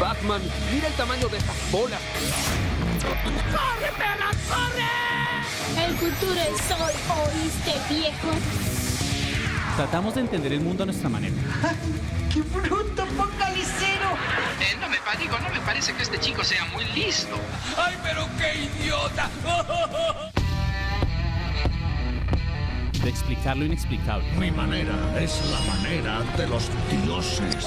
Batman, mira el tamaño de estas bolas. ¡Corre, perra, corre! El futuro es hoy, ¿oíste, viejo? Tratamos de entender el mundo a nuestra manera. ¡Qué bruto, focalicero! Eh, no me digo, no me parece que este chico sea muy listo. ¡Ay, pero qué idiota! de explicar lo inexplicable. Mi manera es la manera de los dioses.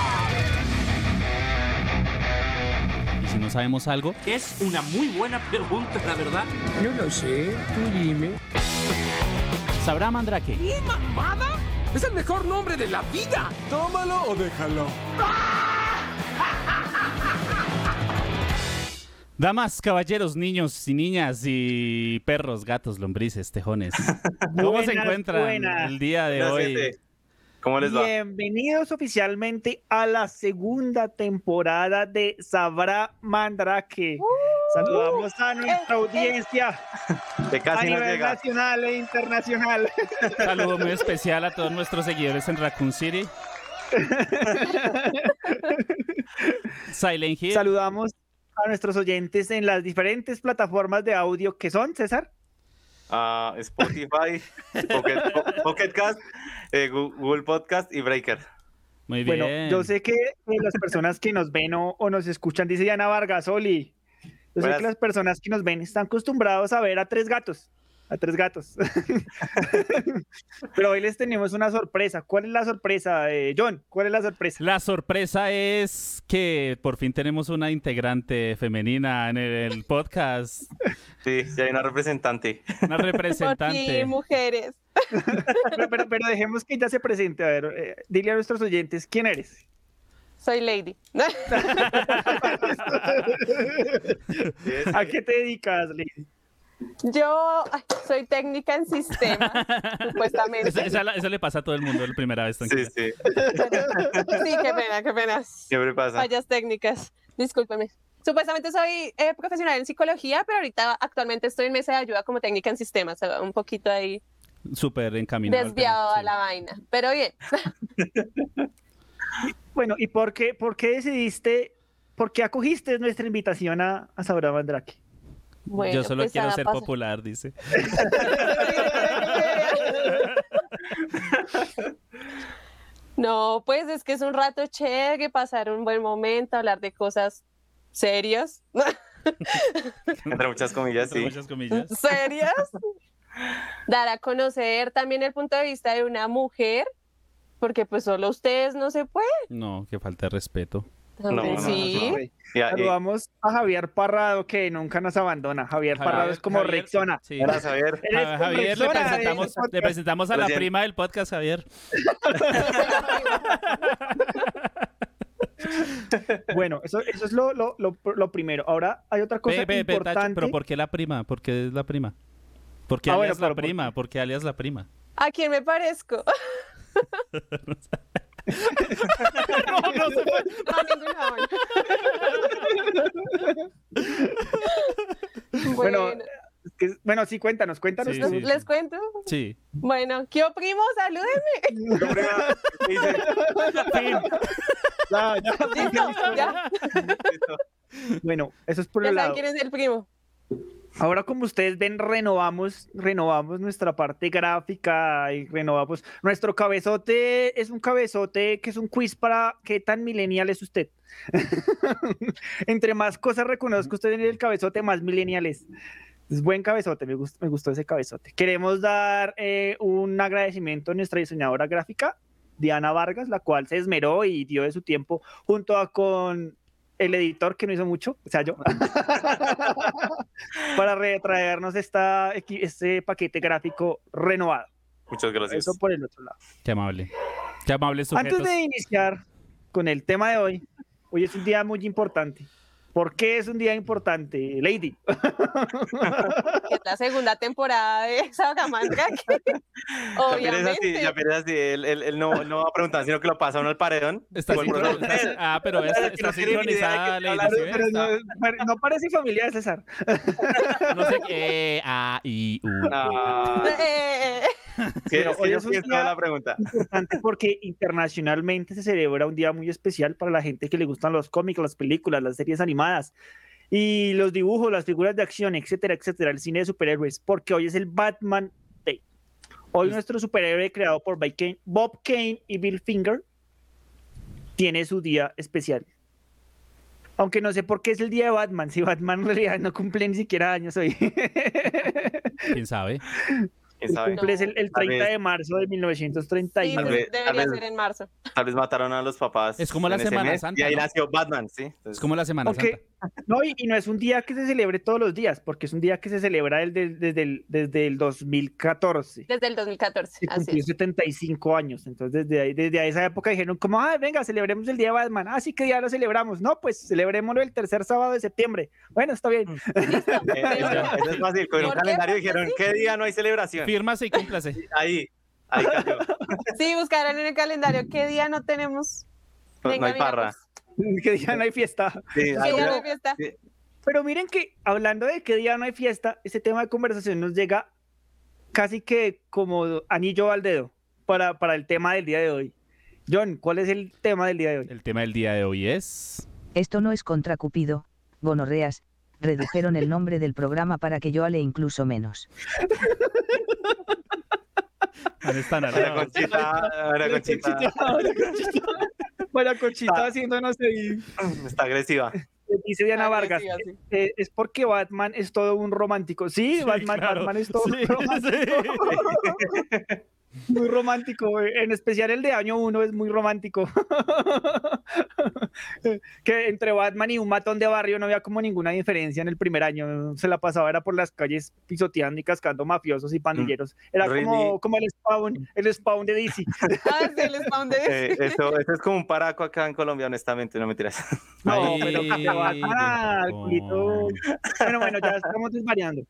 si no sabemos algo? Es una muy buena pregunta, la verdad. No lo sé, tú dime. ¿Sabrá Mandrake? ¿Qué mamada? ¡Es el mejor nombre de la vida! Tómalo o déjalo. Damas, caballeros, niños y niñas y perros, gatos, lombrices, tejones. ¿Cómo Buenas, se encuentran buenas. el día de Gracias, hoy? eh. ¿Cómo les va? Bienvenidos oficialmente a la segunda temporada de Sabrá Mandrake. Saludamos a nuestra audiencia Que a casi no nivel llega. nacional e internacional. Un saludo muy especial a todos nuestros seguidores en Raccoon City. Silent Hill, Saludamos a nuestros oyentes en las diferentes plataformas de audio que son, César. Ah, Spotify, Pocket, Po- Pocket Cast, eh, Gu- Google Podcast y Breaker. muy bien. Bueno, yo sé que eh, las personas que nos ven o, o nos escuchan, dice Diana Vargasoli. Yo sé Buenas. que las personas que nos ven están acostumbrados a ver a tres gatos. A tres gatos. Pero hoy les tenemos una sorpresa. ¿Cuál es la sorpresa, eh, John? ¿Cuál es la sorpresa? La sorpresa es que por fin tenemos una integrante femenina en el, el podcast, Sí, ya hay una representante. una representante. Sí, mujeres. Pero, pero- pero dejemos que ya se presente. A ver, eh, dile a nuestros oyentes quién eres. Soy Lady. Sí, es- ¿A qué te dedicas, Liz? Yo ay, soy técnica en sistemas, Eso, supuestamente. esa la- eso le pasa a todo el mundo la primera vez. sí, tranquila. sí, Sí, qué pena, qué pena. siempre pasa. Fallas técnicas. Discúlpame. Supuestamente soy eh, profesional en psicología, pero ahorita actualmente estoy en mesa de ayuda como técnica en sistemas, o sea, un poquito ahí Súper encaminado. al tema, desviado a sí. la vaina. Pero bien, Bueno, ¿y por qué, por qué decidiste, por qué acogiste nuestra invitación a, a Sabrá Mandrake? bueno, Yo solo pues, quiero nada, ser pasa. popular, dice. No, pues es que es un rato chévere, pasar un buen momento, hablar de cosas serias. Entre muchas comillas, Entre sí. muchas comillas. serias. Dar a conocer también el punto de vista de una mujer, porque pues solo ustedes no se pueden. No, que falta de respeto. No, no, no, sí. no. Ya, y Saludamos a Javier Parrado, que nunca nos abandona. Javier, Parrado es como Javier- Rexona. Sí. para saber, Eres Ja- como Ah, Javier, le Rexona, eh, presentamos, le presentamos a Lo la siento. prima del podcast, Javier. Bueno, eso, eso es lo, lo, lo, lo primero. Ahora hay otra cosa Ve, ve, ve, Tacho, importante. pero ¿por qué la prima? ¿Por qué es la prima? ¿Por qué Ah, bueno, alias la pero ¿por prima? ¿Por qué alias la prima? ¿A quién me parezco? A ninguna vaina. Bueno, Bueno, es que- bueno, sí, cuéntanos, cuéntanos. Sí, tú. sí. les cuento. Sí. Bueno, ¿qué primo? Salúdenme. dice, Ya, ya, Listo, ya, Bueno, eso es por ya un saben lado. quién es el primo. Ahora, como ustedes ven, renovamos, renovamos nuestra parte gráfica y renovamos. Nuestro cabezote es un cabezote que es un quiz para qué tan millennial es usted. Entre más cosas reconozco usted en el cabezote, más millennial es. Es buen cabezote, me, gust- me gustó ese cabezote. Queremos dar eh, un agradecimiento a nuestra diseñadora gráfica, Diana Vargas, la cual se esmeró y dio de su tiempo junto a con el editor que no hizo mucho, o sea, yo, para retraernos esta, equi- este paquete gráfico renovado. muchas gracias. Eso por el otro lado. Qué amable. Qué amable sujetos. Antes de iniciar con el tema de hoy, hoy es un día muy importante. ¿Por qué es un día importante, Lady? que es la segunda temporada de Salamanca. que También es así, obviamente. ya pierdes así. Él, él- él no, no va a preguntar, sino que lo pasa uno al paredón. Está Por- por- sincronizada. por- Ah, pero está, Que no está tiene ni idea sincronizada, de qué Lady. está ¿sí ve? Pero no, pero no parece familiar, César. Está- No sé qué. E, A, I, U. Ah, Eh, sí, Pero es que hoy yo es un pienso día- la pregunta. importante porque internacionalmente se celebra un día muy especial para la gente que le gustan los cómics, las películas, las series animadas y los dibujos, las figuras de acción, etcétera, etcétera, el cine de superhéroes, porque hoy es el Batman Day. Hoy Es- nuestro superhéroe creado por Bob Kane- Bob Kane y Bill Finger tiene su día especial. Aunque no sé por qué es el día de Batman, si Batman en realidad no cumple ni siquiera años hoy. ¿Quién sabe? ¿Quién sabe? cumple es el, el Tal vez- 30 de marzo de 1931. eh, sí, Tal vez- tal debería vez- ser en marzo. Tal vez mataron a los papás. Es como la en ese Semana mes, Y Santa, ahí ¿no? nació Batman, ¿sí? Es Entonces, como la Semana Aunque- Santa. No, y, y no es un día que se celebre todos los días, porque es un día que se celebra el del- desde, el, desde el 2014. Desde el 2014. Se así cumplió es. 75 años, entonces desde, ahí- desde esa época dijeron como, ah, venga, celebremos el Día de Batman, así que ya lo celebramos, no, pues celebrémoslo el tercer sábado de septiembre, bueno, está bien, eh, eso- eso es fácil. Con un ¿Por qué? calendario Porque dijeron, sí. ¿qué día no hay celebración? Fírmase y cúmplase. Ahí. Ahí cambió. Sí, buscarán en el calendario qué día no tenemos. No, no Venga, hay pues. mira, parra. que ya no hay fiesta. Sí, pues, ahí ¿qué día no no. hay fiesta? Pero miren que hablando de qué día no hay fiesta, este tema de conversación nos llega casi que como anillo al dedo para, para el tema del día de hoy. John, ¿cuál es el tema del día de hoy? El tema del día de hoy es. Esto no es contra Cupido, gonorreas, redujeron el nombre del programa para que yo ale incluso menos. Man, están al Ana lado. Conchita, Ana Conchita María Conchita, María Conchita haciéndonos ahí. está agresiva. Ah. Dice Diana Vargas, Agresiva, Ah, sí. eh, es porque Batman es todo un romántico. Sí, Sí, Batman, claro. Batman es todo Sí, un romántico. sí. Muy romántico, eh, en especial el de año 1 es muy romántico. que entre Batman y un matón de barrio no había como ninguna diferencia en el primer año. Se la pasaba era por las calles pisoteando y cascando mafiosos y pandilleros. Era Rini. como, como el spawn, el spawn de DC. Ah, sí, el spawn de- Eh, eso, eso es como un paraco acá en Colombia, honestamente, no me tiras. No, Ay, pero cambiaba. Ah, no. culito. Bueno, bueno, ya estamos desvariando.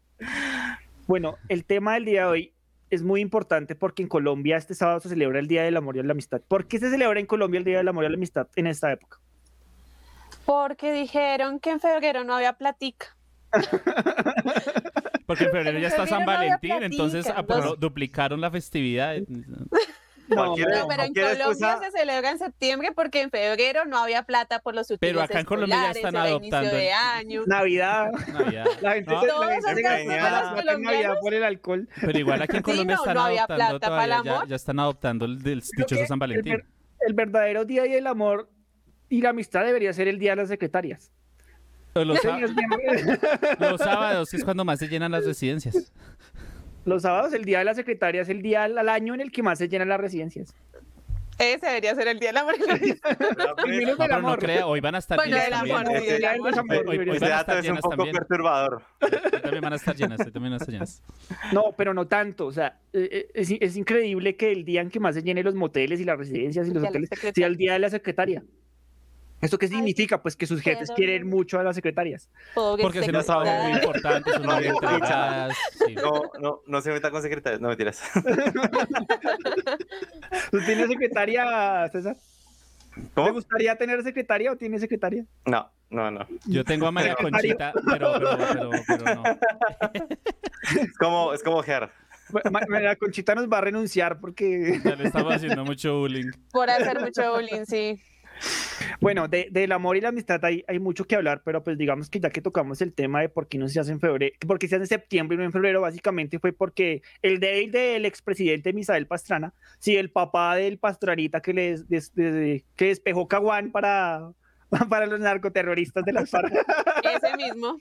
Bueno, el tema del día de hoy es muy importante porque en Colombia este sábado se celebra el Día del Amor y la Amistad. ¿Por qué se celebra en Colombia el Día del Amor y la Amistad en esta época? Porque dijeron que en febrero no había platica. Porque en febrero ya está San En febrero no había Valentín, entonces platica, apro- entonces- duplicaron la festividad. eh, Cualquier- No, pero en cualquier Colombia excusa- se celebra en septiembre porque en febrero no había plata por los útiles Pero acá en Colombia ya escolares, están era adoptando Inicio de el- año. Navidad. Navidad. La gente No, se, Todos la gente esos se gastos de gasta los la plata en Navidad colombianos. por el alcohol. Pero igual aquí en Sí, Colombia no, están no había adoptando plata todavía, para el ya- amor. ya, están adoptando el del Creo dichoso que San Valentín. El, ver- el verdadero Día del Amor y la Amistad debería ser el Día de las Secretarias. O Los, sá- Señores, mi amor, los sábados, que es cuando más se llenan las residencias. Los sábados, el Día de las Secretarias es el día al al año en el que más se llenan las residencias. Ese debería ser el día del amor. Pues, Y menos No, del pero no amor. crea, hoy van a estar Bueno, llenas del también. amor, Bien, sí, del este- amor. Hoy- hoy- hoy Ese van a dato estar es un llenas poco también. perturbador. Hoy también van a estar llenas, hoy también van a estar llenas. No, pero no tanto. O sea, eh, eh, es, es increíble que el día en que más se llenen los moteles y las residencias y los Ya la hoteles secretaria. sea el día de la secretaria. ¿Esto qué significa? Pues que sus pero- jefes quieren mucho a las secretarias. Pobre Porque se nos sexo. sabe muy importante, son muy No, escucha. entregadas. sí. No, no, no se meta con secretarios, no me tiras. ¿Tú tienes secretaria, César? ¿Te ¿Cómo? gustaría tener secretaria o tienes secretaria? No, no, no. Yo tengo a María Conchita, pero, pero, pero, pero no. Es como, es como Ger. Ma- ma- la Conchita nos va a renunciar porque, Ya le estamos haciendo mucho bullying. Por hacer mucho bullying, sí. bueno, de- del amor y la amistad hay, hay mucho que hablar, pero pues digamos que ya que tocamos el tema de por qué no se hace en febrero, por qué se hace en septiembre y no en febrero, básicamente fue porque el day del expresidente Misael Pastrana, sí, el papá del Pastranita que, les, des- des- que despejó Caguán para, para los narcoterroristas de las FARC. Ese mismo.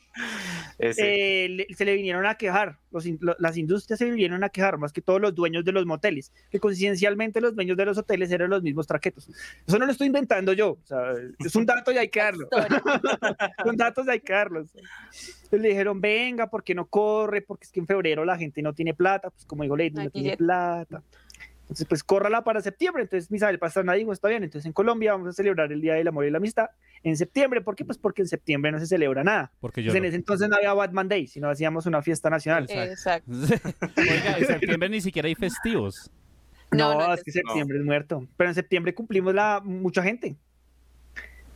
Ese. eh, le- se le vinieron a quejar, los in- lo- las industrias se vinieron a quejar, más que todos los dueños de los moteles, que conciencialmente los dueños de los hoteles eran los mismos traquetos. Eso no lo estoy inventando yo, o sea, es un dato y hay que darlo, Historia. son datos y hay que darlos. Le dijeron, venga, ¿por qué no corre? Porque es que en febrero la gente no tiene plata, pues como digo, Lady, No hay no tiene billete. plata. Entonces, pues córrala para septiembre. Entonces, Misael Pastrana dijo, está bien, entonces en Colombia vamos a celebrar el Día del Amor y la Amistad en septiembre. ¿Por qué? Pues porque en septiembre no se celebra nada. Porque yo Entonces, en no. ese entonces no había Batman Day, sino hacíamos una fiesta nacional. Eh, Exacto. Oiga, en septiembre ni siquiera hay festivos. No, No, no, es que entonces- septiembre es muerto. Pero en septiembre cumplimos la mucha gente.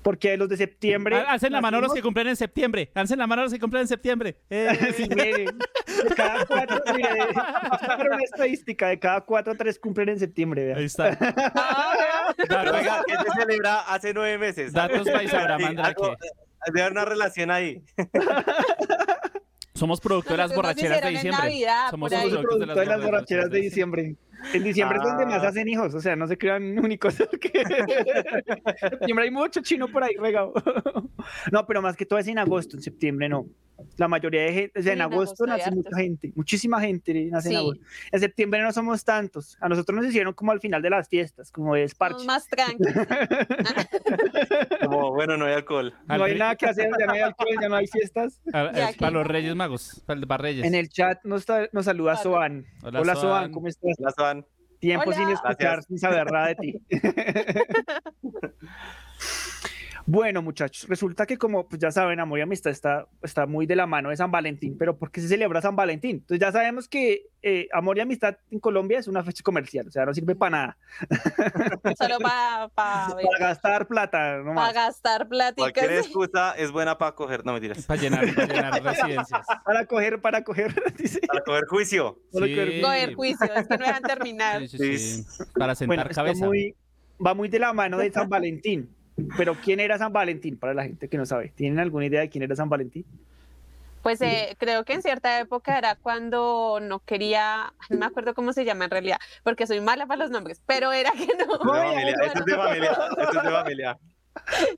Porque los de septiembre... Ha- Hacen la mano los que nacimos- cumplen en septiembre. Hacen la mano los que cumplen en septiembre. Eh. Sí, mire, de cada cuatro, mire, vamos a hacer una estadística, de cada cuatro, tres cumplen en septiembre. Ahí está. Ah, Oiga, que se celebra hace nueve meses. Datos by Sabra Sí, Mandrake. algo- Debe haber una relación ahí. Somos productoras Nosotros borracheras de hicieron en diciembre. Navidad, Somos por ahí. productoras de las Todas las borracheras. borracheras de diciembre. En diciembre es donde más Ah. hacen hijos, o sea, no se crean únicos. porque- en septiembre hay mucho chino por ahí regado. no, pero más que todo es en agosto, en septiembre no. La mayoría de gente, o sea, Sí, en en agosto agosto hay nace hartos. mucha gente, muchísima gente nace Sí. en agosto. En septiembre no somos tantos. A nosotros nos hicieron como al final de las fiestas, como es parche. Más tranqui. Como, bueno, no hay alcohol. No hay nada que hacer, ya no hay alcohol, ya no hay fiestas. Ah, Ya es Para los Reyes Magos, para, el- para Reyes. En el chat nos, tra- nos saluda Soan. Hola, Hola, Soan. Soan. ¿cómo estás? Hola, Soan. Tiempo Hola. sin escuchar, Gracias. sin saber nada de ti. bueno, muchachos, resulta que como pues, ya saben, amor y amistad está, está muy de la mano de San Valentín, pero ¿por qué se celebra San Valentín? Entonces ya sabemos que eh, amor y amistad en Colombia es una fecha comercial, o sea, no sirve para nada. Solo para pa, Para gastar plata, pa nomás. gastar Cualquier pláticas. excusa es buena para coger. No, mentiras. Para llenar, para llenar residencias. Para coger, para coger. Para coger juicio. Coger juicio, es que no dejan terminar. Sí, sí. Para sentar Bueno, está cabeza. muy- va muy de la mano de San Valentín. Pero ¿quién era San Valentín? Para la gente que no sabe, ¿tienen alguna idea de quién era San Valentín? Pues eh, creo que en cierta época era cuando no quería, no me acuerdo cómo se llama en realidad, porque soy mala para los nombres, pero era que no. Esto es de familia, esto es de familia, esto es de familia.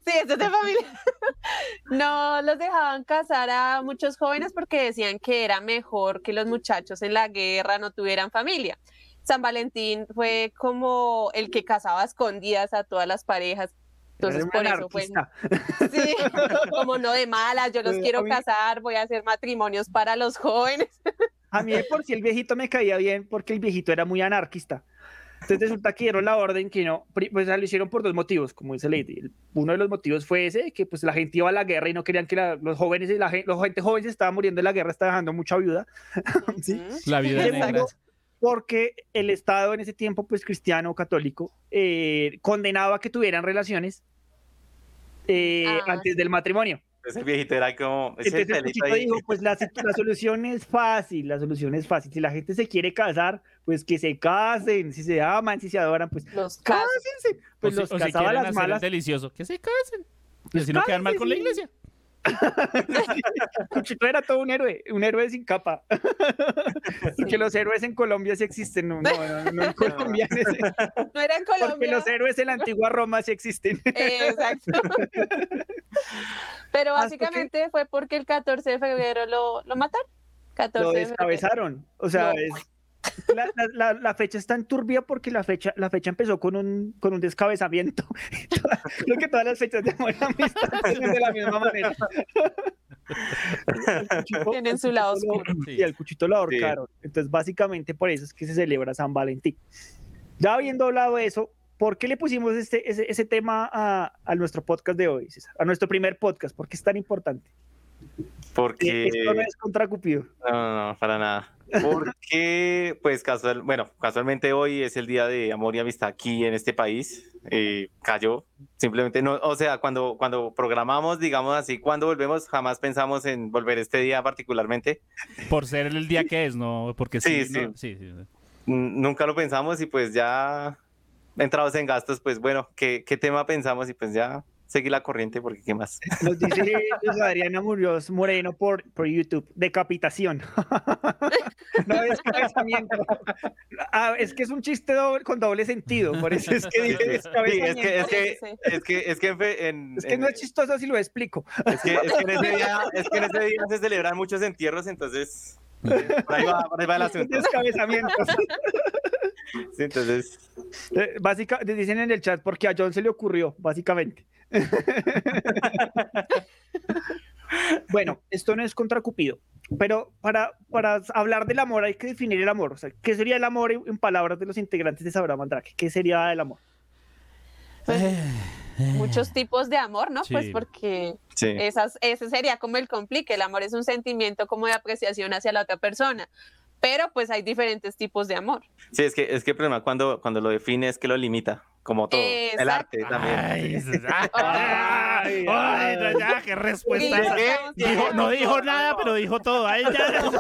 Sí, esto es de familia. No los dejaban casar a muchos jóvenes porque decían que era mejor que los muchachos en la guerra no tuvieran familia. San Valentín fue como el que casaba a escondidas a todas las parejas. Entonces, Era un por eso fue. anarquista. Sí, como no de malas, yo los Eh, a quiero mí- casar, voy a hacer matrimonios para los jóvenes. A mí de por si el viejito me caía bien porque el viejito era muy anarquista. Entonces resulta que dieron la orden que no, pri- pues lo hicieron por dos motivos, como dice Lady. El- Uno de los motivos fue ese, que pues la gente iba a la guerra y no querían que la- los jóvenes, y la gente, los gente joven se estaba muriendo en la guerra, estaba dejando mucha viuda. ¿Sí? La viuda Segundo, negra. Porque el Estado en ese tiempo, pues cristiano católico, eh, condenaba que tuvieran relaciones eh, antes del matrimonio. Ese viejito era como. Ese Entonces pelito Cuchito ahí. Este dijo, pues la, situ- la solución es fácil, la solución es fácil. Si la gente se quiere casar, pues que se casen, si se aman, si se adoran, pues cásense. Pues O si- los o si casaba quieren las hacer el malas. Pues delicioso. Que se casen. Y si no quedan mal con la iglesia. Cuchito era todo un héroe, un héroe sin capa. Porque los héroes en Colombia sí existen, no, no, no, no en Colombia. No era en Porque Colombia. los héroes en la antigua Roma sí existen. Eh, Exacto. Ah, Pero Hasta que- básicamente fue porque el 14 de febrero lo, lo mataron. 14 Lo de febrero. descabezaron. O sea, No. es- la, la- la- la fecha es tan turbia porque la fecha, la fecha empezó con un, con un descabezamiento. Creo que todas las fechas de amor y amistad tienen de la misma manera. Tienen su lado oscuro. Y al cuchito lo ahorcaron. Entonces, básicamente por eso es que se celebra San Valentín. Ya habiendo hablado de eso, ¿por qué le pusimos este, ese, ese tema a, a nuestro podcast de hoy, César? A nuestro primer podcast, ¿por qué es tan importante? Porque. Esto no es contra Cupido. No, no, no, para nada. Porque, pues, casual, bueno, casualmente hoy es el día de amor y amistad aquí en este país. Eh, cayó. Simplemente no, o sea, cuando, cuando programamos, digamos así, cuando volvemos, jamás pensamos en volver este día particularmente. Por ser el día que es, ¿no? Porque sí. Sí, ¿no? sí. sí. N- Nunca lo pensamos y pues ya entrados en gastos, pues bueno, ¿qué, qué tema pensamos? Y pues ya seguí la corriente porque qué más. Nos dice Luz Adriana Muñoz Moreno por, por YouTube, decapitación. no es cabezamiento. Ah, es que es un chiste doble- con doble sentido, por eso es que Sí, dije sí. Sí, es descabezamiento. que, es que, es que, es que en fe- en- Es que en- no es chistoso si lo explico. Es que, es que en ese día, es que en ese día se celebran muchos entierros, entonces eh, por ahí va, por ahí va el asunto. Descabezamiento. Sí, entonces, Eh, Básica, dicen en el chat porque a John se le ocurrió, básicamente. Bueno, esto no es contra Cupido, pero para, para hablar del amor hay que definir el amor. O sea, ¿qué sería el amor en, en palabras de los integrantes de Sabra Mandrake? ¿Qué sería el amor? Pues, Eh, Muchos tipos de amor, ¿no? Sí. Pues porque Sí. esas, ese sería como el complique. El amor es un sentimiento como de apreciación hacia la otra persona. Pero pues hay diferentes tipos de amor. Sí, es que, es que el problema cuando, cuando lo define es que lo limita, como todo. El Exacto. arte también. Ah. "Ah, Ay, no, ya, qué Pues, respuesta esa. Dijo- no dijo nada, pero dijo todo. Ay, ya.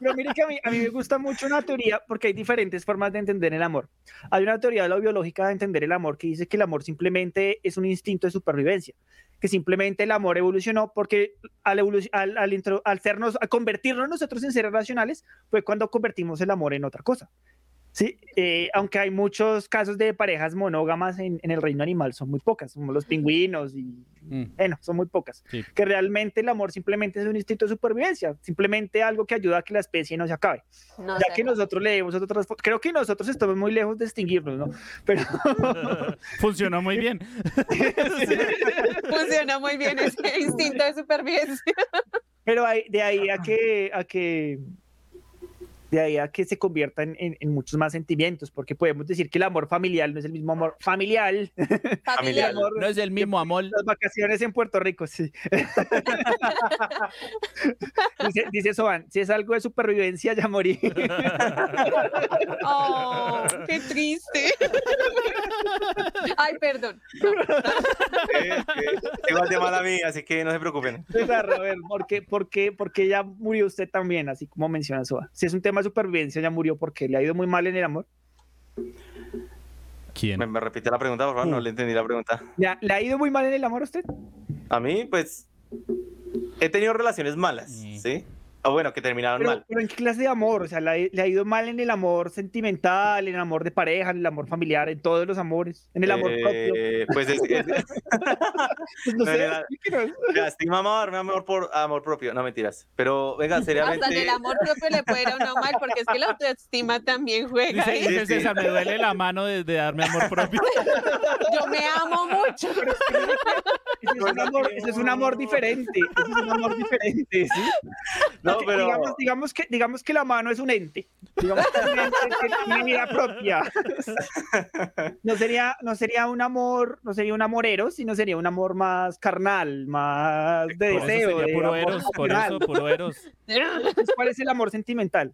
Pero mire que a mí, a mí me gusta mucho una teoría porque hay diferentes formas de entender el amor. Hay una teoría de la biológica de entender el amor que dice que el amor simplemente es un instinto de supervivencia, que simplemente el amor evolucionó porque al, evolu- al, al, intro- al sernos, a convertirnos nosotros en seres racionales fue cuando convertimos el amor en otra cosa. Sí, eh, aunque hay muchos casos de parejas monógamas en, en el reino animal, son muy pocas, como los pingüinos y bueno, son muy pocas. Sí. Que realmente el amor simplemente es un instinto de supervivencia, simplemente algo que ayuda a que la especie no se acabe. No ya se que nosotros leemos otras, fo- creo que nosotros estamos muy lejos de extinguirnos, ¿no? Pero funcionó muy bien. Funciona muy bien ese instinto de supervivencia. Pero hay- de ahí a que, a que de ahí a que se convierta en, en- en muchos más sentimientos, porque podemos decir que el amor familiar no es el mismo amor familiar. Familiar. No es el mismo amor. Las vacaciones en Puerto Rico, sí. dice, dice Soban, si es algo de supervivencia, ya morí. Oh, qué triste. Ay, perdón. Igual de mal a mí, así que no se preocupen. César, a ver, ¿por qué, por qué- por qué ya murió usted también, así como menciona Soban? Si es un tema de supervivencia, ya murió porque le ha ido muy mal en el amor. ¿Quién? Me, me repite la pregunta, por favor, Mm. no le entendí la pregunta. ¿Le ha, le ha ido muy mal en el amor a usted? A mí, pues, he tenido relaciones malas, ¿sí? O bueno, que terminaron Mm. Pero, mal. pero ¿en qué clase de amor? O sea, ¿la- ¿le ha ido mal en el amor sentimental, en el amor de pareja, en el amor familiar, en todos los amores, en el amor Eh, Pues es, es- propio? No no, sé, era- explíquenos. Mira, estoy mamado, darme amor por amor propio. No, mentiras. Pero, venga, seriamente. Hasta en el amor propio le puede ir a uno mal, porque es que la autoestima también juega. Dice, ¿eh? dice César, me duele la mano de, de darme amor propio. Yo me amo mucho. Ese es, un amor, ese es un amor diferente. Ese es un amor diferente, ¿sí? No, Porque pero- digamos, digamos que, digamos que la mano es un ente. Digamos que es un ente que tiene vida propia. No sería, no sería un amor, no sería un amorero, sino sería un amor más carnal, más de Por eso deseo. sería de puro amor eros, por pasional. eso, puro eros. Entonces, ¿Cuál es el amor sentimental?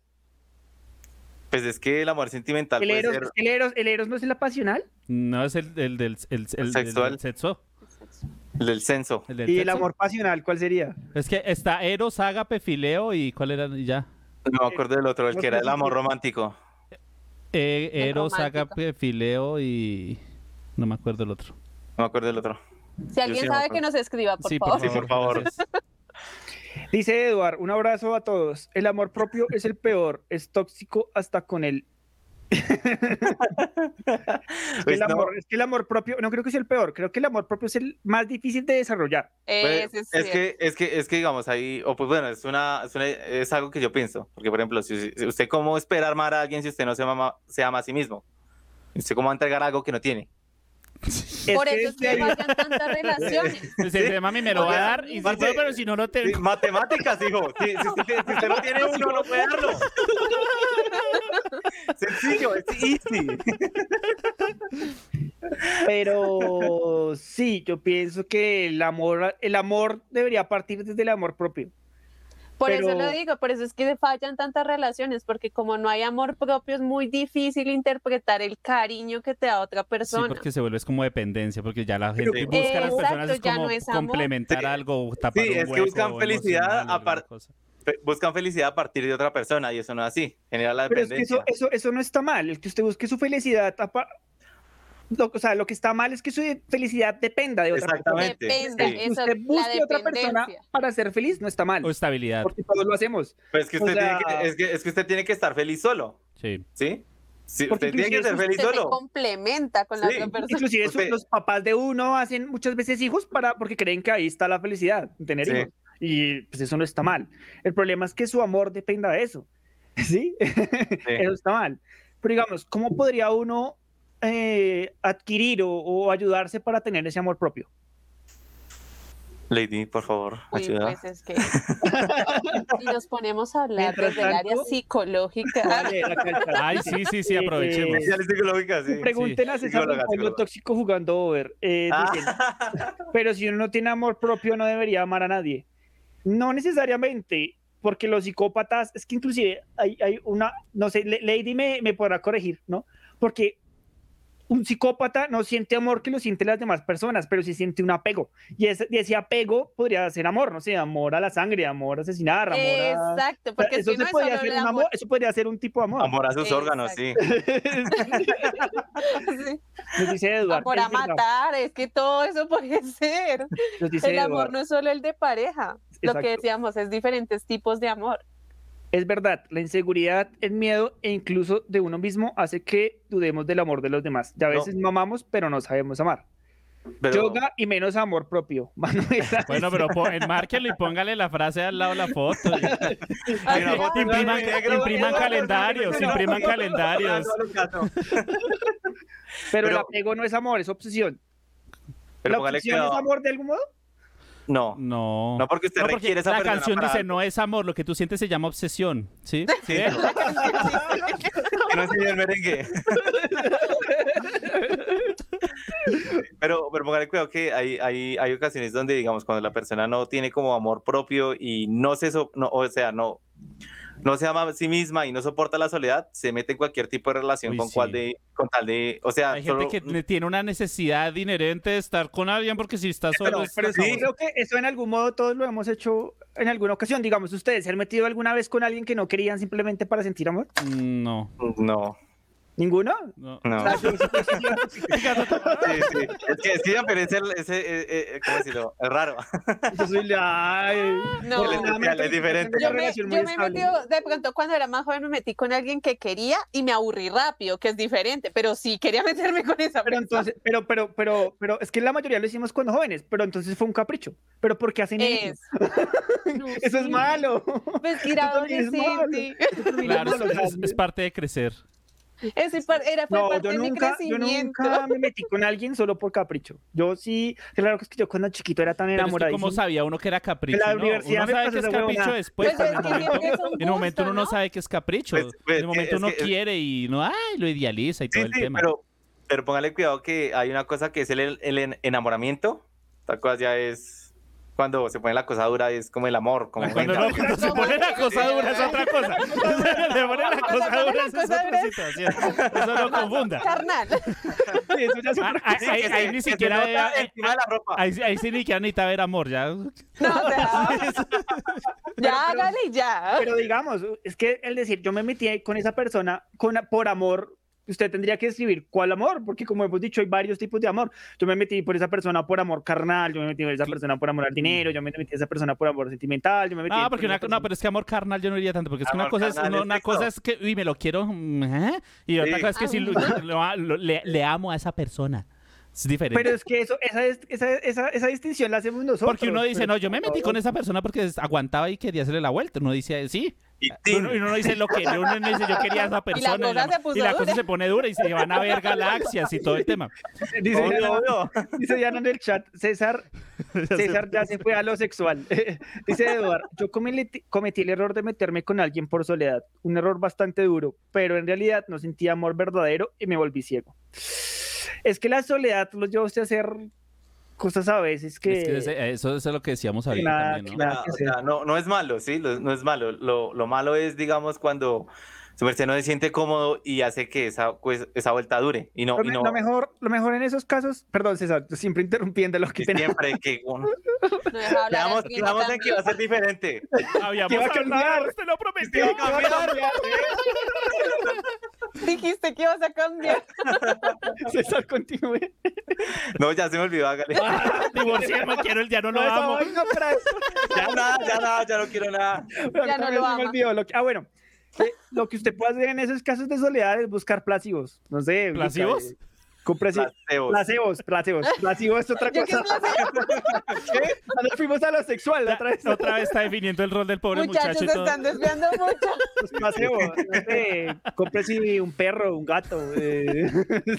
Pues es que el amor sentimental ¿El puede eros, ser. el, eros, ¿El eros no es el apasional? No es el, el del el, el- Sexual. el del sexo. El del censo. El del ¿Y el sexo. amor pasional cuál sería? Es que está Eros, Ágape, Fileo y ¿cuál era? Y Ya. No me acuerdo del otro, el que era el amor romántico. Eh, El Eros, romántico. Ágape, Fileo y... No me acuerdo el otro. No me acuerdo del otro. Si alguien sí me sabe acuerdo. que nos escriba, por Sí, por favor. Sí, por favor. Dice Eduard, un abrazo a todos. El amor propio es el peor, es tóxico hasta con el... Es que el, Pues no. amor, es que el amor propio, no creo que sea el peor, creo que el amor propio es el más difícil de desarrollar. Pues, es que, es que, es que digamos ahí, o pues bueno, es una, es una- es algo que yo pienso. Porque, por ejemplo, si, si usted cómo espera amar a alguien si usted no se ama, se ama a sí mismo. Usted cómo va a entregar algo que no tiene. Por Es que eso es en que serio. fallan tantas relaciones. Dice, mami, me lo va a dar. Y dice, Parce, pero si no lo tengo. sí, matemáticas, hijo. Sí, Si, usted, tiene- si usted no tiene uno, no puede darlo. Sencillo, es easy. Pero sí, yo pienso que el amor, el amor debería partir desde el amor propio. Por eso Pero- lo digo, por eso es que fallan tantas relaciones, porque como no hay amor propio, es muy difícil interpretar el cariño que te da otra Sí, persona. porque se vuelve es como dependencia, porque ya la gente Sí. busca a las Exacto, personas es ya como no es amor. complementar algo, tapar Sí, un es que hueco buscan felicidad, emocional, a par- alguna cosa. pe- buscan felicidad a partir de otra persona y eso no es así. Genera la Pero es que dependencia. eso, eso, eso no está mal. El que usted busque su felicidad. apa- Lo, o sea, lo que está mal es que su felicidad dependa de otra Exactamente, persona. Dependa, El que eso, usted la busque a otra persona dependencia. para ser feliz no está mal. O estabilidad. Porque todos lo hacemos. Pero es que O usted, sea- tiene que, es, que, es que usted tiene que estar feliz solo. Sí. ¿Sí? Sí, Porque usted tiene que inclusive ser si feliz Se te solo. complementa con la otra persona. Inclusive eso, Usted- los papás de uno hacen muchas veces hijos para porque creen que ahí está la felicidad, en tener Sí. hijos. Y pues eso no está mal. El problema es que su amor dependa de eso. ¿Sí? eso está mal. Pero digamos, ¿cómo podría uno eh, adquirir o, o ayudarse para tener ese amor propio? Lady, por favor, Uy, ayuda. pues es que. y nos ponemos a hablar Mientras desde el área psicológica. Ay, sí, sí, sí, aprovechemos. Pregunten a César Psicóloga, Rincón, lo psicóloga. tóxico jugando over. Eh, dicen, Pero si uno no tiene amor propio, no debería amar a nadie. No necesariamente, porque los psicópatas, es que inclusive hay, hay una, no sé, Le- Lady me, me podrá corregir, ¿no? Porque un psicópata no siente amor que lo sienten las demás personas, pero sí siente un apego. Y ese, y ese apego podría ser amor, no sé, amor a la sangre, amor a asesinar, amor a- Exacto, porque eso, si no se es podría solo ser el un amor, amor. eso podría ser un tipo de amor. Amor a sus órganos, sí. Nos dice Eduardo. Amor a matar, ah, es que todo eso puede ser. Nos dice el amor Eduardo. no es solo el de pareja. Lo que Exacto. decíamos es diferentes tipos de amor. Es verdad, la inseguridad, el miedo e incluso de uno mismo hace que dudemos del amor de los demás. Y a veces no amamos, pero no sabemos amar. Yoga y menos amor propio. Manuela. Bueno, pero po- enmárquelo y póngale la frase al lado de la foto. foto impriman, en negro, impriman negro, calendarios, negro. impriman calendarios. Pero, el apego no es amor, es obsesión. Pero ¿La póngale obsesión cuidado. es amor de algún modo? No. No. No, porque usted No, porque requiere esa la persona canción para dice, algo. no es amor, lo que tú sientes se llama obsesión. ¿Sí? Sí, Que no enseñe el merengue. pero, pero póngale cuidado que hay, hay, hay ocasiones donde, digamos, cuando la persona no tiene como amor propio y no se, so- no, o sea, no, no se ama a sí misma y no soporta la soledad, se mete en cualquier tipo de relación Uy, con sí. cual de, con tal de, o sea, Hay gente solo- que ne- tiene una necesidad inherente de estar con alguien porque si está solo... es- Pero sí, creo que eso en algún modo todos lo hemos hecho en alguna ocasión. Digamos, ¿ustedes se han metido alguna vez con alguien que no querían simplemente para sentir amor? No. No. ¿Ninguno? No. No. O sea, Sí, sí. Es que sí, pero es el, ese, eh, eh, ¿cómo decirlo? Es raro. Yo soy la... ay, No. Es especial, es diferente. Yo me, yo me he metido, de pronto cuando era más joven me metí con alguien que quería y me aburrí rápido, que es diferente, pero sí quería meterme con esa Pero persona. entonces, pero, pero, pero, pero, es que la mayoría lo hicimos cuando jóvenes, pero entonces fue un capricho. Pero ¿por qué hacen eso? eso es malo. Pues ir Eso también es malo. adolescente. Claro, es, es- es parte de crecer. Ese par- era, fue No, parte yo de mi nunca, yo crecimiento. nunca me metí con alguien solo por capricho. Yo sí, claro que es que yo cuando chiquito era tan Pero es que enamorado. ¿cómo sabía uno que era capricho? En la no? universidad Uno me sabe pasó que es esa huevona. capricho después, Pues pero es en el que yo momento, creo que es un en el momento gusto, uno ¿no? sabe que es capricho. Pues- pues, en el momento es uno que- quiere y no, ay, lo idealiza y todo el Sí, tema. pero, pero póngale cuidado que hay una cosa que es el, el en- enamoramiento. Esta cosa ya es cuando se pone la cosa dura, es como el amor. Como Cuando venga. no- cuando se pone la cosa dura es otra cosa. Se pone la cosa dura es otra situación. Eso no confunda. Carnal. Ah, Ahí- Sí, ahí- que se- Ahí que ni se siquiera nota era- encima de la ropa. Ahí, ahí sí ni que necesita ver amor, ya. Ya, hágale y ya. Pero digamos, es que el decir yo me metí con esa persona con, por amor, usted tendría que escribir cuál amor, porque como hemos dicho, hay varios tipos de amor. Yo me metí por esa persona por amor carnal, yo me metí por esa persona por amor al dinero, yo me metí por esa persona por amor sentimental, yo me metí. No, por Ah, porque una, esa no, pero es que amor carnal yo no diría tanto, porque es que una Amor cosa es, carnal no, es una sexo. cosa es que, uy, me lo quiero, mm, ¿eh? y otra Sí. cosa es Ah, que si lo- lo- lo- le, le amo a esa persona. Es diferente. Pero es que eso, esa, es- esa, esa, esa distinción la hacemos nosotros. porque uno dice, pero- no, yo me metí con esa persona porque es- aguantaba y quería hacerle la vuelta. Uno dice, sí. Y uno, uno no dice lo que uno no dice, yo quería a esa Y persona. la cosa se puso y la cosa dura. se pone dura y se van a ver galaxias y todo el tema. Dice, Diana, dice Diana en el chat, César, César ya se fue a lo sexual. dice Eduardo, yo cometí, cometí el error de meterme con alguien por soledad, un error bastante duro, pero en realidad no sentí amor verdadero y me volví ciego. Es que la soledad los lleva a usted a hacer cosas a veces que... Es que ese- eso, eso es lo que decíamos ahorita Nada, también, ¿no? nada. O sea, no, no es malo, sí, lo- no es malo. Lo, lo malo es, digamos, cuando su merced no se siente cómodo y hace que esa, pues, esa vuelta dure. Y no, Lo, y me- no lo mejor, lo mejor en esos casos, perdón César, siempre interrumpiendo lo que tenemos. siempre que uno. No dejaba hablar Quedamos, al clima quedamos en también. que va a ser diferente. Habíamos Que va a cambiar. hablado, te lo prometí. Sí, cambiar. Dijiste que ibas a cambiar. César, continúe. No, ya se me olvidó, hágale. Divorciemos, quiero el ya no lo esa amo. vaina, Fran. Ya nada, ya nada, ya no quiero nada. Pero Ya a mí no también lo se me ama. olvidó lo que- ah, bueno. eh, lo que usted puede hacer en esos casos de soledad es buscar placivos. No sé. busca, ¿Placivos? eh, Compre placebos. Placebos, placebos. Placebo es otra ¿Yo qué cosa. ¿Qué? Cuando fuimos a lo sexual la otra vez. Otra vez está definiendo el rol del pobre Muchachos, muchacho. y se todo. están desviando mucho. Los placebos. no sé, compre si un perro, un gato. eh,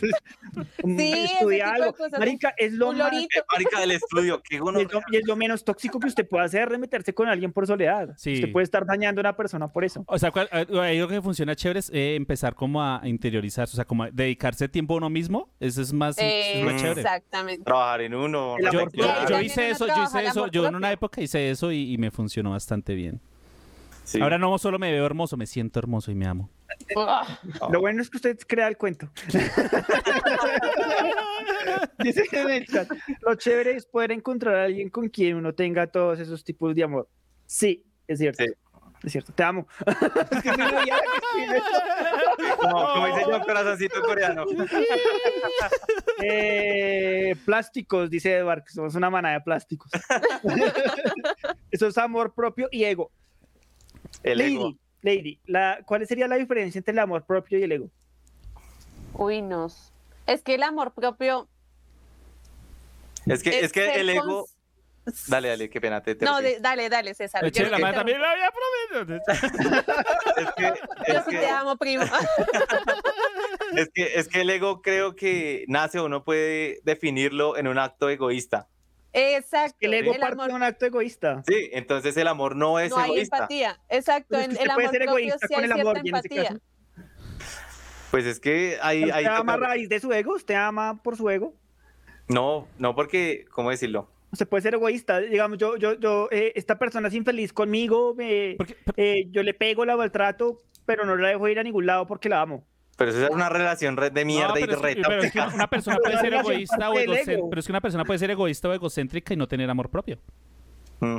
un- Sí, ese estudia tipo de algo. cosas. Marica, es lo Un más. lorito. Eh, marica del estudio, Y qué es, gonorrea. lo, y es lo menos tóxico que usted puede hacer de meterse con alguien por soledad. Sí. Usted puede estar dañando a una persona por eso. O sea, cuál- eh, ahí lo que funciona chévere es eh, empezar como a interiorizarse, o sea, como a dedicarse tiempo a uno mismo. Eso es más, es más chévere. Eh, Exactamente. Trabajar en uno. El Yo, amor yo- afectuar. yo propio. hice También eso, uno yo trabaja hice el eso, amor yo en propio. una época hice eso y, y me funcionó bastante bien. Sí. Ahora no solo me veo hermoso, me siento hermoso y me amo. Ah, Lo bueno es que usted crea el cuento. Dice en el chat, lo chévere es poder encontrar a alguien con quien uno tenga todos esos tipos de amor. Sí, es cierto. Sí. Es cierto, te amo. es que soy una vieja que escribe eso. Como, como dice yo, corazoncito coreano. Eh, plásticos, dice Edward, que somos una manada de plásticos. Eso es amor propio y ego. El lady, ego. Lady, la, ¿cuál sería la diferencia entre el amor propio y el ego? Uy, no. Es que el amor propio. Es que, es que ser el ego. cons- Dale, dale, qué pena. Te, te este, No, rompí. de- dale, dale, César. Eh, yo chévere, la te madre interrumpo. también la había prometido. es que, Yo es sí que- te amo, primo. es que- es que el ego creo que nace o no puede definirlo en un acto egoísta. Exacto. El ego parte amor de un acto egoísta. Sí, entonces el amor no es no hay egoísta. empatía. Exacto. Pero es En que el usted puede amor ser propio egoísta sí con hay el amor, cierta y en este empatía. caso- Pues es que ahí. ahí ¿Usted ama a toca- raíz de su ego? ¿Usted ama por su ego? No, no, porque, ¿cómo decirlo? Usted puede ser egoísta. Digamos, yo, yo, yo, eh, esta persona es infeliz conmigo, me- Porque- eh, yo le pego, la maltrato, pero no la dejo ir a ningún lado porque la amo. Pero eso es una relación re- de mierda No, y de pero es que- pero es que retóxica. una persona puede ser Pero la egoísta o parte del egocéntrica, ego. pero es que una persona puede ser egoísta o egocéntrica y no tener amor propio. Mm.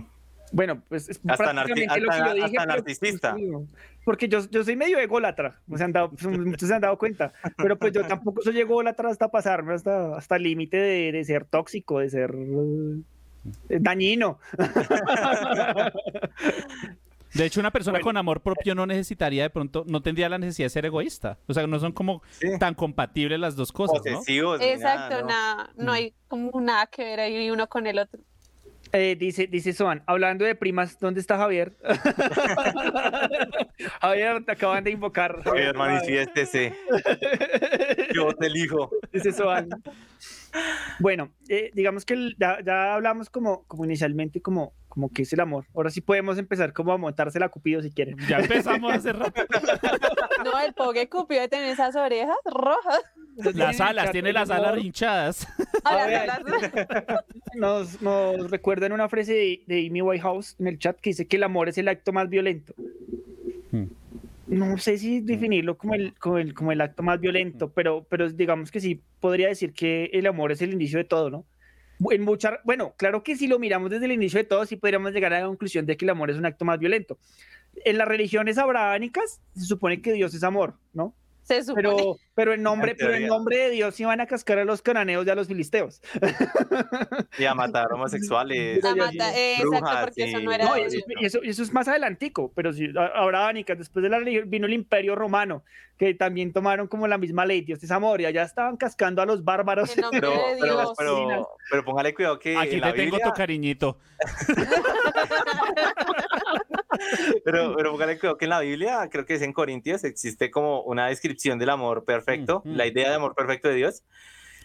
Bueno, pues es Hasta prácticamente narci- lo que hasta- yo dije, hasta pero- pues, narcisista. Porque yo, yo soy medio ególatra, no se han dado, pues, muchos se han dado cuenta, pero pues yo tampoco soy ególatra hasta pasarme hasta, hasta el límite de, de ser tóxico, de ser eh, dañino. De hecho, una persona con amor propio no necesitaría de pronto, no tendría la necesidad de ser egoísta. O sea, no son como Sí. tan compatibles las dos cosas, ¿no? Posesivos. ni nada, Exacto, ¿no? nada, Mm. no hay como nada que ver ahí uno con el otro. Eh, dice, dice Soan, hablando de primas, ¿dónde está Javier? Javier, te acaban de invocar. Oye, hermano, y este Yo te elijo. Dice Soan. Bueno, eh, digamos que el- ya, ya hablamos como, como inicialmente, como, como que es el amor. Ahora sí podemos empezar como a montarse la Cupido si quieren. Ya empezamos hace rato. No, el pobre Cupido de tener esas orejas rojas. Las alas, tiene las alas hinchadas. Ahora, ver. Nos, nos recuerdan una frase de, de Amy Whitehouse en el chat que dice que el amor es el acto más violento. Hmm. No sé si definirlo como el, como el, como el acto más violento, pero, pero digamos que sí podría decir que el amor es el inicio de todo, ¿no? En mucha, bueno, claro que si lo miramos desde el inicio de todo, sí podríamos llegar a la conclusión de que el amor es un acto más violento. En las religiones abrahámicas se supone que Dios es amor, ¿no? se supone. Pero, pero, en nombre, pero en teoría. nombre de Dios iban a cascar a los cananeos y a los filisteos. Y a matar homosexuales. La mata, eh, brujas, exacto, porque eso sí. no era. No, Ay, y eso, sí. y eso- y eso es más adelantico, pero sí, a- ahora Ánica, después de la religión vino el imperio romano, que también tomaron como la misma ley, Dios es amor, y allá estaban cascando a los bárbaros. En nombre Pero, de Dios. pero, pero, pero póngale cuidado que Aquí en la te tengo Biblia- tu cariñito. pero, pero póngale cuidado que en la Biblia, creo que es en Corintios, existe como una descripción del amor perfecto, Mm, mm. la idea de amor perfecto de Dios.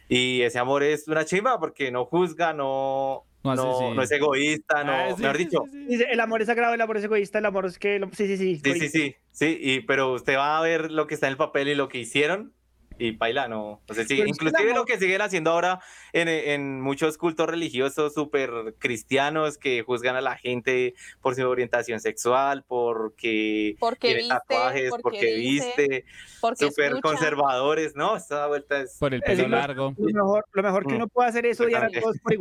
Y ese amor es una chimba porque no juzga, no, No no, hace- sí. no es egoísta, no, Ah, sí, mejor sí, dicho. sí, sí. Dice, el amor es sagrado, el amor es egoísta, el amor es que... lo- Sí, sí, sí. Sí, sí, Corintio. sí, sí, y, pero usted va a ver lo que está en el papel y lo que hicieron y paila, no, no Pero se sigue. es que el Inclusive lo amor- que siguen haciendo ahora en, en muchos cultos religiosos súper cristianos que juzgan a la gente por su orientación sexual, porque Porque tiene viste, tatuajes, porque, porque dice, viste, porque súper escucha. conservadores, ¿no? Esta vuelta es... Por el Eso pelo es- largo. Lo mejor, lo mejor que Mm. uno puede hacer es odiar a Exactamente. todos por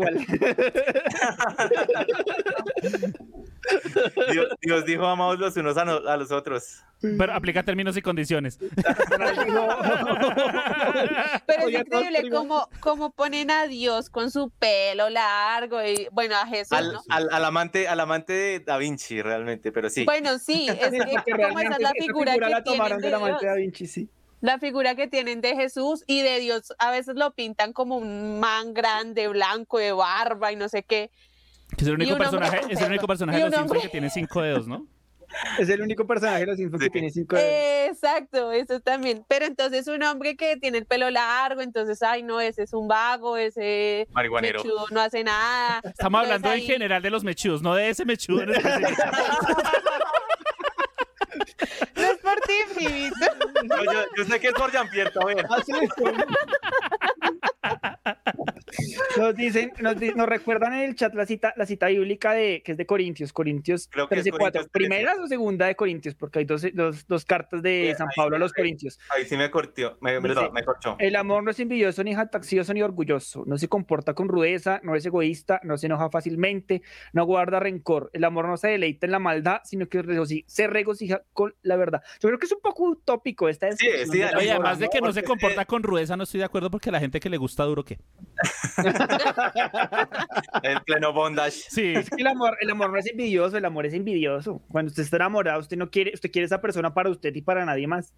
igual. Dios, Dios dijo, amados los unos a, no- a los otros. Pero aplica términos y condiciones. Pero es Oye, a todos increíble primos. cómo, cómo ponen a Dios con su pelo largo y bueno, a Jesús, Al, ¿no? al- al amante, al amante de Da Vinci, realmente, pero sí. Bueno, sí, es que Porque como esa realmente es la esa figura que la tomaron tienen de del amante Dios. da Vinci, sí. la figura que tienen de Jesús y de Dios a veces lo pintan como un man grande, blanco, de barba y no sé qué. Es el Y único un hombre personaje, con es el único pelo. personaje Y de un los Simpsons hombre- que tiene cinco dedos, ¿no? Es el único personaje de los Simpsons que tiene cinco dedos. Exacto, eso también. Pero entonces un hombre que tiene el pelo largo, entonces, ay, no, ese es un vago, ese Marihuanero. mechudo no hace nada. Estamos Entonces, hablando en ahí- general de los mechudos, no de ese mechudo. en específico. No es por ti, Fibito. No, yo, yo sé que es por Jean-Pierre Taver. Nos dicen, nos, di- nos recuerdan en el chat la cita, la cita bíblica de que es de Corintios, Corintios que es 13, 4. Corintios 13. Primeras o segunda de Corintios, porque hay dos, dos- dos cartas de San Pablo a los Corintios. Eh, Ahí sí me cortó, me, me- Dice, me corchó. Eh, El amor no es envidioso, ni jactancioso, ni orgulloso. No se comporta con rudeza, no es egoísta, no se enoja fácilmente, no guarda rencor. El amor no se deleita en la maldad, sino que regoci- se regocija con la verdad. Yo creo que es un poco utópico esta descripción del amor, Oye, además de que no Porque se comporta con rudeza, no estoy de acuerdo porque la gente que le gusta duro, ¿qué? El pleno bondage. Sí. Es que el amor, el amor no es envidioso, el amor es envidioso. Cuando usted está enamorado, usted no quiere, usted quiere esa persona para usted y para nadie más.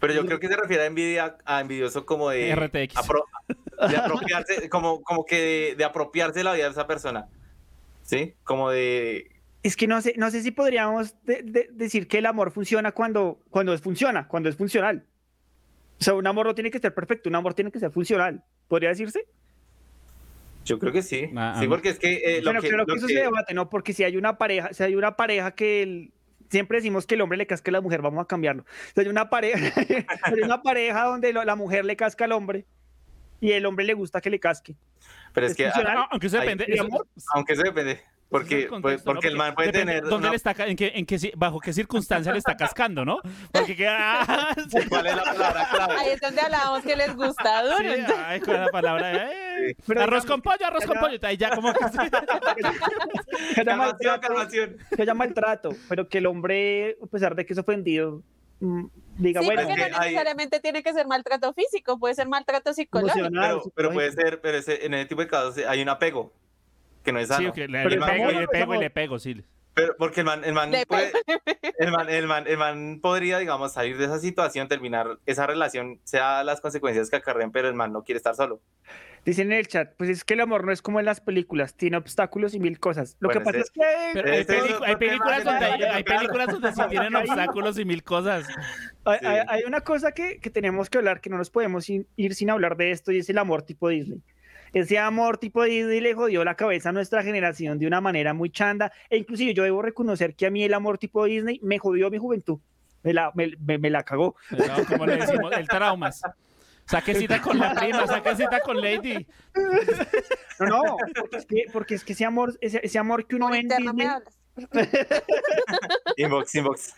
Pero yo creo que se refiere a envidia, a envidioso como de RTX. apro- de apropiarse, como, como que de, de apropiarse de la vida de esa persona. ¿Sí? Como de Es que no sé, no sé si podríamos de- de- decir que el amor funciona cuando, cuando es funciona, cuando es funcional. O sea, un amor no tiene que ser perfecto, un amor tiene que ser funcional. ¿Podría decirse? yo creo que sí. Ah, sí, ah. porque es que eh, lo Pero que, creo lo que eso que- se debate, ¿no? Porque si hay una pareja, si hay una pareja que el- siempre decimos que el hombre le casca a la mujer, vamos a cambiarlo. Si hay una pareja, hay una pareja donde lo- la mujer le casca al hombre y el hombre le gusta que le casque. pero es, es que funcional. ah, Aunque eso ahí- depende. eso- aunque eso depende, porque Ese pues, es el contexto, porque ¿no? el man puede depende tener ¿Dónde una- le está, ca- en qué, en qué ci- bajo qué circunstancia le está cascando, ¿no? Porque que, ah, sí, ¿Cuál es la palabra clave? Ahí es donde hablábamos que les gusta duro. ah, entonces- ay, con la palabra. eh, Pero arroz con pollo, arroz con ya- pollo. Ahí ya como que Que haya Calmación, maltrato, calmación. que haya maltrato, pero que el hombre, a pesar de que es ofendido, mm, diga, Sí, bueno, porque es que no hay- necesariamente tiene que ser maltrato físico, puede ser maltrato psicológico. Emocional. Pero, Claro, pero pues- puede ser, pero ese- en ese tipo de casos hay un apego que no es sano. Sí, que le, Pero le el man pego, y puede- le pego, y le pego, sí. Pero porque el man, el man Le puede- el man, el man- el man podría, digamos, salir de esa situación, terminar esa relación, sea las consecuencias que acarreen, pero el man no quiere estar solo. dicen en el chat, pues es que el amor no es como en las películas, tiene obstáculos y mil cosas. Lo Bueno, que pasa ese- es que Pero hay, Ese es pelicu- otro hay películas tema que donde hay, tenemos que hay películas donde sí tienen obstáculos y mil cosas. Hay, Sí. hay- hay una cosa que, que tenemos que hablar, que no nos podemos in- ir sin hablar de esto, y es el amor tipo Disney. Ese amor tipo Disney le jodió la cabeza a nuestra generación de una manera muy chanda. E inclusive yo debo reconocer que a mí el amor tipo Disney me jodió mi juventud. Me la, me, me- me la cagó. ¿no? Como le decimos, el traumas. Saque cita con la prima, saque cita con Lady. No, no, porque es que, porque es que ese amor, ese, ese amor que uno Por ve en interno me Disney, hablas. Inbox, inbox.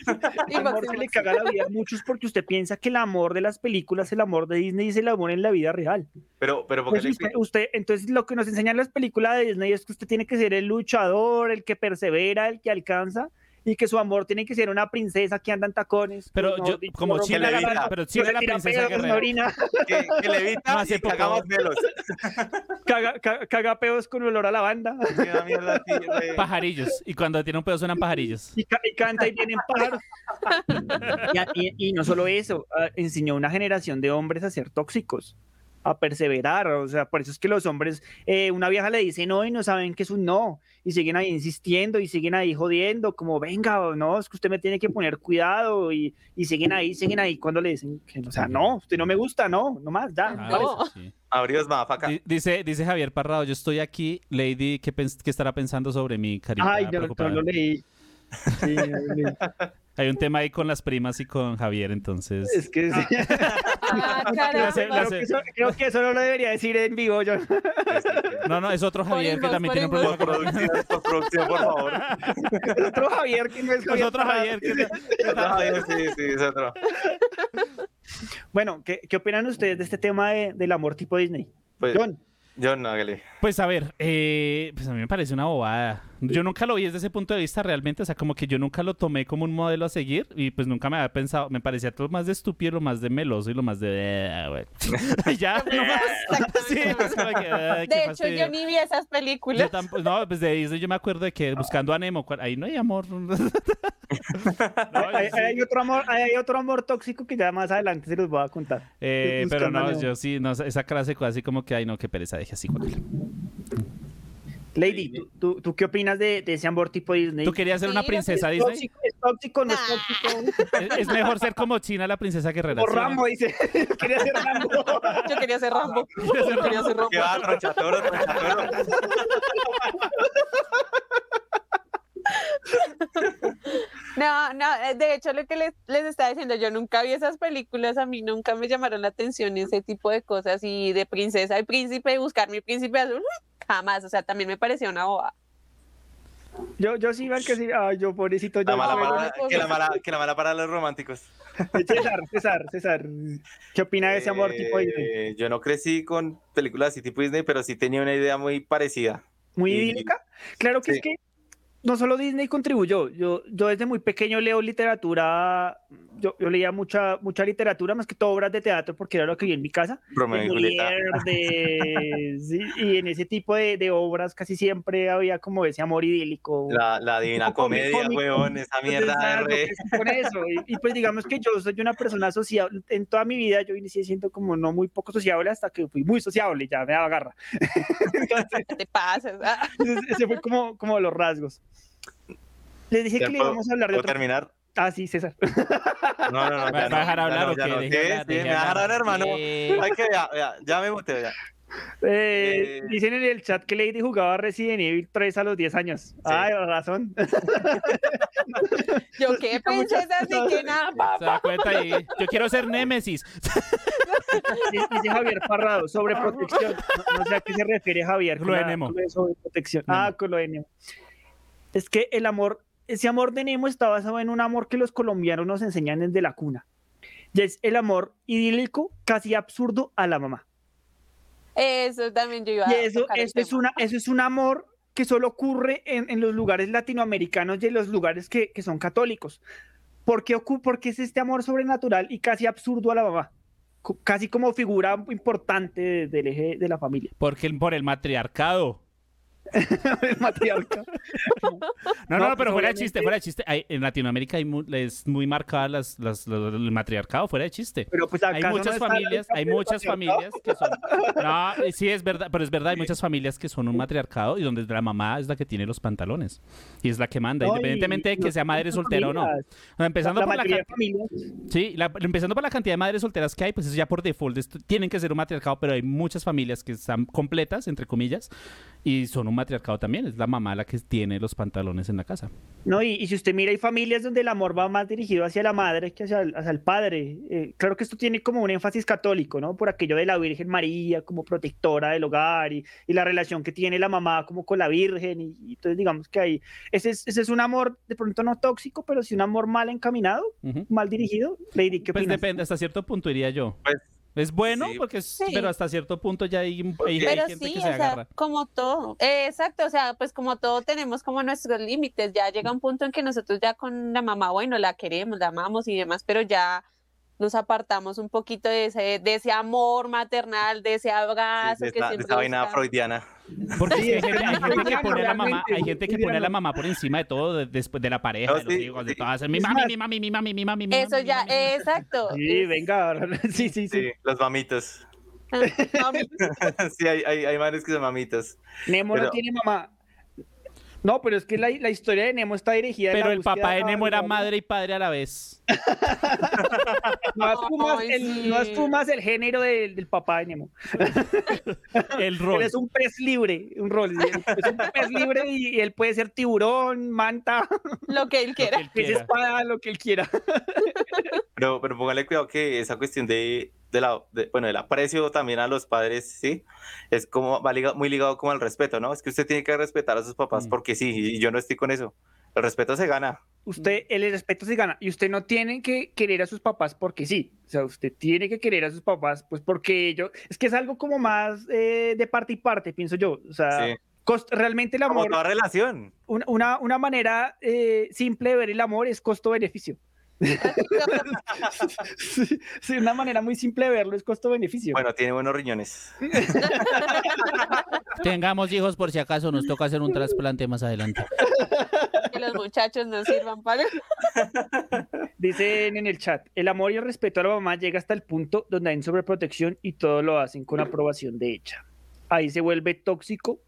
el amor que le Inbox, caga la vida a muchos porque usted piensa que el amor de las películas, el amor de Disney es el amor en la vida real. Pero, pero porque Pues usted, usted- entonces lo que nos enseñan las películas de Disney es que usted tiene que ser el luchador, el que persevera, el que alcanza, y que su amor tiene que ser una princesa que anda en tacones. Pero mejor yo, dicho, como no- China que le era la, evita. pero no China se era la tira princesa pedos, no guerrera. orina, que, que levita No, hace y que hagamos poco- velos. caga, ca- caga pedos con olor a lavanda, Una mierda así, re- Pajarillos. Y cuando tiene un pedo suenan pajarillos. y, ca- y canta y vienen pájaros. Y a- Y, y no solo eso, ah, enseñó una generación de hombres a ser tóxicos a perseverar, o sea, por eso es que los hombres, eh, una vieja le dice no y no saben que es un no, y siguen ahí insistiendo y siguen ahí jodiendo, como venga, o no, es que usted me tiene que poner cuidado, y, y siguen ahí, siguen ahí, cuando le dicen, que, o sea, no, usted no me gusta, no, no más, ya, Ah, párese". pues, sí. Abridos, mafaca. Di- Dice, dice Javier Parrado, yo estoy aquí, Lady, ¿qué, pens- qué estará pensando sobre mí, carita? Ay, no, no preocupada? lo leí. Sí, no lo leí. Hay un tema ahí con las primas y con Javier, entonces. es que sí. Ah, La se- la Creo caramba. se- que eso- creo que eso no lo debería decir en vivo, yo. No, no, es otro Por Javier que inbox, también por tiene un inbox. problema con Postproducción, postproducción, Este, por favor. Es otro Javier que no es Es otro Javier que Ay, sí, sí, es otro. Bueno, ¿qué, qué opinan ustedes de este tema de- del amor tipo Disney? Pues, John, John, hágale. Pues a ver, eh, pues a mí me parece una bobada. Yo nunca lo vi desde ese punto de vista realmente, o sea, como que yo nunca lo tomé como un modelo a seguir y pues nunca me había pensado, me parecía todo más de estúpido, lo más de meloso y lo más de... "Ah, güey. Y ya, nomás. Sí, es como que, ay, qué De hecho, fastidio. yo ni vi esas Yo películas. tampoco, no, pues de Disney yo me acuerdo de que buscando a Nemo, cual- ahí no hay amor. Hay, hay otro amor, hay otro amor tóxico que ya más adelante se los voy a contar. Eh, Buscando pero a no, Nemo. yo sí, no, esa clase fue así como que, ay no, qué pereza, deje así. guácala. Lady, ¿tú, tú, tú qué opinas de, de ese amor tipo Disney? ¿Tú querías ser una princesa ¿Es Disney? tóxico, ¿Es tóxico no es tóxico? Es, es mejor ser como China la princesa guerrera. O ¿sí? Rambo, dice. quería ser Rambo. Yo quería ser Rambo. Yo quería ser Rambo. Que va, tronchatoro, tronchatoro. No, no, eh, de hecho lo que les, les estaba diciendo, yo nunca vi esas películas, a mí nunca me llamaron la atención ese tipo de cosas y de princesa y príncipe y buscar mi príncipe azul, jamás, o sea, también me parecía una boba. Yo, yo sí, vean que sí. Ay, yo pobrecito. Yo, La mala para, Bueno, que, la mala, que la mala para los románticos. César, César, César. ¿Qué opina de ese amor tipo Disney? Eh, yo no crecí con películas así tipo Disney, pero sí tenía una idea muy parecida. muy Y- idílica. Claro que es que no solo Disney contribuyó, yo, yo desde muy pequeño leo literatura, yo, yo leía mucha, mucha literatura, más que todo obras de teatro, porque era lo que vi en mi casa. Romeo De y Julieta. Molière, de- sí, y en ese tipo de, de obras casi siempre había como ese amor idílico. La, la divina comedia, cómico. weón, esa Entonces, mierda de nada, re. lo que- Por eso, y, y pues digamos que yo soy una persona sociable, en toda mi vida yo inicié siendo como no muy poco sociable hasta que fui muy sociable, ya me daba garra. ¿Qué te pasas? Ah, Entonces, ese fue como, como los rasgos. Les dije Ya que le puedo- íbamos a hablar de ¿Puedo otro. terminar? Ah, sí, César. No, no, no. ¿Me vas a ya no, dejar ya hablar no, o ya qué? no. Deje ¿Qué? hablar, Sí, deje me vas a hablar. hablar, hermano. Sí. Ay, que ya, ya, ya me muteo ya. Eh, Eh. Dicen en el chat que Lady jugaba Resident Evil 3 a los 10 años. Ay, razón. yo qué princesa, así que nada, Se da cuenta y yo quiero ser Némesis. Dice- Dice Javier Parrado, sobre protección. No, no sé a qué se refiere Javier. Ah. con Lo de la- Nemo. con lo de sobreprotección. Ah, con lo de Nemo. Es que el amor, ese amor de Nemo está basado en un amor que los colombianos nos enseñan desde la cuna. Y es el amor idílico, casi absurdo a la mamá. eso también yo iba Y a eso, tocar el eso, es tema. una, eso es un amor que solo ocurre en, en los lugares latinoamericanos y en los lugares que, que son católicos. ¿Por qué, ocu- por qué es este amor sobrenatural y casi absurdo a la mamá? Co- Casi como figura importante de- del eje de la familia. Porque el- por el matriarcado. El matriarca. No, No, no, pero fuera pues, de obviamente- chiste, fuera de chiste. Hay- en Latinoamérica hay mu- es muy marcada las, las- lo- lo- el matriarcado, fuera de chiste. Pero pues Hay ¿acaso no muchas está la familias, lista hay del muchas patriarcado? familias que son... No, eh, sí, es verdad, pero es verdad, hay muchas familias que son un matriarcado y donde la mamá es la que tiene los pantalones y es la que manda, No, y independientemente de que no sea madre son soltera o no. familias. Empezando la por la mayoría can- de familias. Sí, la- empezando por la cantidad de madres solteras que hay, pues eso ya por default es- tienen que ser un matriarcado, pero hay muchas familias que están completas, entre comillas, y son un matriarcado también. Es la mamá la que tiene los pantalones en la casa. No, y, y si usted mira, hay familias donde el amor va más dirigido hacia la madre que hacia el, hacia el padre. Eh, claro que esto tiene como un énfasis católico, ¿no? Por aquello de la Virgen María como protectora del hogar y, y la relación que tiene la mamá como con la Virgen. Y, y entonces digamos que ahí, ese es, ese es un amor de pronto no tóxico, pero sí un amor mal encaminado, Ujú. mal dirigido. Lady, ¿qué Pues opinas? depende, hasta cierto punto diría yo. Pues, es bueno, sí. porque es- Sí. pero hasta cierto punto ya hay, hay- hay Pero gente sí, que o se agarra. sea, como todo, Eh, exacto, o sea, pues como todo tenemos como nuestros límites, ya llega un punto en que nosotros ya con la mamá, bueno, la queremos, la amamos y demás, pero ya nos apartamos un poquito de ese, de ese amor maternal, de ese abrazo Ah, De que esta, de siempre esta vaina buscamos. freudiana. Porque es que hay es que gente, hay no, gente que claro, pone a la mamá, realmente, hay gente que sí, pone a la no. mamá por encima de todo, de- después de la pareja, No, de los sí, hijos, de sí. todas. Mi Es mami, más- mi mami, mi mami, mi mami, mi Eso mami, mi ya, mami. eh, exacto. Sí, es- venga, ahora- sí, sí, sí. Sí, los mamitos. mami, sí, hay, hay, hay madres que son mamitas. Nemo no Pero- tiene mamá. No, pero es que la, la historia de Nemo está dirigida a Pero la el papá de búsqueda- Nemo era madre y padre a la vez. No asumas, Ay, el, sí. no asumas el género del, del papá de Nemo. El rol. Eres un pez libre, un rol. Es un pez libre y, y él puede ser tiburón, manta, lo que él lo que quiera. él pez quiera. espada, lo que él quiera. Pero, pero póngale cuidado que esa cuestión de, de la, de- bueno, del aprecio también a los padres, ¿sí? Es como, va ligado- muy ligado como al respeto, ¿no? Es que usted tiene que respetar a sus papás Mm. porque sí, y yo no estoy con eso. El respeto se gana. Usted, el respeto se gana y usted no tiene que querer a sus papás porque sí. O sea, usted tiene que querer a sus papás, pues porque ellos. Es que es algo como más eh, de parte y parte, pienso yo. O sea, Sí. Cost- realmente el amor. toda relación. Una, una, una manera eh, simple de ver el amor es costo-beneficio. sí, sí, una manera muy simple de verlo es costo-beneficio. Bueno, tiene buenos riñones. Tengamos hijos por si acaso nos toca hacer un trasplante más adelante. Que los muchachos no sirvan para... Dicen en el chat, el amor y el respeto a la mamá llega hasta el punto donde hay sobreprotección y todo lo hacen con aprobación de ella. Ahí se vuelve tóxico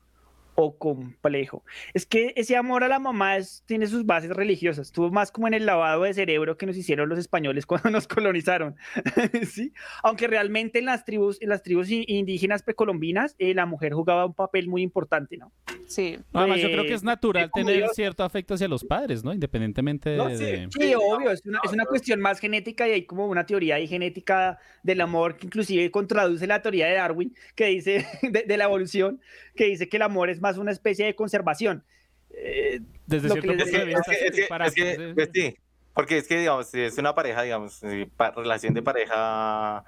o complejo. Es que ese amor a la mamá es- tiene sus bases religiosas. Estuvo más como en el lavado de cerebro que nos hicieron los españoles cuando nos colonizaron. ¿Sí? Aunque realmente en las tribus, en las tribus i- indígenas precolombinas, eh, la mujer jugaba un papel muy importante, ¿no? Sí. Además, yo creo Eh, que es natural como tener Dios. cierto afecto hacia los padres, ¿no? Independientemente de... No, sí, de- sí, obvio, es una, es una cuestión más genética y hay como una teoría ahí genética del amor que inclusive contraduce la teoría de Darwin, que dice, de, de la evolución, que dice que el amor es más una especie de conservación. Eh, Desde lo que cierto les Es que, punto de es vista. que- es que- para- es que- pues sí, porque es que, digamos, si es una pareja, digamos, eh, pa- relación de pareja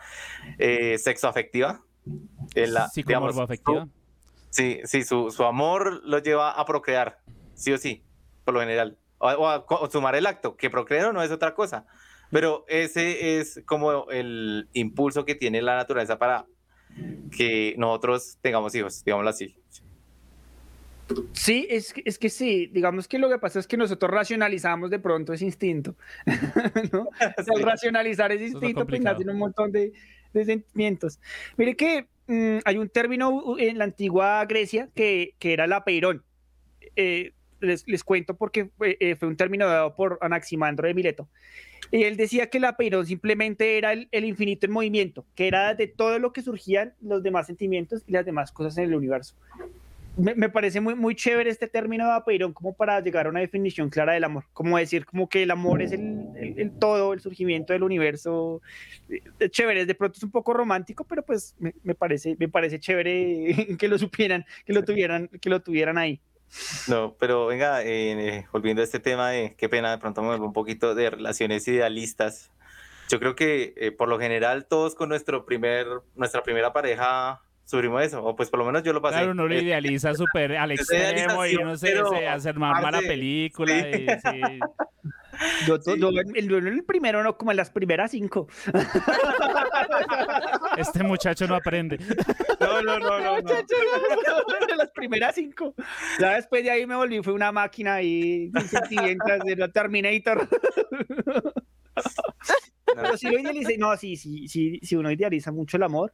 eh, sexoafectiva. eh, la- digamos, Psicomorboafectiva. Sí, sí, su, su amor lo lleva a procrear, sí o sí, por lo general. O, o a co- o sumar el acto, que procrear o no es otra cosa. Pero ese es como el impulso que tiene la naturaleza para que nosotros tengamos hijos, digámoslo así. Sí, es, que- es que sí, digamos que lo que pasa es que nosotros racionalizamos de pronto ese instinto. ¿no? O sea, al racionalizar ese es lo instinto, pues complicado. nacen un montón de, de sentimientos. Mire que mm, hay un término u- en la antigua Grecia que, que era la peirón. Eh, les, les cuento porque fue, eh, fue un término dado por Anaximandro de Mileto. Y él decía que la peirón simplemente era el, el infinito en movimiento, que era de todo lo que surgían los demás sentimientos y las demás cosas en el universo me, me parece muy, muy chévere este término de Apeirón como para llegar a una definición clara del amor, como decir como que el amor es el, el- el todo, el surgimiento del universo, Eh, eh, chévere, de pronto es un poco romántico, pero pues me, me parece, me parece chévere que lo supieran, que lo tuvieran, que lo tuvieran ahí. No, pero venga, eh, eh, volviendo a este tema de qué pena, de pronto me vuelvo un poquito de relaciones idealistas. Yo creo que eh, por lo general todos con nuestro primer, nuestra primera pareja sufrimos eso, o pues por lo menos yo lo pasé. Claro, uno lo Eh, idealiza súper al es extremo y idealización, no sé, pero, se hace armar mala parce, película. sí. y sí. Yo, to- yo en- yo en el primero no, como en las primeras cinco. Este muchacho no aprende. No, no, no, no. no. de las primeras cinco. Ya después de ahí me volví, fue una máquina ahí, sin sentimientos, de la Terminator. Pero si lo idealice- no, sí, sí, sí, sí, uno idealiza mucho el amor.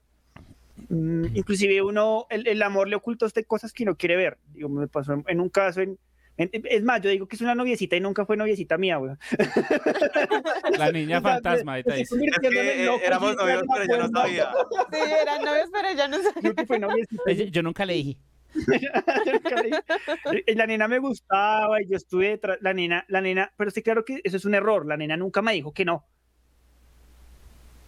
Mm, inclusive uno, el, el amor le oculta a usted cosas que no quiere ver. Digo, me pasó en, en un caso en... en- Es más, yo digo que es una noviecita y nunca fue noviecita mía, güey. La niña fantasma, ahí te dice. Es que, eh, éramos novios, pero yo no sabía. Sí, eran novios, pero ya no sabía. Nunca fue noviecita. Oye, Pues Yo nunca le dije. Y la nena me gustaba y yo estuve detrás, la nena, la nena, pero sí, claro que eso es un error, la nena nunca me dijo que no.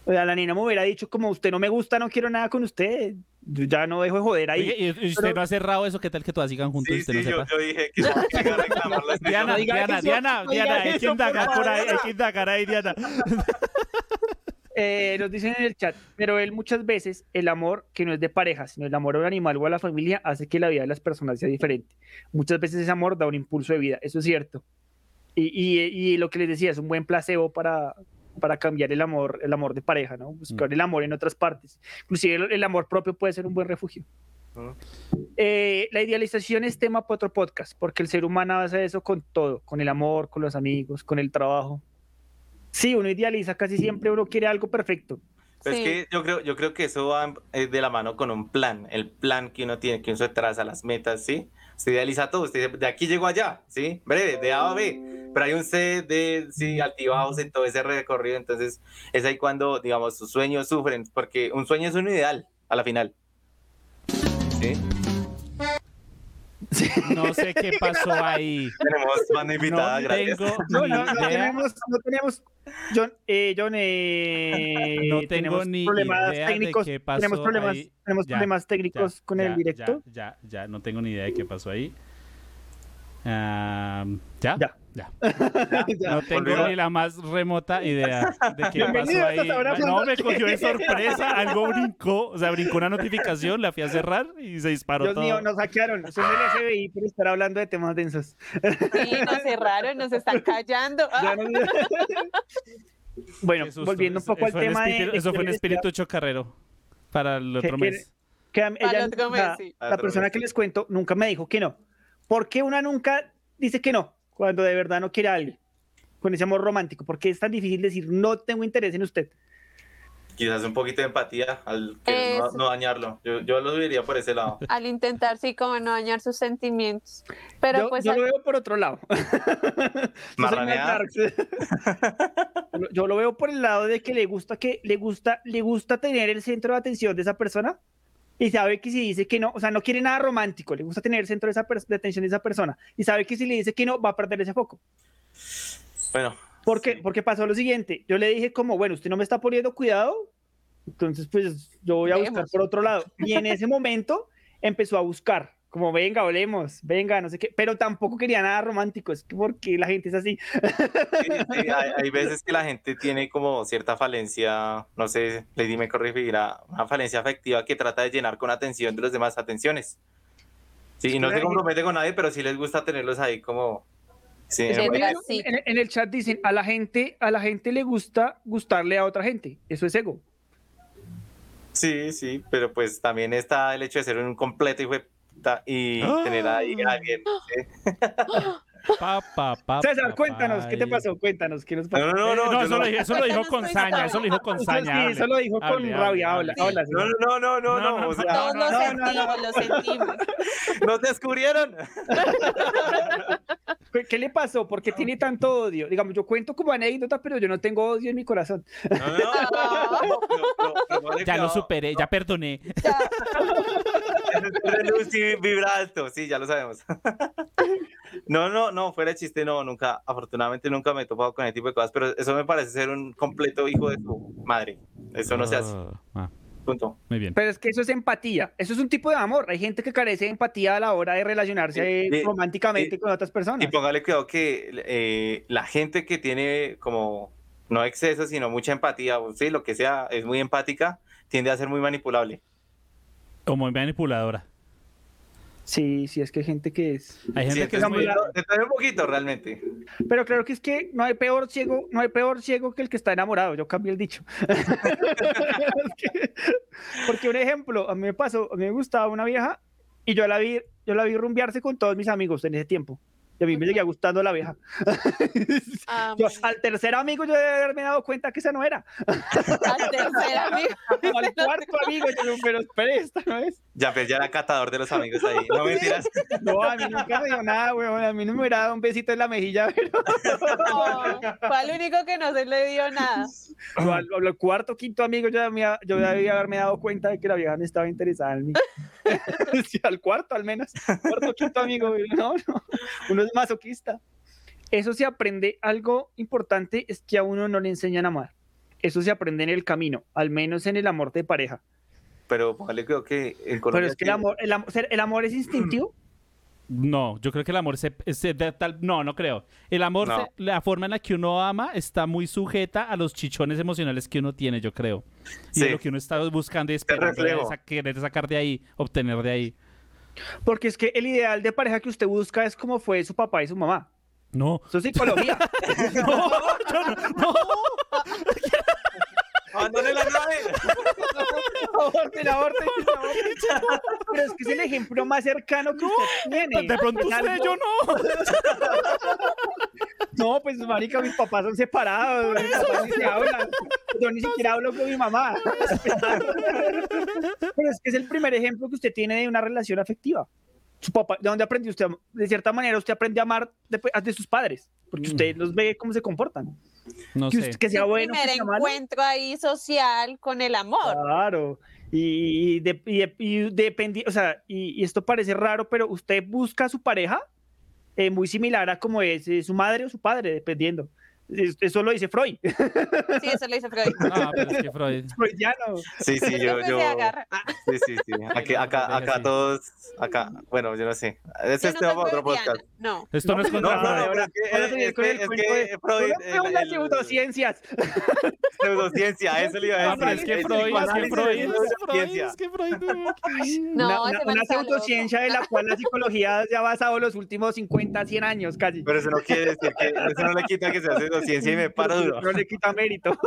O sea, la nena me hubiera dicho como usted no me gusta, no quiero nada con usted, yo ya no dejo de joder ahí. Oye, ¿y- y usted Pero- no ha cerrado eso, ¿qué tal que todas sigan juntos y Sí, usted sí, no yo, sepa? yo dije que no, que iba a reclamarlo. Diana, No diga Diana, eso, Diana, no diga Diana, hay que eso, por indagar por ahí, favor. hay que indagar ahí, Diana. Eh, nos dicen en el chat, pero él muchas veces el amor que no es de pareja, sino el amor a un animal o a la familia hace que la vida de las personas sea diferente. Muchas veces ese amor da un impulso de vida, eso es cierto. Y, y- y lo que les decía, es un buen placebo para, para cambiar el amor, el amor de pareja, ¿no? Buscar el amor en otras partes. Inclusive el, el amor propio puede ser un buen refugio. Eh, la idealización es tema para otro podcast, porque el ser humano hace eso con todo, con el amor, con los amigos, con el trabajo. Sí, uno idealiza casi siempre, uno quiere algo perfecto. Pero Sí. Es pues que yo creo, yo creo que eso va eh, de la mano con un plan, el plan que uno tiene, que uno se traza las metas, ¿sí? Se idealiza todo, usted dice, de aquí llego allá, ¿sí? Breve, de A a B, pero hay un C de, sí, altibajos en todo ese recorrido, entonces es ahí cuando, digamos, sus sueños sufren, porque un sueño es un ideal, a la final. ¿Sí? No sé qué pasó ahí. Tenemos banda invitada, No gracias. tengo No, ni no, no idea. tenemos, no tenemos, John, eh, John, eh, No tengo tenemos ni problemas idea de técnicos, qué pasó tenemos problemas, ahí. tenemos Ya, problemas técnicos ya, con ya, el directo. Ya, ya, ya, no tengo ni idea de qué pasó ahí. Ah, ¿ya? Ya. Ya. No tengo Volvió. ni la más remota idea de qué pasó Bienvenidos ahí. a Sabrá No, me Fantástico. cogió de sorpresa, algo brincó, o sea, brincó una notificación, la fui a cerrar y se disparó Dios todo. mío, nos hackearon. Son del FBI por estar hablando de temas densos. Sí, nos cerraron, nos están callando. Ah. Bueno, Qué susto. volviendo un Eso- poco al eso fue un tema de- espíritu- de Eso fue un Claudia espíritu chocarrero para el otro que- mes. que a- ella Para nunca- otro mes, la- sí. la persona que les cuento nunca me dijo que no. ¿Por qué una nunca dice que no cuando de verdad no quiere a alguien? Con ese amor romántico. ¿Por qué es tan difícil decir no tengo interés en usted? Quizás un poquito de empatía al que no, Eso. no dañarlo. Yo, yo lo diría por ese lado. Al intentar, sí, como no dañar sus sentimientos. Pero yo pues yo al- lo veo por otro lado. Yo soy más Marranear. darks. Yo lo- yo lo veo por el lado de que le gusta que le gusta le gusta tener el centro de atención de esa persona y sabe que si dice que no, o sea, no quiere nada romántico, le gusta tener el centro de, esa pers- de atención de esa persona y sabe que si le dice que no va a perder ese foco. Bueno, Porque, porque pasó lo siguiente, yo le dije como, bueno, usted no me está poniendo cuidado, entonces pues yo voy a buscar por otro lado. Y en ese momento empezó a buscar, como venga, hablemos, venga, no sé qué, pero tampoco quería nada romántico, es que porque la gente es así. sí, hay, hay veces que la gente tiene como cierta falencia, no sé, Lady me corregirá, una falencia afectiva que trata de llenar con atención de los demás atenciones. Sí, y no se compromete con nadie, pero sí les gusta tenerlos ahí como... Sí, en Oye, buena- en, en el chat dicen, a la gente, a la gente le gusta gustarle a otra gente, eso es ego. Sí, sí, pero pues también está el hecho de ser un completo hijo de puta y ¡Ah! tener ahí a alguien. ¿sí? Ah, César, cuéntanos, ¿qué te pasó? Cuéntanos, ¿qué nos pasó? No, no, no, No, yo eso, no- lo, dije- eso lo dijo con saña, eso lo dijo con Eso saña. sí, hable, eso lo dijo con hable, hable, rabia, hable. habla, habla, No, no, no, no, no, o sea, todos lo no, no, sentimos, lo sentimos. ¡Nos descubrieron! ¿Qué- ¿Qué le pasó? ¿Por qué tiene tanto odio? Digamos, yo cuento como anécdota, pero yo no tengo odio en mi corazón. No, no, no, no, no, no, Ya lo no. superé, ya perdoné. Reluci vibra alto, sí, ya lo sabemos. No, no, no, fuera de chiste, no, nunca, afortunadamente nunca me he topado con ese tipo de cosas, pero eso me parece ser un completo hijo de su madre. Eso no se hace, Ah, punto. muy bien. Pero es que eso es empatía. Eso es un tipo de amor. Hay gente que carece de empatía a la hora de relacionarse Sí, sí, románticamente con otras personas. Y póngale cuidado que eh, la gente que tiene como, no exceso, sino mucha empatía, o sí, lo que sea, es muy empática, tiende a ser muy manipulable. Como manipuladora. Sí, sí, es que hay gente que es. Hay gente Sí, que entonces, es muy... mira, te trae un poquito realmente. Pero claro que es que no hay peor ciego, no hay peor ciego que el que está enamorado. Yo cambié el dicho. Es que- Porque un ejemplo, a mí me pasó, a mí me gustaba una vieja y yo la vi, yo la vi rumbearse con todos mis amigos en ese tiempo. Y a mí me seguía gustando la vieja. Ah, Yo, al tercer amigo yo debí haberme dado cuenta que esa no era. al tercer amigo. O al cuarto amigo, yo, pero espere, esta no es. Ya, pues ya era catador de los amigos ahí, no mentiras. No, a mí nunca me dio nada, weón. A mí no me hubiera dado un besito en la mejilla, pero No, fue al único que no se le dio nada. no, al, al cuarto, quinto amigo yo, ya me- yo debía haberme dado cuenta de que la vieja no estaba interesada en mí. Sí, al cuarto, al menos. Cuarto, quinto amigo, weón. no, no. Uno es masoquista. Eso se aprende. Algo importante es que a uno no le enseñan a amar. Eso se aprende en el camino, al menos en el amor de pareja. Pero póngale cuidado que en Pero Colombia... es que el amor, el, am- o sea, el amor es instintivo. No, yo creo que el amor se... se da tal- No, no creo. El amor, No. se- la forma en la que uno ama está muy sujeta a los chichones emocionales que uno tiene, yo creo. Y Sí. es lo que uno está buscando y esperando de reflejo. sa- querer sacar de ahí, obtener de ahí. Porque es que el ideal de pareja que usted busca es como fue su papá y su mamá. No. Eso es psicología. No, yo no, no. ¡Abandone la nave! Aborten, aborten, aborten. Pero es que es el ejemplo más cercano que usted tiene. pues De pronto Es usted, algo- yo no. No, pues marica, mis papás son separados. mis papás ni se hablan. Yo ni siquiera hablo con mi mamá. Pero es que es el primer ejemplo que usted tiene de una relación afectiva. Su papá, ¿de dónde aprendió usted? a am- De cierta manera, usted aprende a amar de, pues, de sus padres, porque usted los ve cómo se comportan. Mm. No Que, sé. usted- que sea Un bueno, que primer sea malo. encuentro ahí social con el amor. Claro. Y, y, de- y de- y dependi- o sea, y, y esto parece raro, pero usted busca a su pareja eh, muy similar a como es eh, su madre o su padre, dependiendo. Es- Eso lo dice Freud. Sí, eso lo dice Freud. No, Ah, pero es que Freud. Freudiano. Sí, sí, yo, Entonces yo. se agarra. Ah, Sí, sí, sí. Aquí, acá, acá todos. Acá, bueno, yo no sé. Ese yo es tema no soy para otro freudiana, podcast. No. Esto no, es No, contra no, no, pero Ahora- es que- eh, ahora tenía es que ver que, es el cuento que de- Freud. eh, Ahora tengo las el- el- pseudociencias. Pseudociencia, eso le iba a Ah, decir. pero es que El Freud, es que psicoanálisis Freud, es Freud, pseudociencia. es que Freud. No, una, ese una- man una está loco. pseudociencia de la cual la psicología se ha basado los últimos 50, 100 años casi. Pero eso no quiere decir que. Eso no le quita que sea pseudociencia y me paro duro. No le quita mérito.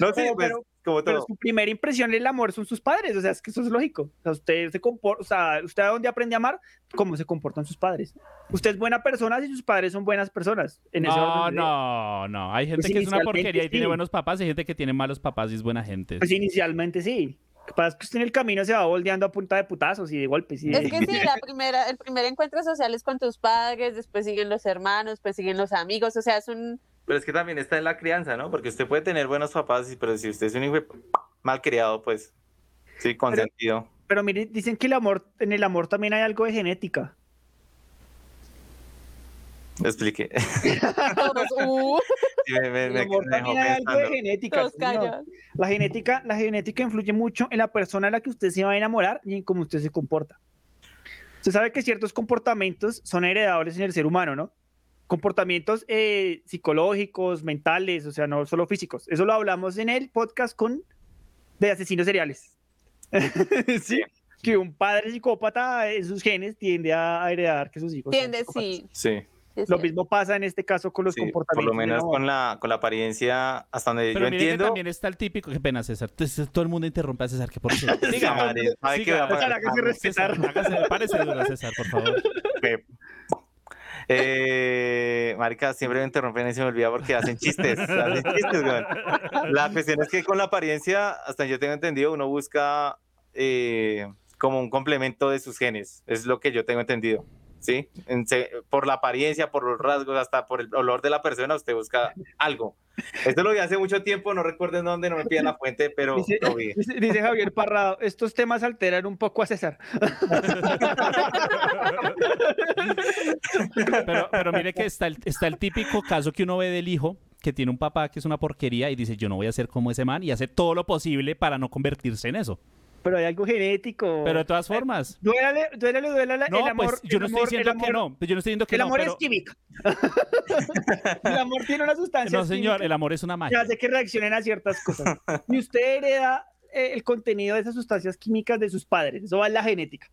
No, sí, Pero- pues, pero- como Pero todo. su primera impresión del amor son sus padres, o sea, es que eso es lógico. O sea, usted se comporta, o sea, usted a dónde aprende a amar, cómo se comportan sus padres. Usted es buena persona si sus padres son buenas personas. En ese No, orden de- no, no. Hay gente Pues que es una inicialmente porquería y tiene sí. buenos papás y hay gente que tiene malos papás y es buena gente. Pues inicialmente sí. Lo que pasa es que usted en el camino se va volteando a punta de putazos y de golpes. Y de- Es que sí, la primera, el primer encuentro social es con tus padres, después siguen los hermanos, después siguen los amigos, o sea, es un... Pero es que también está en la crianza, ¿no? Porque usted puede tener buenos papás, y- pero si usted es un hijo mal criado, pues. Sí, consentido. Pero miren, dicen que el amor, en el amor también hay algo de genética. Lo expliqué. Todos, uh, Sí, me, me- El me- amor me dejó también hay algo de pensando. genética. todos señor. callados. La genética, la genética influye mucho en la persona a la que usted se va a enamorar y en cómo usted se comporta. Usted sabe que ciertos comportamientos son heredables en el ser humano, ¿no? Comportamientos eh, psicológicos, mentales, o sea, no solo físicos. Eso lo hablamos en el podcast con de asesinos seriales. sí, que un padre psicópata en sus genes tiende a heredar que sus hijos. sean ¿Entiendes? psicópatas. Sí. Sí, sí, Lo sí. mismo pasa en este caso con los sí, por comportamientos. lo de menos una- con la, con la apariencia, hasta donde Pero yo miren que entiendo. también está el típico, qué pena César, Entonces, todo el mundo interrumpe a César, que por qué. Esa madre, sabe que va a César, pagar. hágase respetar. César, hágase- párese duro, César, por favor. Pe- Eh, marica, siempre me interrumpen y se me olvida porque hacen chistes. hacen chistes, weón. La cuestión es que con la apariencia, hasta yo tengo entendido, uno busca eh, como un complemento de sus genes. Es lo que yo tengo entendido. ¿Sí? En se- por la apariencia, por los rasgos, hasta por el olor de la persona, usted busca algo. Esto lo vi hace mucho tiempo, no recuerdo en dónde, no me piden la fuente, pero Dice, lo vi. dice- dice Javier Parrado, estos temas alteran un poco a César. Pero, pero mire que está el, está el típico caso que uno ve del hijo que tiene un papá que es una porquería y dice yo no voy a ser como ese man y hace todo lo posible para no convertirse en eso. Pero hay algo genético. Pero de todas formas, Duélale, duélale, duélale no, Eh, el amor. pues yo el no estoy amor- diciendo el que amor- no, yo no estoy diciendo que El no, amor pero- es químico. el amor tiene una sustancia. no señor, el química amor es una Que magia. hace que reaccionen a ciertas cosas. Y usted hereda eh, el contenido de esas sustancias químicas de sus padres. Eso va en la genética.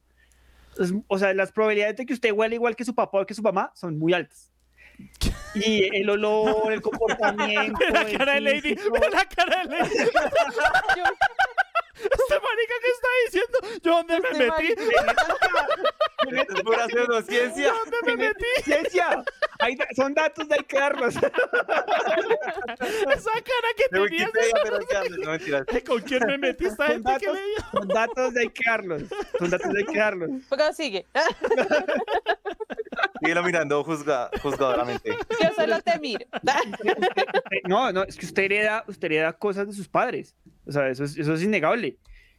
Es- o sea, las probabilidades de que usted huela igual que su papá o que su mamá son muy altas. Y el olor, el comportamiento. La el cara de Lady, físico. la cara de Lady. Este marica que está diciendo, yo dónde me Este metí, Esto es pura pseudociencia. dónde me metí. Ciencia. Hay da- son datos de hay que darlos. Esa cara que De tenías. Wikipedia, pero ya, no mentiras. ¿Con quién me metí esta Son gente que datos, le dio? son datos de hay que darlos. Son datos de hay que darlos. Pero sigue. Síguelo mirando juzga, juzgadoramente. Yo solo te miro. Eh, No, no, es que usted hereda, usted hereda cosas de sus padres. O sea, eso es, eso es innegable.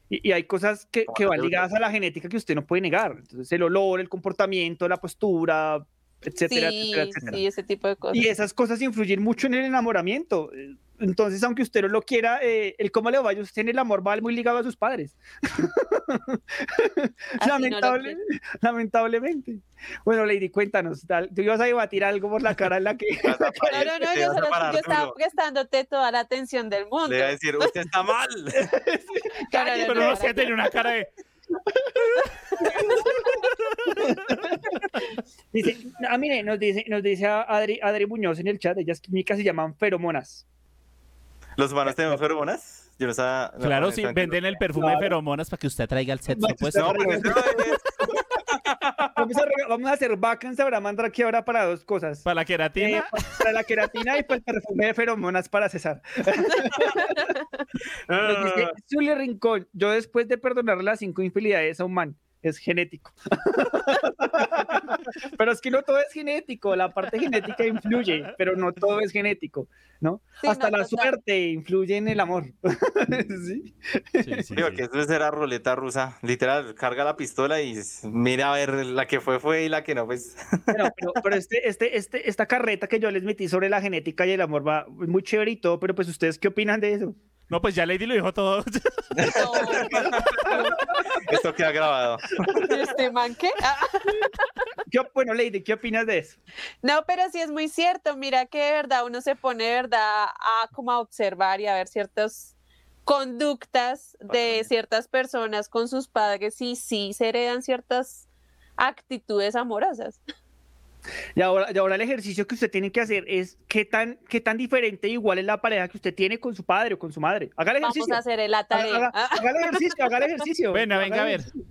Y, y hay cosas que, que van ligadas a la genética que usted no puede negar. Entonces, el olor, el comportamiento, la postura, etcétera, sí, etcétera, etcétera. sí, ese tipo de cosas. Y esas cosas influyen mucho en el enamoramiento. Eh, Entonces, aunque usted no lo quiera, eh, el cómo le vaya usted en el amor va muy ligado a sus padres. Así Ah, no lo Lamentable- lamentablemente. Bueno, Lady, cuéntanos. tal- Tú ibas a debatir algo por la cara en la que. Vas a No, parir, no, no, te yo, vas a solo, parar yo estaba duro. prestándote toda la atención del mundo. Le voy a decir, usted está mal. Pero no, Pero no, no sé, tenía una cara de. Dice, ah, mire, nos dice, nos dice a Adri, Adri Muñoz en el chat, ellas químicas se llaman feromonas. ¿Los humanos tenemos feromonas? Yo no sabía. no, Claro, sí, honestamente no. venden el perfume de Claro. feromonas para que usted traiga el sexo Para que opuesto. usted No, pues eso es. Vamos a, rega- vamos a hacer vacas ahora mandar aquí ahora para dos cosas. Para la queratina. Eh, para la queratina y pues, para el perfume de feromonas para Pues, César. No, no, Nos no, dice no. Zule Rincón, yo después de perdonar las cinco infidelidades a un man, es genético. Pero es que no todo es genético, la parte genética influye, pero no todo es genético, ¿no? Sí, Hasta no, la total. suerte influye en el amor. sí. Digo, que eso era ruleta rusa. Literal, carga la pistola y s- mira a ver la que fue, fue y la que no, pues. Pero, pero, pero este, este, este, esta carreta que yo les metí sobre la genética y el amor va muy chévere y todo, pero pues ustedes qué opinan de eso? No, pues ya Lady lo dijo todo. Esto queda grabado. ¿Este man qué? Ah. ¿Qué op- bueno, Lady, ¿qué opinas de eso? No, pero sí es muy cierto. Mira que de verdad uno se pone de verdad a como a observar y a ver ciertas conductas de ciertas personas con sus padres y sí se heredan ciertas actitudes amorosas. Y ahora, y ahora el ejercicio que usted tiene que hacer es qué tan, qué tan diferente e igual es la pareja que usted tiene con su padre o con su madre. Haga el Vamos ejercicio. a hacer Ah, la tarea. Haga, haga- haga el ejercicio, haga el ejercicio. Bueno, Haga venga a el ver. ejercicio.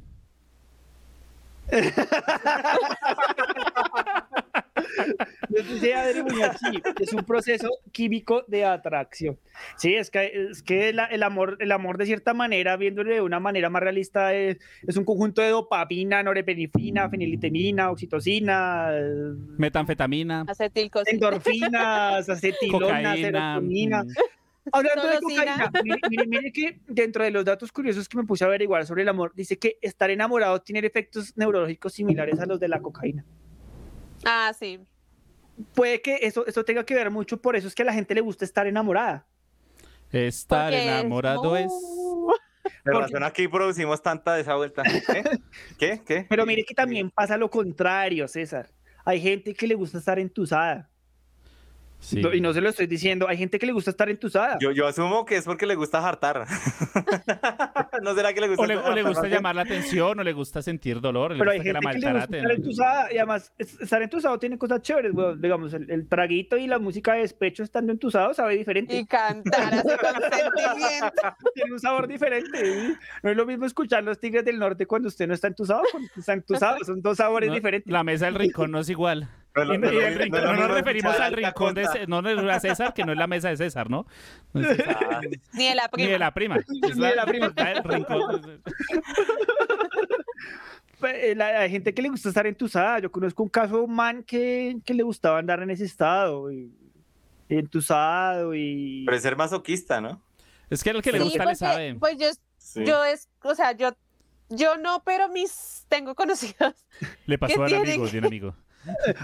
Les dice Adri Muñoz, sí, es un proceso químico de atracción. Sí, es que, es que la- el, amor, el amor, de cierta manera, viéndolo de una manera más realista, es, es un conjunto de dopamina, norepinefrina, fenilitemina, oxitocina, eh, Metanfetamina. Acetilcosina. endorfinas, acetilona, Cocaína, mm. serotonina. Hablando de Golosina. cocaína, mire, mire- mire que dentro de los datos curiosos que me puse a averiguar sobre el amor, dice que estar enamorado tiene efectos neurológicos similares a los de la cocaína. Ah, sí. Puede que eso, eso tenga que ver mucho, por eso es que a la gente le gusta estar enamorada. Estar Porque es enamorado es. De razón aquí producimos tanta de esa vuelta. ¿Eh? ¿Qué? ¿Qué? Pero mire que también pasa lo contrario, César. Hay gente que le gusta estar entusada. Sí. No, y no se lo estoy diciendo, hay gente que le gusta estar entusada. Yo, yo asumo que es porque le gusta hartar. ¿No será que le pues, gusta O le, o le hartar gusta más? llamar la atención, o le gusta sentir dolor, o le Pero hay gusta que gente la que le gusta maltraten. estar entusada y además es- estar entusado tiene cosas chéveres, weón. digamos, el, el traguito y la música de despecho estando entusado sabe diferente. Y cantar así con sentimiento. tiene un sabor diferente. ¿sí? No es lo mismo escuchar los Tigres del Norte cuando usted no está entusado, cuando está entusado. Son dos sabores No, diferentes. La mesa del rincón no es igual. No, no, Y- no, y no, el no, rincón- no, no no, nos no, referimos no, al no, rincón de no, Ce- no no, a César, que no es la mesa de César, ¿no? Ah, Ni de la Ni prima. de la prima. Es Ni de la prima. la del rincón. Pe- Pues, eh, la- Hay gente que le gusta estar entusada. Yo conozco un caso de un man que, que le gustaba andar en ese estado. Y, y entusado y... Pero es ser masoquista, ¿no? Es que al que le Sí, gusta le porque, sabe. Pues yo, Sí. yo es, o sea, yo, yo no, pero mis tengo conocidos Le pasó a un tiene amigo, que- de un amigo.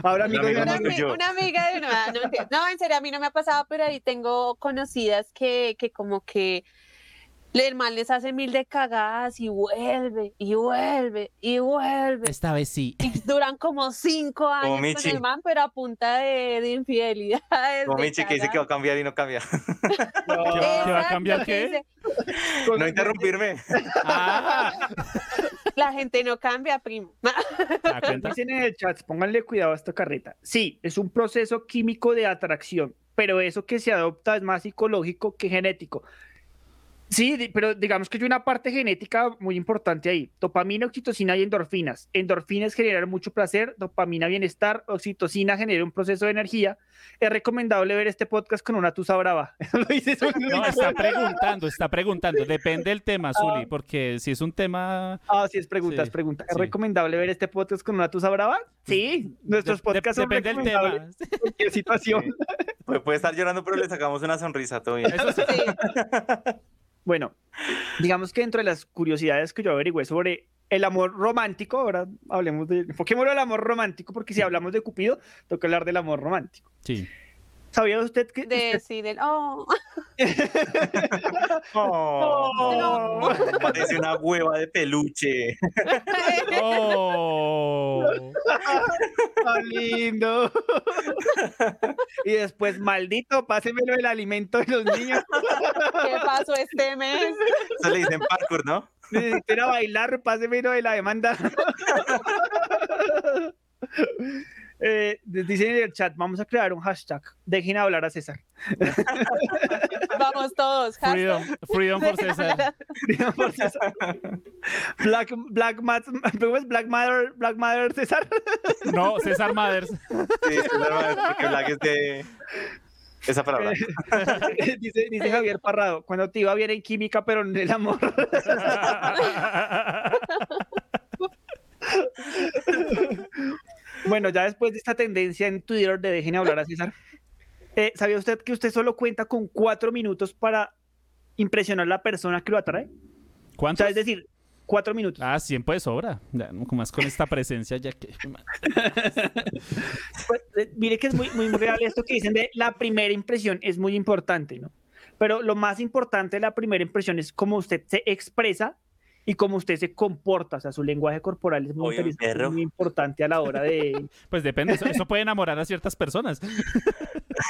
Ahora amigo, amigo de un una, no amigo. soy ami- yo. una amiga de una, no, mentira. No, en serio, a mí no me ha pasado, pero ahí tengo conocidas que, que como que el mal les hace mil de cagadas y vuelve, y vuelve, y vuelve. Esta vez sí. Y duran como cinco años Michi. con el man, pero a punta de, de infidelidades. Como de Michi que dice que va a cambiar y no cambia. ¿Que cagadas. va- que va a Exacto, cambiar que qué? dice, No interrumpirme. Ah, La gente no cambia, primo. ¿te das cuenta? Dicen en el chat, pónganle cuidado a esta carreta. Sí, es un proceso químico de atracción, pero eso que se adopta es más psicológico que genético. Sí, di- pero digamos que hay una parte genética muy importante ahí. Dopamina, oxitocina y endorfinas. Endorfinas generan mucho placer, dopamina bienestar, oxitocina genera un proceso de energía. Es recomendable ver este podcast con una tusa brava. Lo dice su- No, está preguntando, está preguntando. Depende del tema, Zuli, porque si es un tema. Ah, sí, es preguntas, Sí, preguntas. ¿Es sí. recomendable ver este podcast con una tusa brava? Sí, nuestros de- podcasts son depende del recomendables tema. en cualquier situación. Pu- Pues Puede estar llorando, pero le sacamos una sonrisa, todo bien. Eso sí. Sí. Bueno, digamos que dentro de las curiosidades que yo averigüé sobre el amor romántico, ahora hablemos de. Enfoquémoslo al amor romántico, porque si hablamos de Cupido, toca hablar del amor romántico. Sí. ¿Sabía usted que.? De, usted- sí, del, oh. Oh, No. Parece una hueva de peluche. Oh. ¡Ah, lindo! y después, maldito, pásemelo el alimento de los niños. ¿Qué pasó este mes? Eso le dicen parkour, ¿no? Necesito ir a bailar, pásemelo de la demanda. Eh, dicen en el chat, vamos a crear un hashtag. Dejen hablar a César. Vamos todos. Freedom, hashtag. freedom for César. Digamos, César. Black, Black, Mat- ¿cómo es? Black Matter, Black Matter César. No, César Maders. Sí, es normal, porque Black es de esa palabra. dice, dice Javier Parrado, cuando te iba bien en química, pero en el amor. Bueno, ya después de esta tendencia en Twitter de dejen hablar a César, eh, ¿sabía usted que usted solo cuenta con cuatro minutos para impresionar a la persona que lo atrae? ¿Cuánto? es decir, cuatro minutos. Ah, 100 pues sobra. Ya, no, más con esta presencia, ya que. Pues, eh, mire que es muy, muy real esto que dicen de la primera impresión, es muy importante, ¿no? Pero lo más importante de la primera impresión es cómo usted se expresa y cómo usted se comporta, o sea, su lenguaje corporal es muy, Oye, un interesante, perro. muy importante a la hora de... Pues depende, eso, eso puede enamorar a ciertas personas.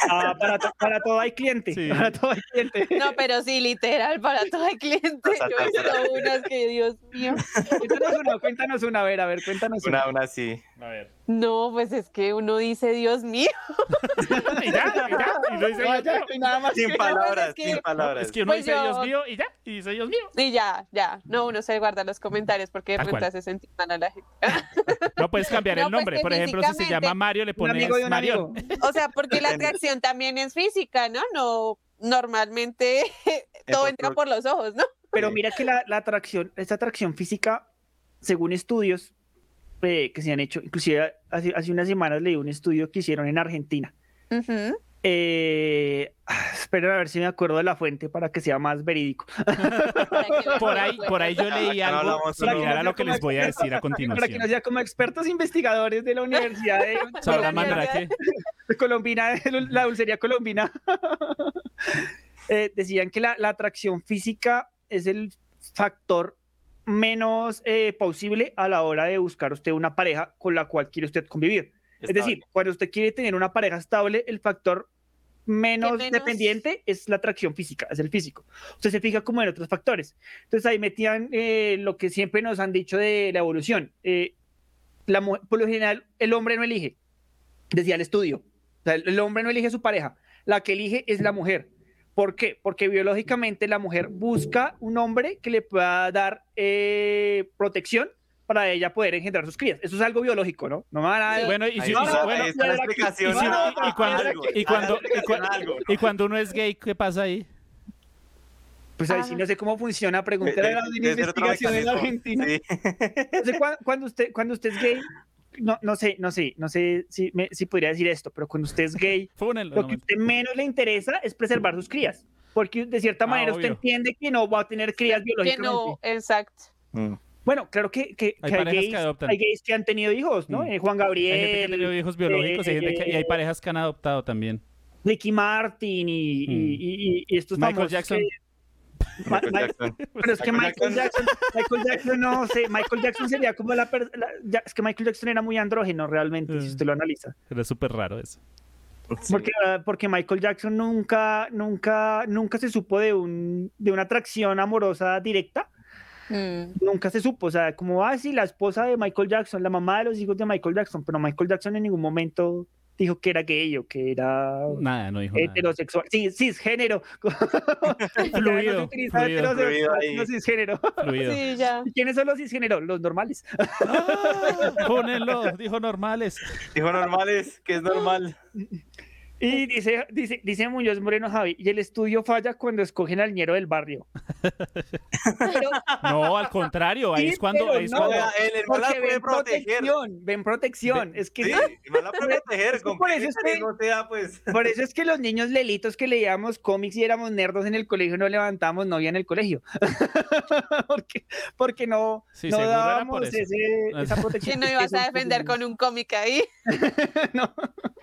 Ah, para, to- para todo hay cliente, para todo hay cliente. No, pero sí, literal, para todo el cliente. Yo he visto unas que, Dios mío. Cuéntanos una, cuéntanos una, a ver, a ver, cuéntanos Una, una así. A ver. No, pues es que uno dice, Dios mío. Ah, y ya, y ya, y no dice No, Dios ya, mío. y nada más. Sin que- palabras, es que- sin palabras. Es que uno Pues dice yo- Dios mío y ya, y dice Dios mío. Y ya, ya. No, uno se guarda los comentarios porque de Tal pronto cual. hace sentir mal a la gente. No puedes cambiar No, el pues nombre. que Por ejemplo, si se físicamente- llama Mario, le Un pones amigo de un Marión. amigo. O sea, porque la Depende. atracción también es física, ¿no? No, normalmente todo por entra lo- por los ojos, ¿no? Pero eh, Sí. mira que la, la atracción, esta atracción física, según estudios eh, que se han hecho, inclusive hace, hace unas semanas leí un estudio que hicieron en Argentina. Ujú. Eh, espero a ver si me acuerdo de la fuente para que sea más verídico. Para que vean Por cómo ahí, fue. por ahí yo Acá leí no algo hablamos de similar nada. a lo que les voy a decir a Para que no continuación. sea como expertos investigadores de la Universidad de, Sabrá Pero ni hablar. Mandrake. de Colombina, de la dulcería colombina. Eh, decían que la, la atracción física es el factor menos eh, posible a la hora de buscar usted una pareja con la cual quiere usted convivir. Es Está decir, cuando usted quiere tener una pareja estable, el factor menos, menos- dependiente es la atracción física, es el físico. Usted se fija como en otros factores. Entonces ahí metían eh, lo que siempre nos han dicho de la evolución. Eh, la mu- por lo general, el hombre no elige, decía el estudio. O sea, el el hombre no elige a su pareja, la que elige es la mujer. ¿Por qué? Porque biológicamente la mujer busca un hombre que le pueda dar eh, protección para ella poder engendrar sus crías. Eso es algo biológico, ¿no? No me van a- Sí. Bueno, y si, Ahí y está, si- bueno, ahí está la explicación. y si- Ah, y- y cuando- algo, y cuando- algo, y cua- algo. y cuando uno es gay, ¿qué pasa ahí? Pues ahí sí Ah. no sé cómo funciona. Preguntar a la Eh, Debe- debe ser otro investigación en mecanismo. Argentina. Sí. No sé, cuan- cuando, usted, cuando usted es gay, no, no sé, no sé, no sé si, me- si podría decir esto, pero cuando usted es gay, Fúnenlo, lo no, que a mentira. usted menos le interesa es preservar sus crías. Porque de cierta Ah, manera usted obvio. entiende que no va a tener crías Que biológicamente. no, exacto. Mm. Bueno, claro que, que, Hay que hay, parejas que gays, adoptan. hay gays que han tenido hijos, ¿no? Mm. Eh, Juan Hay Gabriel, eh, gente que ha tenido hijos biológicos y hay, gente que- y hay parejas que han adoptado también. Ricky Martin y, Mm. y- y- y estos Michael famosos Jackson. que- Ma- Michael Ma- Jackson. Pero Pues es que Michael Michael Jackson, Michael Jackson no sé, Michael Jackson sería como la, per- la- ya- es que Michael Jackson era muy andrógeno realmente, Mm. si usted lo analiza. Pero es súper raro eso. Sí. Porque, ah, porque Michael Jackson nunca, nunca, nunca se supo de un, de una atracción amorosa directa, Mm. nunca se supo. O sea, como ah, sí, la esposa de Michael Jackson, la mamá de los hijos de Michael Jackson, pero Michael Jackson en ningún momento dijo que era gay o que era Nada, no dijo nada. heterosexual. Eh, Sí, cisgénero. Ya no se Fluido, utiliza fluido, fluido heterosexual, ahí. sino cisgénero. Fluido. Sí, ya. ¿Y quiénes son los cisgéneros? Los normales. ¡Ah! Fúnenlo, dijo normales. Dijo normales, que es normal. Y dice, dice, dice Muñoz Moreno Javi, y el estudio falla cuando escogen al ñero del barrio. No, al contrario, ahí Sí, es cuando, pero ahí es no, cuando- vea, el hermano la Porque puede ven proteger. protección, ven protección. Es que Sí, el man la puede proteger. Es que Con por que eso es Karen que- no sea, pues. por eso es que los niños lelitos que leíamos cómics y éramos nerdos en el colegio no levantamos novia en el colegio. porque, porque no, Sí, no seguro era dábamos por eso. ese- esa Que protección. no ibas Eso- a defender con un cómic ahí. no,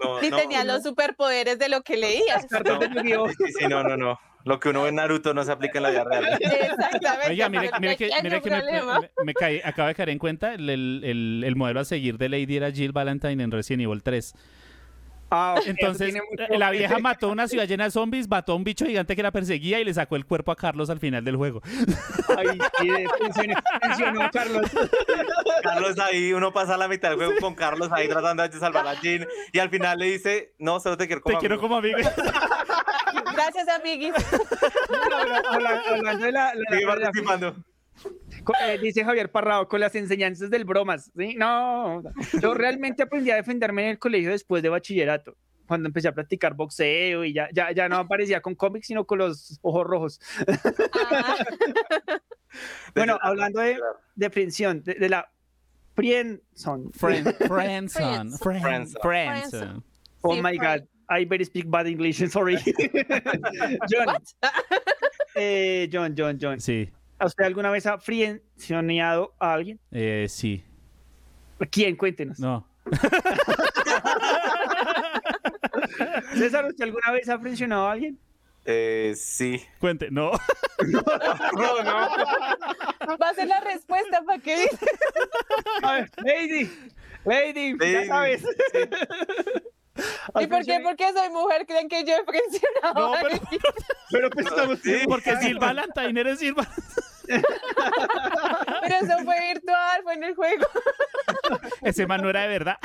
No, Ni no, tenía los superpoderes de lo que leías. cartas de Yu-Gi-Oh. Sí, sí, no, no, no. Lo que uno ve en Naruto no se aplica en la vida real. Exactamente. Oiga, mire, pero mire que, pequeño mire que me, problema. me- me caí, acabo de caer en cuenta, el, el- el- el modelo a seguir de Lady era Jill Valentine en Resident Evil 3. Ah, ok, eso Entonces, eh, tiene mucho- la vieja mató una ciudad llena de zombies, mató a un bicho gigante que la perseguía y le sacó el cuerpo a Carlos al final del juego. Ay, sí, mencionó- mencionó a Carlos. Carlos ahí, uno pasa la mitad del juego con Carlos ahí tratando de salvar a Jean. Y al final le dice, no, solo te quiero Te como quiero amigo". como amigo. Gracias, amiguis. Habla- habla- hablando de la- la- la- Sigue la- participando. Co- eh, dice Javier Parrado, con las enseñanzas del bromas. ¿sí? No, yo realmente aprendí a defenderme en el colegio después de bachillerato, cuando empecé a practicar boxeo y ya, ya, ya no aparecía con cómics, sino con los ojos rojos. Ah, Bueno, hablando de, de prisión, de, de la Friendson. Friend, friendson. Friend- Friendson. friendson. Oh Sí, my God. I better speak bad English. Sorry. John. Eh, John, John, John. Sí, ¿A usted alguna vez ha friendzoneado a alguien? eh, sí. ¿Quién? Cuéntenos. No. César, ¿usted alguna vez ha friendzoneado a alguien? Eh, sí. Cuente, no. No, no. Va a ser la respuesta para que dice. A ver, lady. Lady, ya Lady. sabes. ¿Y por qué? Porque soy mujer, creen que yo he No, presionado. a pero, alguien? pero pues estamos... Porque Silva Lantainer eres Silva. pero eso fue virtual, fue en el juego. Ese man no era de verdad.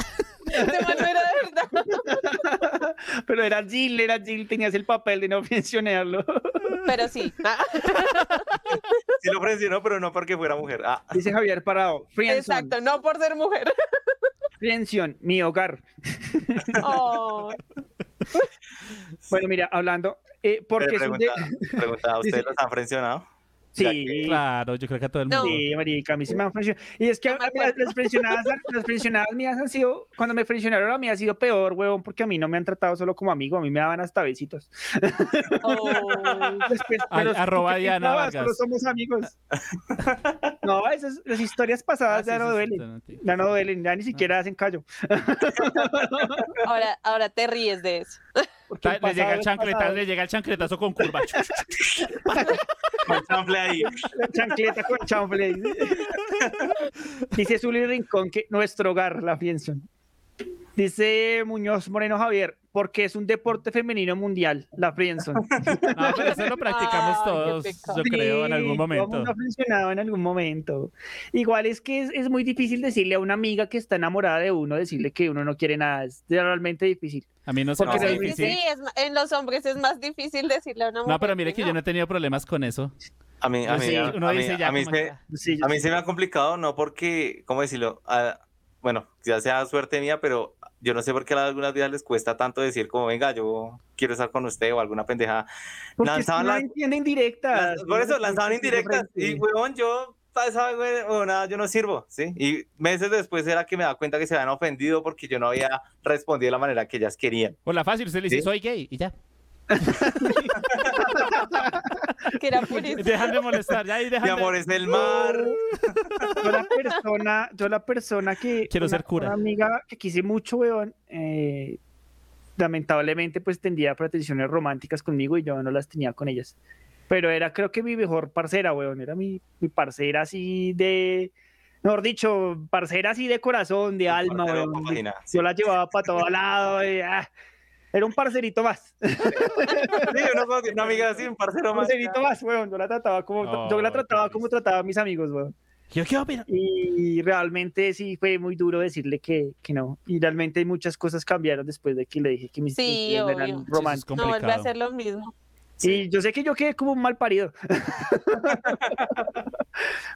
De manera de verdad. Pero era Jill, era Jill, tenías el papel de no mencionarlo. Pero sí. Sí lo presionó, pero no porque fuera mujer. Ah, Dice Javier Parado, friendzone, Exacto, no por ser mujer. friendzone, mi hogar. Oh, Bueno, mira, hablando, eh, porque pero es un pregunta, de- pregunta, ¿ustedes los han frencionado? Sí, Claro, yo creo que a todo el No. mundo. sí, marica, a mí sí me han frencionado. Y es que a- las, las frencionadas, las frencionadas mías han sido, cuando me frencionaron a mí ha sido peor, huevón, porque a mí no me han tratado solo como amigo, a mí me daban hasta besitos. oh. Después, Ay, pero- arroba ¿qué Diana pensabas? Vargas. Solo somos amigos. No, esas, las historias pasadas Ah, sí, ya sí, no sí, duelen. sí, sí, sí. Ya no duelen, ya ni siquiera hacen callo. Ahora, ahora te ríes de eso. Porque Ta- Le llega el pasado es chancletazo, pasado. le llega el chancletazo con curva. Con chanfle ahí. La chancleta con chanfle. Dice Zully Rincón que nuestro hogar, la Fienson. Dice Muñoz Moreno Javier, porque es un deporte femenino mundial, la Fienson. No, pero eso lo practicamos Ay, qué todos, yo pecado. creo, en algún momento. ha funcionado en algún momento. Igual es que es, es muy difícil decirle a una amiga que está enamorada de uno, decirle que uno no quiere nada. Es realmente difícil. A mí no se me Porque hace se Sí, dice- sí, difícil. sí, es ma- en los hombres es más difícil decirle a una mujer. No, pero mire que yo no he tenido problemas con eso. A mí, a Pues mí, sí, a, uno a mí- dice ya a mí como se, ya. Sí, yo a mí sé. se me ha complicado, no porque, ¿cómo decirlo? Ah, bueno, ya sea suerte mía, pero yo no sé por qué a algunas vidas les cuesta tanto decir como, venga, yo quiero estar con usted o alguna pendeja. Porque es que Lanzaban no las- entienden Ah, directas. Lanz- por eso lanzaban indirectas y weón, yo esa we- huevonada, yo no sirvo, ¿sí? Y meses después era que me daba cuenta que se habían ofendido porque yo no había respondido de la manera que ellas querían. O la fácil, usted le dice, ¿Sí? soy gay, y ya. Que era purísimo. Dejan de molestar, ya, y dejan Mi de- ¡Uh! amor es el mar. yo la persona, yo la persona que Quiero una- ser cura. una amiga que quise mucho, weón, eh, lamentablemente pues tendía pretensiones románticas conmigo y yo no las tenía con ellas. Pero era creo que mi mejor parcera, weón, era mi, mi parcera así de, mejor dicho, parcera así de corazón, de alma, Parcero, weón. página, sí. Yo la llevaba para todo lado, y, ah, era un parcerito más, un Sí, uno como que una amiga así, un parcero más. parcerito más, weón, yo la trataba como, yo la Oh, qué trataba como triste. trataba a mis amigos, weón. Yo qué opino. Y realmente sí fue muy duro decirle que, que no. Y realmente muchas cosas cambiaron después de que le dije que mis Sí, intenciones no eran obvio. románticas. No vuelve a complicado. hacer lo mismo. Y yo sé que yo quedé como un mal parido.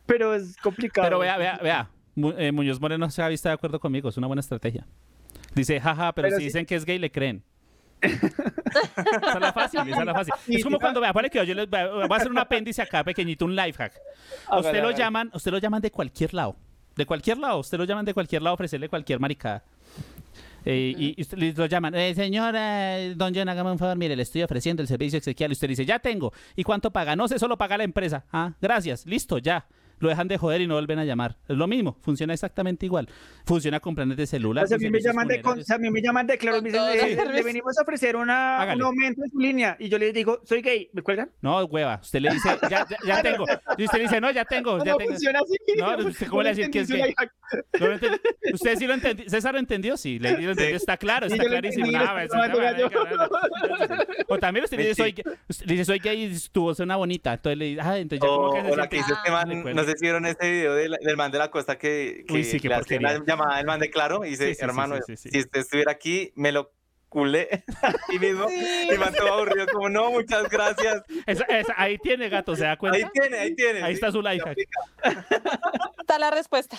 Pero es complicado. Pero vea, vea, vea. Mu- eh, Muñoz Moreno se ha visto de acuerdo conmigo, es una buena estrategia. Dice, jaja, pero, Pero si sí. dicen que es gay, le creen. esa es la fácil, esa es la fácil. Y Es como diga- cuando vea, ponle que yo les voy a voy a hacer un apéndice acá pequeñito, un life hack. A Hágale, usted lo hágale. llaman, a usted lo llaman de cualquier lado. De cualquier lado, a usted lo llaman de cualquier lado, ofrecerle cualquier maricada. Eh, y, y usted- les lo llaman, "Eh, señora, eh, don John, hágame un favor, mire, le estoy ofreciendo el servicio exequial. Y usted le dice, ya tengo. ¿Y cuánto paga? No sé, solo paga la empresa. Ah, gracias, listo, ya. Lo dejan de joder y no vuelven a llamar. Es lo mismo, funciona exactamente igual. Funciona con planes de celular. O sea, Pues a mí con me servicios llaman de con- o funerarios. sea, a mí me llaman de claro, me dicen, Con todo "Eh, el le servicio". venimos a ofrecer una, Hágale. un aumento en su línea. Y yo les digo, soy gay, ¿me cuelgan? No, hueva, usted le dice, ya, ya, ya tengo. Y usted le dice, no, ya tengo, Pues ya no tengo. funciona así. No, no sé cómo le decir que es entendí gay. su life hack. No lo entendí. Usted sí lo entendió. César lo entendió, sí. Le, lo entendió. Está claro, Sí, está yo lo clarísimo. Ah, No, entendí, lo eso estaba está mal, entendiendo venga, O también usted le dice, soy, gay- usted le dice, soy gay y tu voz suena bonita. Entonces le dice, ah, entonces ya como O, que se o la que siente- "Ah, hizo este man, Recuerdo. no sé si vieron este video de la- del man de la costa que, que Uy, sí, qué le hace porquería. la llamada del man de claro y dice, Sí, sí, sí, hermano, sí, sí, sí. si usted estuviera aquí, me lo culé aquí mismo. Y el man todo aburrido, como, no, muchas gracias. Esa- esa- ahí tiene gato, ¿se da cuenta? Ahí tiene, ahí tiene. Ahí sí. está su life hack. Está la respuesta.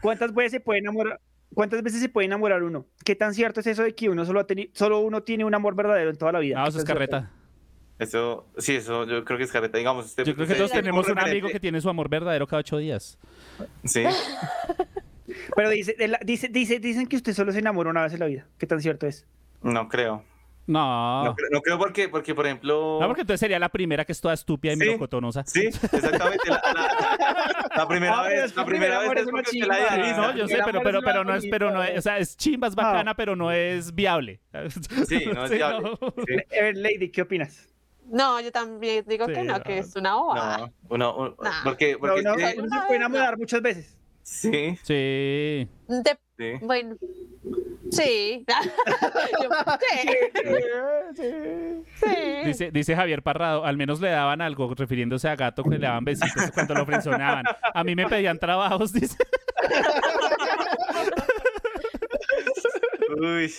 ¿Cuántas veces se puede enamorar? ¿Cuántas veces se puede enamorar uno? ¿Qué tan cierto es eso de que uno solo, ha teni- solo uno tiene un amor verdadero en toda la vida? No, Ah, eso es carreta. Eso, sí, eso yo creo que es carreta, digamos. este Usted, Yo creo que usted todos tiene tenemos un referente. amigo que tiene su amor verdadero cada ocho días. Sí, Pero dice, de la- dice, dice, dicen que usted solo se enamoró una vez en la vida. ¿Qué tan cierto es? No creo. No. No creo, no creo porque, porque, por ejemplo. Ah. No, porque entonces sería la primera que es toda estúpida y Sí, melocotonosa. Sí, exactamente. La, la- la primera Ah, pero vez, es que la el primera primer vez es amor porque es te la una idealiza. chimba. Sí, no, yo sé, pero, pero, pero no es, pero no es, o sea, es chimba, es bacana, pero no es viable. Ah. Sí, no es viable. Sí. A ver, Eh, Lady, ¿qué opinas? No, yo también digo Sí, que no, no. que es una boba. No, uno- un- Nah. porque, porque No, no, es que- uno se puede enamorar muchas veces. sí. Sí. De- Sí. Bueno, sí. Yo- sí. Sí. Dice, dice Javier Parrado, al menos le daban algo, refiriéndose a gato que le daban besitos cuando lo frenzonaban. A mí me pedían trabajos, dice. Uy.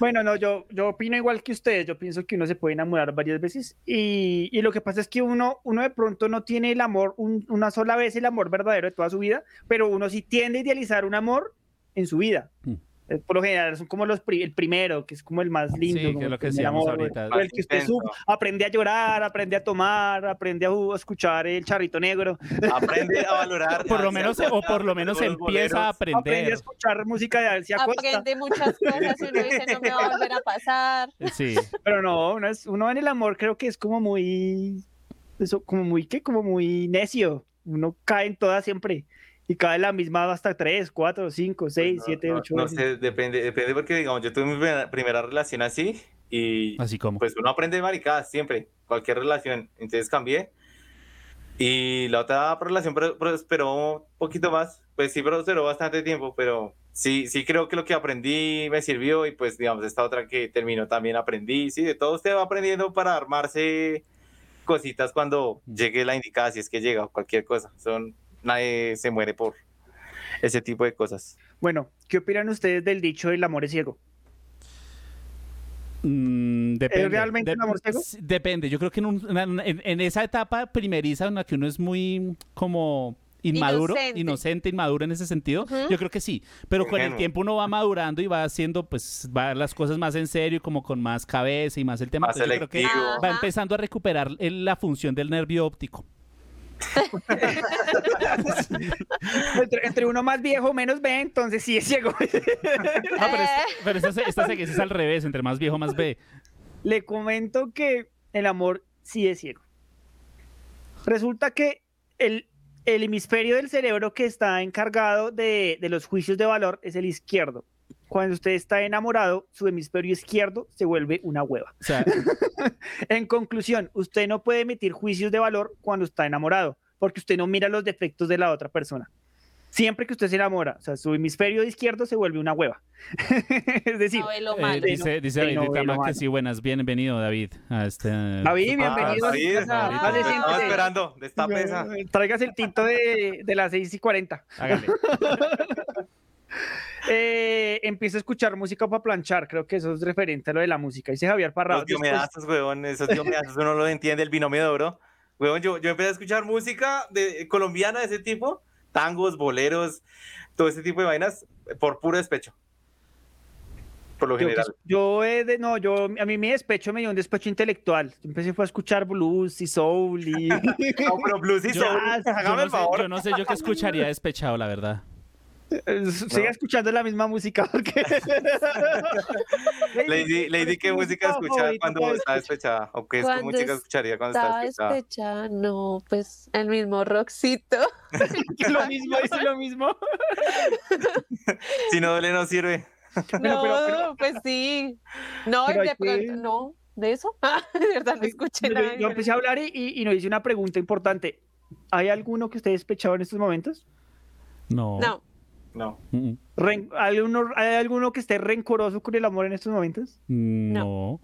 Bueno, no, yo, yo opino igual que ustedes. Yo pienso que uno se puede enamorar varias veces. Y, y lo que pasa es que uno, uno de pronto no tiene el amor, un- una sola vez el amor verdadero de toda su vida, pero uno sí tiende a idealizar un amor en su vida. Mm. Eh, Por lo general son como los pri- el primero, que es como el más lindo. Sí, como que es el lo que primer decíamos amor, ahorita. o El que usted Intenso. sufre, aprende a llorar, aprende a tomar, aprende a ju- a escuchar el charrito negro. Aprende a valorar. Ah, Por lo menos, o por lo menos empieza a Aprende a aprender. escuchar música de Ah, Alcia Costa. Aprende muchas cosas y uno dice, no me va a volver a pasar. Sí. Pero no, uno, es- uno en el amor creo que es como muy. Eso, como muy, ¿qué? Como muy necio. Uno cae en todas siempre. Y cae en la misma hasta 3, 4, 5, 6, 7, Pues 8 No, no sé, depende, depende porque, digamos, yo tuve mi primera, primera relación así y... Así como. Pues uno aprende maricadas siempre, cualquier relación. Entonces cambié y la otra relación pro- prosperó un poquito más. Pues sí prosperó bastante tiempo, pero sí, sí creo que lo que aprendí me sirvió y pues, digamos, esta otra que terminó también aprendí. Sí, de todo usted va aprendiendo para armarse cositas cuando llegue la indicada, si es que llega o cualquier cosa. Son, nadie se muere por ese tipo de cosas. Bueno, ¿qué opinan ustedes del dicho el amor es ciego? Mm, depende. realmente Dep- un amor ciego? s- Depende. Yo creo que en, un- en- en- en esa etapa primeriza en la que uno es muy como inmaduro, Inocente. inocente, inmaduro en ese sentido, Ujú. yo creo que sí. Pero con el Ingenuo. tiempo uno va madurando y va haciendo pues va las cosas más en serio y como con más cabeza y más el tema. Más Entonces, yo creo que selectivo. va empezando a recuperar el- la función del nervio óptico. Entre, entre uno más viejo, menos ve, entonces sí es ciego. Eh. No, pero, es- pero esta, se- esta se- es al revés, entre más viejo más ve. Le comento que el amor sí es ciego. Resulta que el, el hemisferio del cerebro que está encargado de, de los juicios de valor es el izquierdo. Cuando usted está enamorado, su hemisferio izquierdo se vuelve una hueva. O sea, En conclusión, usted no puede emitir juicios de valor cuando está enamorado, porque usted no mira los defectos de la otra persona. Siempre que usted se enamora, o sea, su hemisferio izquierdo se vuelve una hueva. es decir, No ve lo eh, malo. dice, dice Sí, no, David Tamac no, que sí, buenas, bienvenido David. a este- David, bienvenido. Ah, sí, a su casa. no, Más de estaba siempre. esperando, destape esa. Traigas el tinto de, de las 6 y 40. Hágale. Eh, empiezo a escuchar música para planchar. Creo que eso es referente a lo de la música. Dice Javier Parrado. Los diomedazos, después- weón, esos diomedazos uno lo entiende, el binomio de oro. Weón, yo, yo empecé a escuchar música de, eh, colombiana de ese tipo, tangos, boleros, todo ese tipo de vainas, por puro despecho. Por lo Yo, general. yo, eh, de- no, yo, a mí mi despecho me dio un despecho intelectual. Yo empecé fue a escuchar blues y soul y... No, pero blues y Yo- soul, yo "Ah, hágame no el sé- favor. Yo no sé, yo que escucharía despechado, la verdad. Eh, Siga escuchando la misma música porque... Lady, Lady, ¿qué música escucha cuando está despechada? ¿O qué es- qué Cuando música escucharía cuando está Estaba despechada? despechada, no, pues el mismo roxito. lo mismo, es lo mismo. Si no duele, no sirve. No, pero- pero- pues sí. No, y Pero hay de pronto, que- no, de eso. de verdad, no escuché Yo- nada. Yo empecé a hablar y, y- y nos hice una pregunta importante. ¿Hay alguno que esté despechado en estos momentos? No. No, No. Mm, Ren- ¿hay, uno- ¿Hay alguno que esté rencoroso con el amor en estos momentos? mm, No.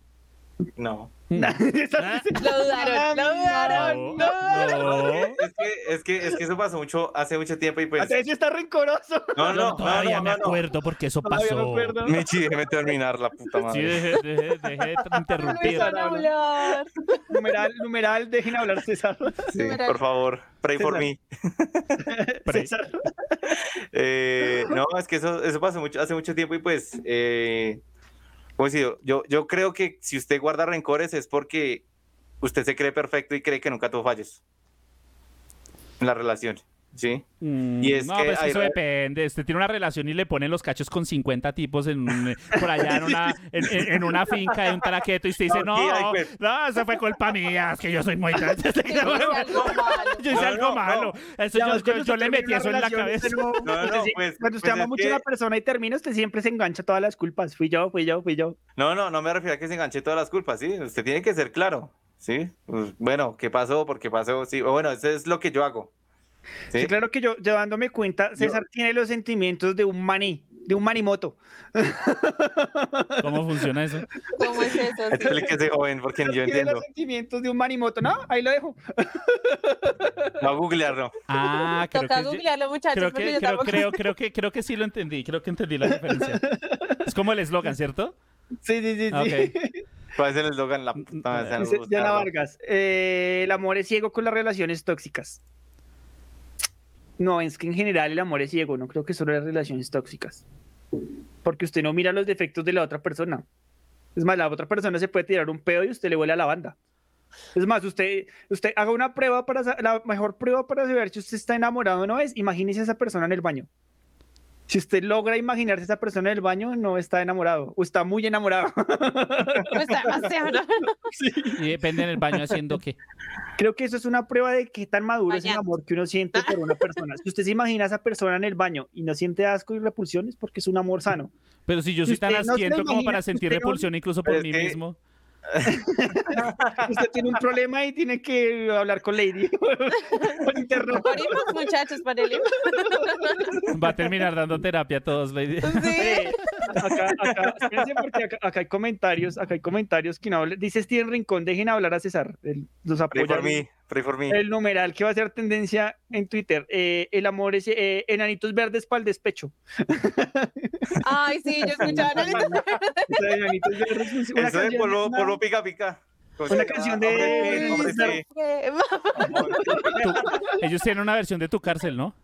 No. Ah, lo dudaron, lo dudaron, lo dudaron. No. Es que, es que, es que eso pasó mucho, hace mucho tiempo y pues... Hasta eso está rencoroso. No, Yo no, no, todavía no, me no, no. acuerdo porque eso Todavía me pasó. acuerdo. Michi, déjeme terminar la puta Sí, madre. deje, deje- deje de interrumpir. Van a hablar. numeral, numeral, dejen hablar César. Sí, numeral. por favor, pray for me. Pre- César. Eh, no, es que eso, eso pasó mucho, hace mucho tiempo y pues, eh, ¿cómo decirlo? Yo, yo creo que si usted guarda rencores es porque usted se cree perfecto y cree que nunca tuvo fallos en la relación. Sí. y es no, que pues hay- eso depende. Este tiene una relación y le ponen los cachos con 50 tipos en un- por allá en una, en, en- en una finca de un traqueto y usted dice, No, no, aquí hay no, pues- eso fue culpa mía, es que yo soy muy... yo hice algo malo. Yo hice No, algo no, malo. Eso yo, yo- yo le metí eso en la cabeza. No, No, no, pues- cuando usted pues ama es mucho que- a una persona y termina, usted siempre se engancha todas las culpas. Fui yo, fui yo, fui yo. No, no, no me refiero a que se enganche todas las culpas, ¿sí? Usted tiene que ser claro, ¿sí? Pues, bueno, ¿qué pasó? ¿Por qué pasó? Sí, bueno, eso es lo que yo hago. Sí, claro que yo, yo dándome cuenta, César tiene los sentimientos de un maní, de un manimoto. ¿Cómo funciona eso? ¿Cómo es eso? Sí. Explíquese, joven, porque ni yo Tiene entiendo. los sentimientos de un manimoto, ¿no? Ahí lo dejo. Va a googlearlo. Ah, creo Toca que, googlearlo, muchachos, creo, porque que, yo creo, tampoco- creo, creo que, creo que sí lo entendí, creo que entendí la diferencia. Es como el eslogan, ¿cierto? Sí, sí, sí. sí. Ah, Ok. ¿Cuál es el eslogan? La puta, madre, Dice se Diana la buscaron. Vargas, eh, el amor es ciego con las relaciones tóxicas. No, es que en general el amor es ciego, no creo que solo las relaciones tóxicas. Porque usted no mira los defectos de la otra persona. Es más, la otra persona se puede tirar un pedo y usted le huele a la banda. Es más, usted, usted haga una prueba para sa- la mejor prueba para saber si usted está enamorado o no es, imagínese a esa persona en el baño. Si usted logra imaginarse a esa persona en el baño, no está enamorado o está muy enamorado. Pues, demasiado, ¿no? Y depende en el baño haciendo qué. Creo que eso es una prueba de qué tan maduro es el Bañando. amor que uno siente por una persona. Si usted se imagina a esa persona en el baño y no siente asco y repulsión, es porque es un amor sano. Pero si yo soy tan Usted no se lo asquiento como imagina, para sentir usted no- repulsión incluso por Pero es mí que- mismo. Usted tiene un problema y tiene que hablar con Lady por interno. Parimos, muchachos, parimos. Va a terminar dando terapia a todos, lady. Sí. Acá, acá, espérense porque acá, acá hay comentarios, acá hay comentarios que no hablan. Dice Steven Rincón, dejen hablar a César. Él los Pray apoya. for me, pray for me. El numeral que va a ser tendencia en Twitter. eh, el amor es eh, enanitos verdes para el despecho. Ay, sí, yo escuchaba. O sea, enanitos verdes, una Eso es canción, polvo, una- polvo pica pica. Una canción de- Pues ah, Hombre, sí, hombre, sí. Ellos tienen una versión de tu cárcel, ¿no?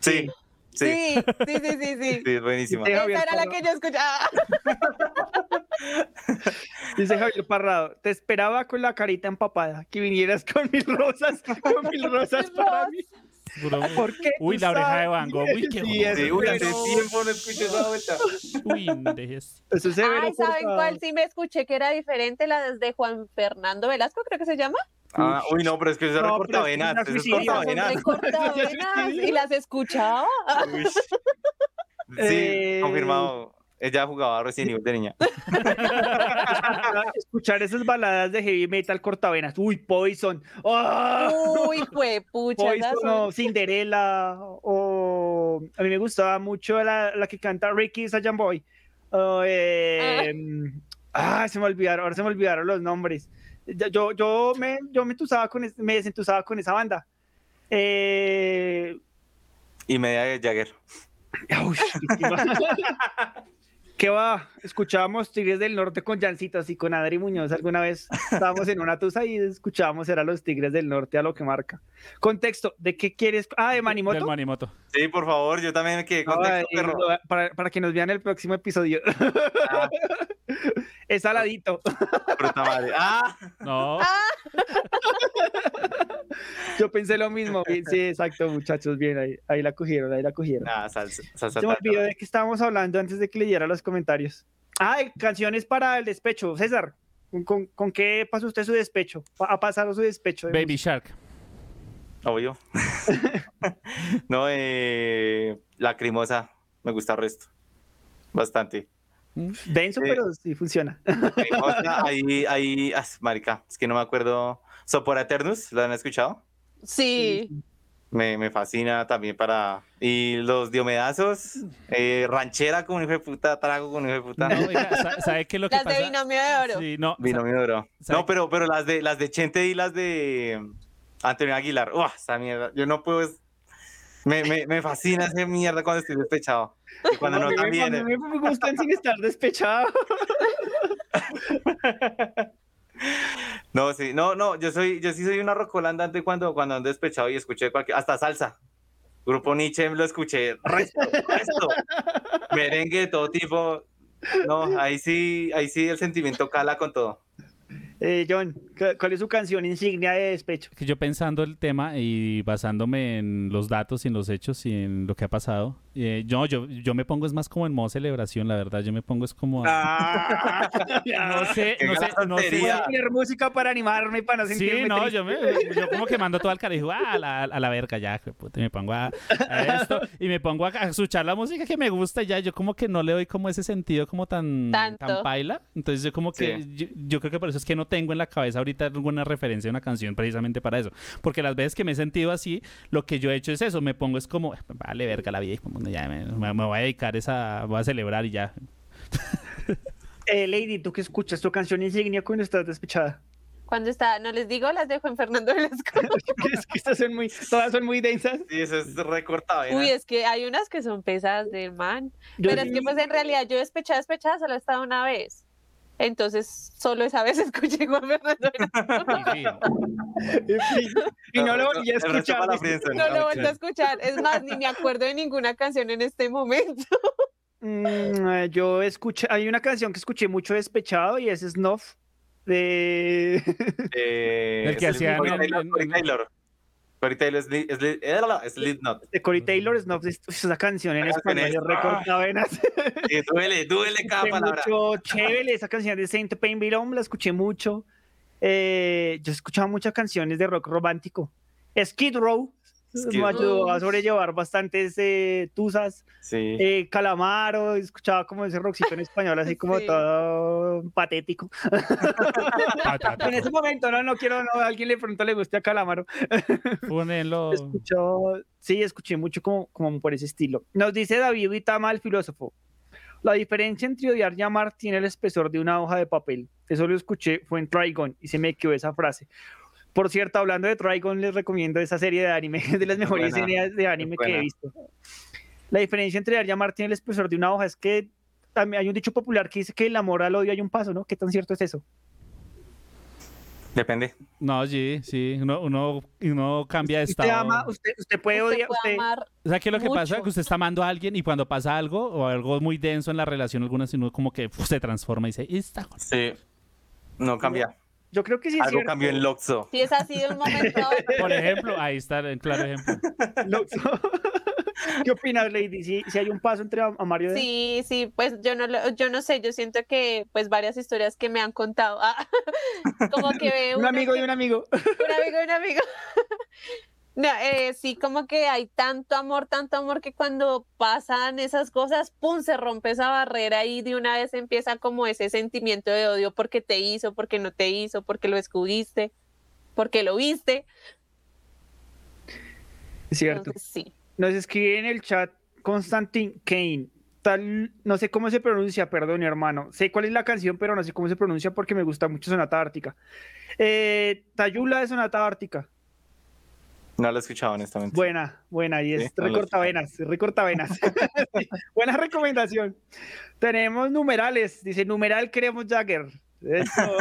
Sí, sí, Sí, sí, sí, sí, sí. sí, es buenísima. Deja Esa abierto, era la ¿no? que yo escuchaba. Dice Javier Parrado, te esperaba con la carita empapada, que vinieras con mis rosas, con mis rosas para mí. Puro- Ah, ¿Por qué? Uy, tú la oreja de sabes? Van Gogh. Uy, qué Sí, bueno. es Sí, uy, hace severo. tiempo no escuché esa vuelta. Uy, dejes. Eso es severo, Ay, ¿saben por cuál? favor. Sí me escuché que era diferente, la de Juan Fernando Velasco, creo que se llama. Ah, uy, no, pero es que eso No, era pero cortavenas. es una Eso es suicida, son cortavenas. Son recortavenas, ¿Y las escuchaba? Uy. Sí, Eh, confirmado. Ella jugaba recién Evil de niña. Escuchar esas baladas de heavy metal cortavenas. Uy, Poison. ¡Ah! Uy, fue pucha. esas Poison o Cinderella. O... A mí me gustaba mucho la, la que canta Ricky Sajan Boy. O, eh, ah, se me olvidaron, ahora se me olvidaron los nombres. Ya- Yo, yo me, yo me entusaba con, es- me desentusaba con esa banda. Eh, Y media de Jagger. uy, ¿qué va? ¿Qué va? Escuchábamos Tigres del Norte con Jancitas y con Adri Muñoz alguna vez. Estábamos en una tusa y escuchábamos era los Tigres del Norte a lo que marca. Contexto, ¿de qué quieres? Ah, de Manimoto. Del Manimoto. Sí, por favor, yo también me quedé con Ah, texto, eh, perro. Ah. lo- para, para que nos vean el próximo episodio. es aladito. Fruta madre. Ah, No. Yo pensé lo mismo. bien, Sí, exacto, muchachos. Bien, ahí, ahí la cogieron, ahí la cogieron. nada, salsa. salsa Se me tártara. olvidó de qué estábamos hablando antes de que leyera los comentarios. Ah, de canciones para el despecho. César, ¿con- ¿con, con qué pasó usted su despecho? Pa- ¿Ha pasado su despecho? de Baby música? Shark. Obvio. Ah, no, eh, lacrimosa. Me gusta el resto. Bastante. Denso, Eh. pero sí funciona. Lacrimosa, ahí, ahí, ah, marica, es que no me acuerdo. Sopor Eternus, ¿lo han escuchado? Sí. Me, me fascina también para. Y los diomedazos, eh, ranchera con hijo de puta, trago con hijo de puta. No, oiga, sa- ¿sabe qué es lo que Las de pasa? binomio de oro. Sí, no. sa- Binomio duro. ¿sabe No, pero, pero las de las de Chente y las de mm, Antonio Aguilar. ¡Uah, esa mierda! Yo no puedo. es- Me, me, me fascina esa mierda cuando estoy despechado. Y cuando no A mí me- también. eh, a mí me gustan sin estar despechado. No, sí, no, no, yo soy, yo sí soy una rocola andante cuando, cuando ando despechado y escuché cualquier, hasta salsa. Grupo Nietzsche lo escuché, resto, resto. Merengue, de todo tipo. No, ahí sí, ahí sí el sentimiento cala con todo. Eh, John, ¿cu- ¿cuál es su canción insignia de despecho? Que yo pensando el tema y basándome en los datos y en los hechos y en lo que ha pasado, eh, yo, yo, yo me pongo es más como en modo celebración, la verdad, yo me pongo es como... Ah. no sé, no sé, no sé. Voy a poner música para animarme, para no sentirme Sí, no, triste. yo, me, yo como que mando todo al carajo, ah, a la, a la verga ya, puta, y me pongo a, a esto y me pongo a, a escuchar la música que me gusta y ya, yo como que no le doy como ese sentido como tan, tan Tanto. paila, entonces yo como que, yo, yo creo que por eso es que no tengo en la cabeza ahorita alguna referencia a una canción precisamente para eso, porque las veces que me he sentido así, lo que yo he hecho es eso, me pongo es como, "Eh, vale verga la vida, y como, ya me, me- me voy a dedicar esa, voy a celebrar y ya. Eh, Lady, ¿tú qué escuchas tu canción insignia cuando estás despechada? Cuando está, no les digo, las dejo en Fernando Velasco. es que estas son muy, todas son muy densas. Sí, eso es recortado. Uy, es que hay unas que son pesadas del man. Yo Pero sí. es que pues en realidad yo despechada, despechada solo he estado una vez. Entonces solo esa vez escuché Juan Fernando Velasco. y no lo volví a El resto escuchar. para la prensa, No lo Sí. vuelvo a escuchar. Es más, ni me acuerdo de ninguna canción en este momento. Mm, eh, yo escuché, hay una canción que escuché mucho despechado y es Snuff de... Eh, El que Sleep- hacían Corey en- Taylor. en- Corey Taylor. Corey Taylor, Sleep- Sleep- eh, no, no, Slipknot. de Corey Taylor, Snuff, es- Uf, esa canción en Esa canción español, es- yo recorta venas. Eh, duele, duele cada Escuché palabra. mucho chévere, esa canción de Saint Pain Belong la escuché mucho. Eh, yo escuchaba muchas canciones de rock romántico. Skid Row Skid me ayudó Row. a sobrellevar bastantes eh, tusas. Sí. Eh, Calamaro, escuchaba como ese rockcito en español, así como Sí. todo patético. en ese momento, no, no quiero, no, a alguien le pronto le guste a Calamaro. Ponelo. Yo sí escuché mucho como, como por ese estilo. Nos dice David Vitama, el filósofo. La diferencia entre odiar y amar tiene el espesor de una hoja de papel. Eso lo escuché, fue en Trigon y se me quedó esa frase. Por cierto, hablando de Trigon, les recomiendo esa serie de anime, es de las mejores buena, series de anime que he buena. visto. La diferencia entre odiar y amar tiene el espesor de una hoja es que también hay un dicho popular que dice que el amor al odio hay un paso, ¿no? ¿Qué tan cierto es eso? Depende. No, sí, sí. Uno, uno, uno cambia de Usted estado. ama, usted, usted puede odiar, usted, amar O sea, que lo que pasa es mucho. que usted está amando a alguien y cuando pasa algo o algo muy denso en la relación alguna, sino como que uf, se transforma y dice, esta. jo-". Sí. No cambia. yo creo que sí es Algo cierto. cambió en Loxo. Si es así de un momento a otro. Por ejemplo, ahí está el claro ejemplo. No. ¿Qué opinas, Lady? Si, si hay un paso entre a, a Mario. Sí, sí, pues yo no, lo- yo no sé, yo siento que pues varias historias que me han contado, ah, como que veo un una amigo que- de un amigo. un amigo de un amigo. No, eh, sí, como que hay tanto amor, tanto amor que cuando pasan esas cosas, ¡pum! se rompe esa barrera y de una vez empieza como ese sentimiento de odio porque te hizo, porque no te hizo, porque lo descubriste, porque lo viste. Es cierto. Entonces, sí. Nos escribe en el chat Constantin Kane. Tal, no sé cómo se pronuncia, perdón, hermano. Sé cuál es la canción, pero no sé cómo se pronuncia porque me gusta mucho Sonata Ártica. Eh, Tayula de Sonata Ártica. No lo he escuchado, honestamente. Buena, buena, y Sí, es no lo recortavenas, recortavenas. Sí, buena recomendación. Tenemos numerales, dice numeral queremos Jagger. Eso.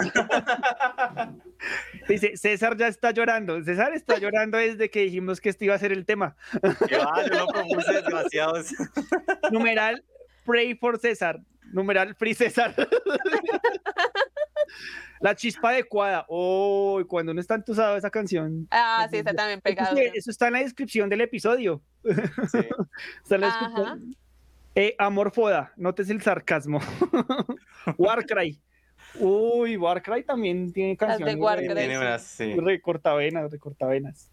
dice César ya está llorando. César está llorando desde que dijimos que este iba a ser el tema. Yo, ah, yo lo propuse, desgraciados. Numeral Pray for César. Numeral Free César. La chispa adecuada. Oh, cuando uno está entusado esa canción. Ah, sí, está también pegado. Eso, eso está en la descripción del episodio. Sí. Está en la descripción. Ajá. Eh, amor foda, notes el sarcasmo. Warcry. Uy, Warcry también tiene Las de canciones. Warcry. Tiene unas, sí. Recortavenas, recortavenas.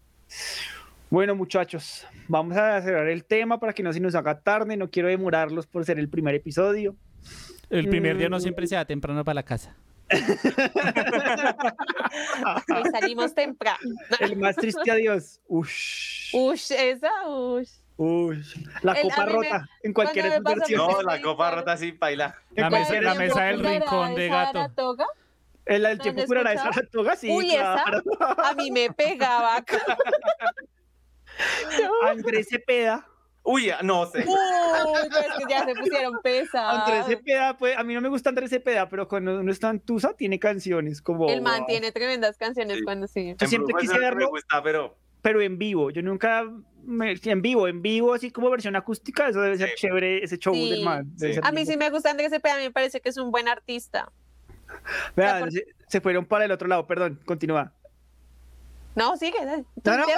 Bueno, muchachos, vamos a cerrar el tema para que no se nos haga tarde. No quiero demorarlos por ser el primer episodio. El primer día no siempre se da temprano para la casa. Y salimos temprano. El más triste adiós. Ush. Ush, esa, ush. Ush. La El- copa a mí me- rota en cualquier cuando me pasa versión. No, la copa rota sí, baila. La ¿Cuál mesa, es la el mesa del tiempo rincón de curará esa gato. toga? El, el ¿Dónde tiempo curará esa escuchaba? toga, sí. Uy, esa claro. a mí me pegaba. acá. Andrés Cepeda. Uy, ah, no sé. Uy, pues que ya se pusieron Andrés pesados. Cepeda, pues, a mí no me gusta Andrés Cepeda, pero cuando uno está en Tusa tiene canciones como... El man tiene tremendas canciones Sí. cuando sí. Yo siempre Brujas quise no me verlo, gusta, pero pero en vivo. Yo nunca... me- en vivo, en vivo, así como versión acústica, eso debe ser Sí. chévere, ese show Sí. del man. debe Sí. ser A mí lindo. sí me gusta Andrés Cepeda, a mí me parece que es un buen artista. Vea, por- se- se fueron para el otro lado, perdón, continúa. No, sigue. No, no. Sí,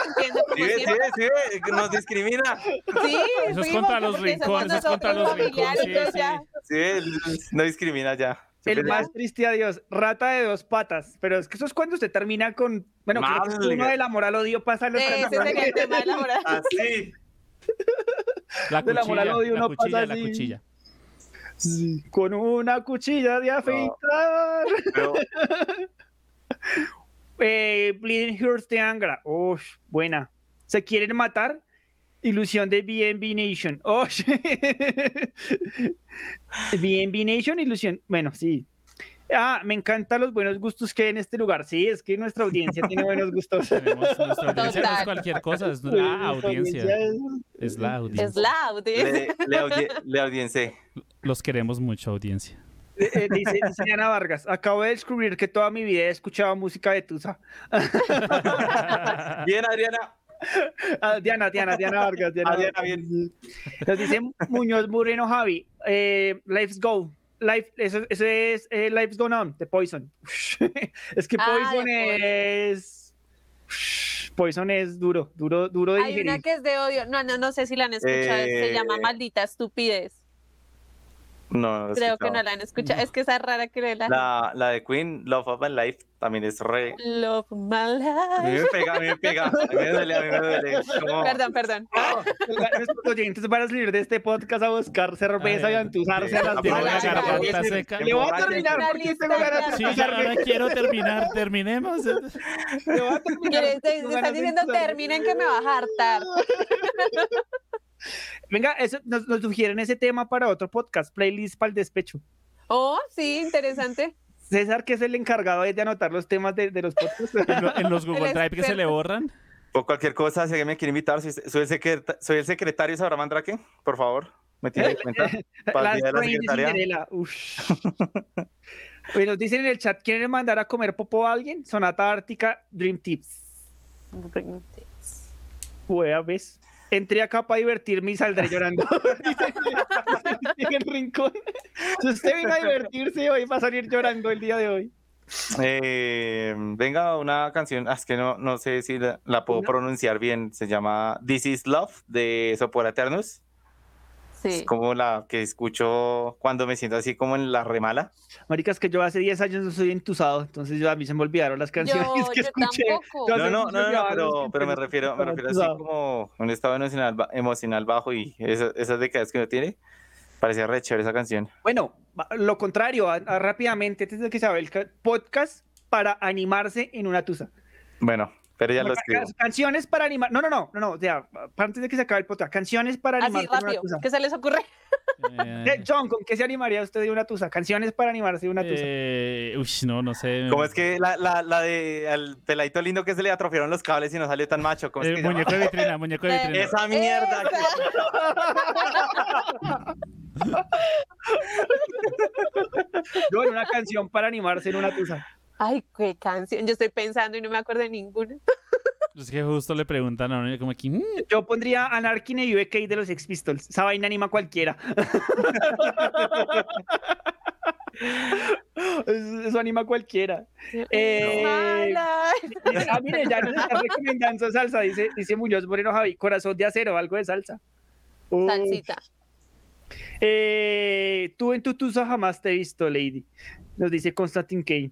ve, sí, ve, sí, ve, nos discrimina. Sí, Eso es fuimos contra los porque somos rincones, eso es contra nosotros los rincones, sí, familiares, eh, ya. Sí, el- no discrimina ya. El más triste adiós, rata de dos patas. Pero es que eso es cuando usted termina con. Bueno, creo que Madre. uno del amor al odio pasa al Sí, ese sería el tema de la moral. "Ah, Así. La De la cuchilla, moral la odio uno cuchilla, pasa la así. cuchilla. Sí, Con una cuchilla de afeitar. Pero- Eh, Bleeding Hearts de Angra. Ush, buena. ¿Se quieren matar? Ilusión de BNB Nation. Ush. BNB Nation, ilusión. Bueno, sí. Ah, me encantan los buenos gustos que hay en este lugar. Sí, es que nuestra audiencia tiene buenos gustos. Tenemos nuestra audiencia, no es Total. cualquier cosa, es Nuestra la Ah, audiencia. audiencia Es la audiencia. Es la audiencia. audiencia. Los queremos mucho, audiencia. Eh, eh, dice, dice Ana Vargas, acabo de descubrir que toda mi vida he escuchado música de Tusa. Bien, Adriana. Ah, Diana, Diana, Diana Vargas. Diana, Ah, Diana, Vargas. Nos dice Muñoz Moreno Javi, eh, Life's Go. Life, eso, eso es eh, Life's Gone On, de Poison. es que Ah, Poison de es... Poison es duro, duro, duro de Hay una digerir. que es de odio. No, no, no sé si la han escuchado. Se Eh, llama Maldita Estupidez. No, no lo he Creo que escuchado. no la han escuchado. Es que esa es rara que le la. La, la de Queen, Love of My Life, también es re. Love my A mí me life. pega, a mí me pega. A mí me duele, a mí me duele. Eh, No. Perdón, perdón. La- Nuestros oyentes van a salir de este podcast a buscar cerveza Ay, y a entuzarse a las Tengo la diez de la garganta noche. seca. Le voy a terminar porque este tengo ganas de Sí, ya ahora entuzarme. quiero terminar, terminemos. Le voy a terminar Quiere- porque este te- tengo ganas te están de diciendo entuzarme. terminen que me va a hartar. Venga, eso, nos, nos sugieren ese tema para otro podcast, playlist para el despecho. Oh, sí, interesante. César, que es el encargado de anotar los temas de, de los podcasts. En, lo- en los Google El Drive que se le borran. O cualquier cosa, si alguien me quiere invitar, soy, soy el, secreta- soy el secretario Sabra Mandrake, por favor, me tiene en cuenta. Las Para el día de la Queen de secretaria. Cinderella, ush. Oye, nos dicen en el chat, ¿quieren mandar a comer popo a alguien? Sonata Ártica Dream Tips. Wea, ¿ves? Entré acá para divertirme y saldré llorando. Dice- dice en el rincón. Si usted vino a divertirse hoy, va a salir llorando el día de hoy. Eh, venga, una canción, ah, es que no, no sé si la, la puedo pronunciar bien, se llama This is Love de Sopor Eternus. Sí. Es como la que escucho cuando me siento así como en la remala. Marica, es que yo hace 10 años no soy entusado, entonces yo, a mí se me olvidaron las canciones que yo escuché. tampoco. Yo hace No, no, no, mucho no, llevaba pero, los pero me canciones refiero, me refiero así entusado. como un estado emocional, ba- emocional bajo y esa- esas décadas que uno tiene. Parecía re chévere esa canción. Bueno, va- lo contrario, a- a- rápidamente, antes de que se acabe el ca- podcast, para animarse en una tusa. Bueno, pero ya lo Ca- escribo. ca- Canciones para animar. No, no, no, no, no, o sea, pa- antes de que se acabe el podcast, canciones para Así animarse en una Ah, rápido. tusa. ¿Qué se les ocurre? Eh, John, ¿con qué se animaría usted de una tusa? Canciones para animarse de una tusa. Eh, uy, no, no sé. ¿Cómo es que la, la, la de al peladito lindo que se le atrofiaron los cables y no salió tan macho? ¿Cómo Eh, es que se llama? muñeco de vitrina, muñeco de Eh, vitrina. Esa mierda. John, una canción para animarse en una tusa. Ay, qué canción. Yo estoy pensando y no me acuerdo de ninguna. Es que justo le preguntan a uno como aquí. mm, Yo pondría Anarkin y UK de los Sex Pistols. Esa vaina anima a cualquiera. Es- Eso anima a cualquiera. Eh, Mala. Ah, mire, ya nos está recomendando salsa, dice, dice Muñoz Moreno Javi, corazón de acero, algo de salsa. Oh, Salsita. eh, tú en tu tusa jamás te he visto, Lady, nos dice Constantine Kane.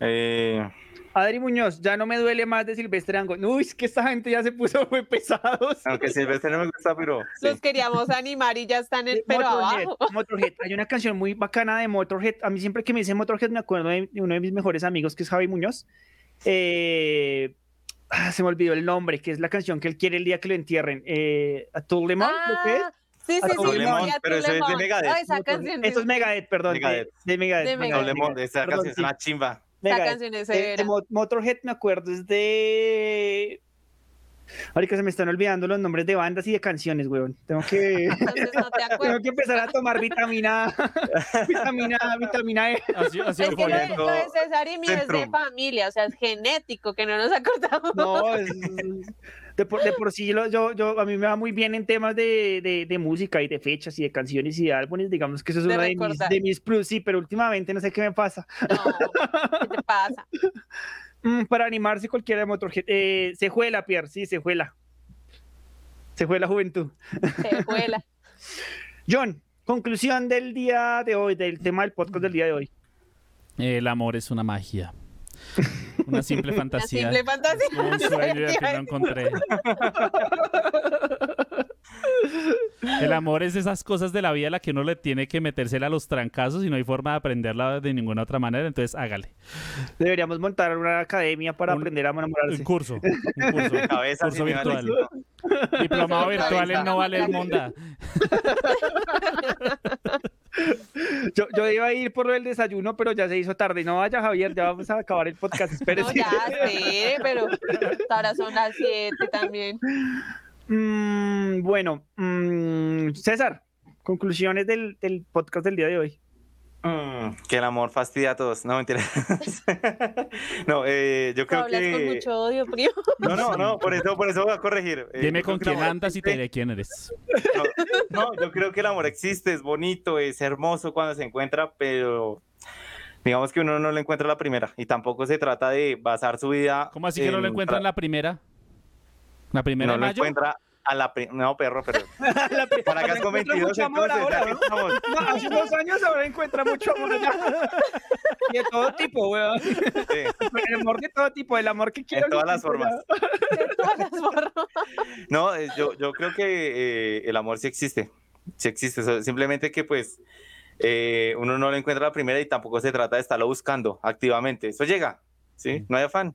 Eh, Adri Muñoz, ya no me duele más de Silvestre Angón. Uy, es que esta gente ya se puso muy pesados. aunque Silvestre no me gusta, pero. sí. Los queríamos animar y ya están en, pero Motorhead, abajo. Motorhead. Hay una canción muy bacana de Motorhead. A mí siempre que me dicen Motorhead me acuerdo de, de uno de mis mejores amigos que es Javi Muñoz. Eh, ah, se me olvidó el nombre, que es la canción que él quiere el día que lo entierren. Eh, a Tour Lemon, ¿lo que es? Ah, sí, sí, A sí, Todo sí, Lemon, sí, a pero Todo eso es de Lemon. Megadeth. Ah, esa canción. Eso es Megadeth, perdón. de- Megadeth. De, Megadeth. De perdón, Megadeth. Hablemos de esa perdón, canción, es una chimba. Megadeth. canción es De- de severa. Mo- Motorhead me acuerdo, es de... Ahorita se me están olvidando los nombres de bandas y de canciones, weón. Tengo que, tengo que empezar a tomar vitamina vitamina A, vitamina E. Así, así Es que lo de, lo de César y mí es de familia, o sea, es genético, que no nos acordamos. No, es- de, por, de por sí, lo- yo, yo, a mí me va muy bien en temas de, de- de música y de fechas y de canciones y de álbumes. Digamos que eso es De uno de mis, recordar. de mis plus, sí, pero últimamente no sé qué me pasa. ¿Qué te pasa? Mm, para animarse cualquiera de Motorhead. Eh, se juela, Pierre, sí, se juela. Se juela juventud. Se juela. John, conclusión del día de hoy, del tema del podcast del día de hoy. Eh, El amor es una magia. Una simple fantasía. Una simple fantasía. Es como un sueño y al fin lo encontré. El amor es esas cosas de la vida a la que uno le tiene que metérsela a los trancazos y no hay forma de aprenderla de ninguna otra manera, entonces hágale. Deberíamos montar una academia para aprender a enamorarse. Un curso, un curso, De cabeza, curso sí me vale. virtual. Diplomado De virtual cabeza. en no vale el monda. Yo, yo iba a ir por el desayuno, pero ya se hizo tarde. No vaya, Javier, ya vamos a acabar el podcast. No, Espérese. ya sé, pero hasta ahora son las 7 también. Mm, bueno, mm, César, conclusiones del, del podcast del día de hoy. Mm, que el amor fastidia a todos. No, mentira. no, eh, yo Tú creo hablas con que. mucho odio, primo. No, no, no, por eso, por eso voy a corregir. Eh, Dime yo creo con que quién el amor andas y te diré quién eres. No, yo creo que el amor existe, es bonito, es hermoso cuando se encuentra, pero digamos que uno no lo encuentra a la primera y tampoco se trata de basar su vida. ¿Cómo así que no lo encuentran encuentran la primera? ¿La primera No de lo mayo? encuentra a la pri- No, perro, pero. Para acá con encuentra 22 mucho amor entonces, ya ahora, que ¿no? estamos. No, hace dos años ahora encuentra mucho amor. allá. Y de todo tipo, weón. Sí, El amor de todo tipo, el amor que quiero. eh, en todas las formas. De todas las formas. No, eh, yo, yo creo que eh, el amor sí existe. Sí existe. so- Simplemente que pues eh, uno no lo encuentra a la primera y tampoco se trata de estarlo buscando activamente. Eso llega, ¿sí? No hay afán.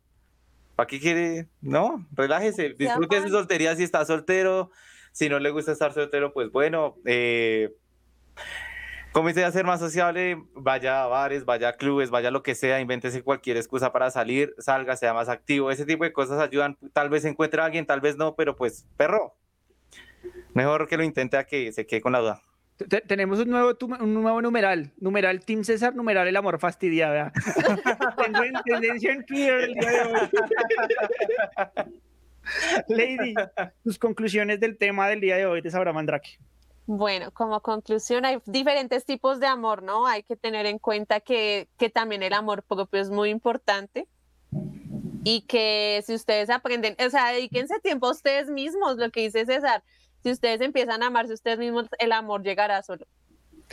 ¿Para qué quiere? No, relájese, hay disfrute su afán. soltería si está soltero. Si no le gusta estar soltero, pues bueno, eh, comience a ser más sociable, vaya a bares, vaya a clubes, vaya a lo que sea, invéntese cualquier excusa para salir, salga, sea más activo, ese tipo de cosas ayudan, tal vez encuentre a alguien, tal vez no, pero pues perro, mejor que lo intente a que se quede con la duda. Te- te- Tenemos un nuevo, tu- un nuevo numeral. Numeral Team César, numeral el amor fastidia, vea. Tengo en tendencia en Twitter el día de hoy. Lady, tus conclusiones del tema del día de hoy de Sabra Mandrake. Bueno, como conclusión, hay diferentes tipos de amor, ¿no? Hay que tener en cuenta que, que también el amor propio es muy importante y que si ustedes aprenden, o sea, dedíquense tiempo a ustedes mismos, lo que dice César, si ustedes empiezan a amarse ustedes mismos, el amor llegará solo.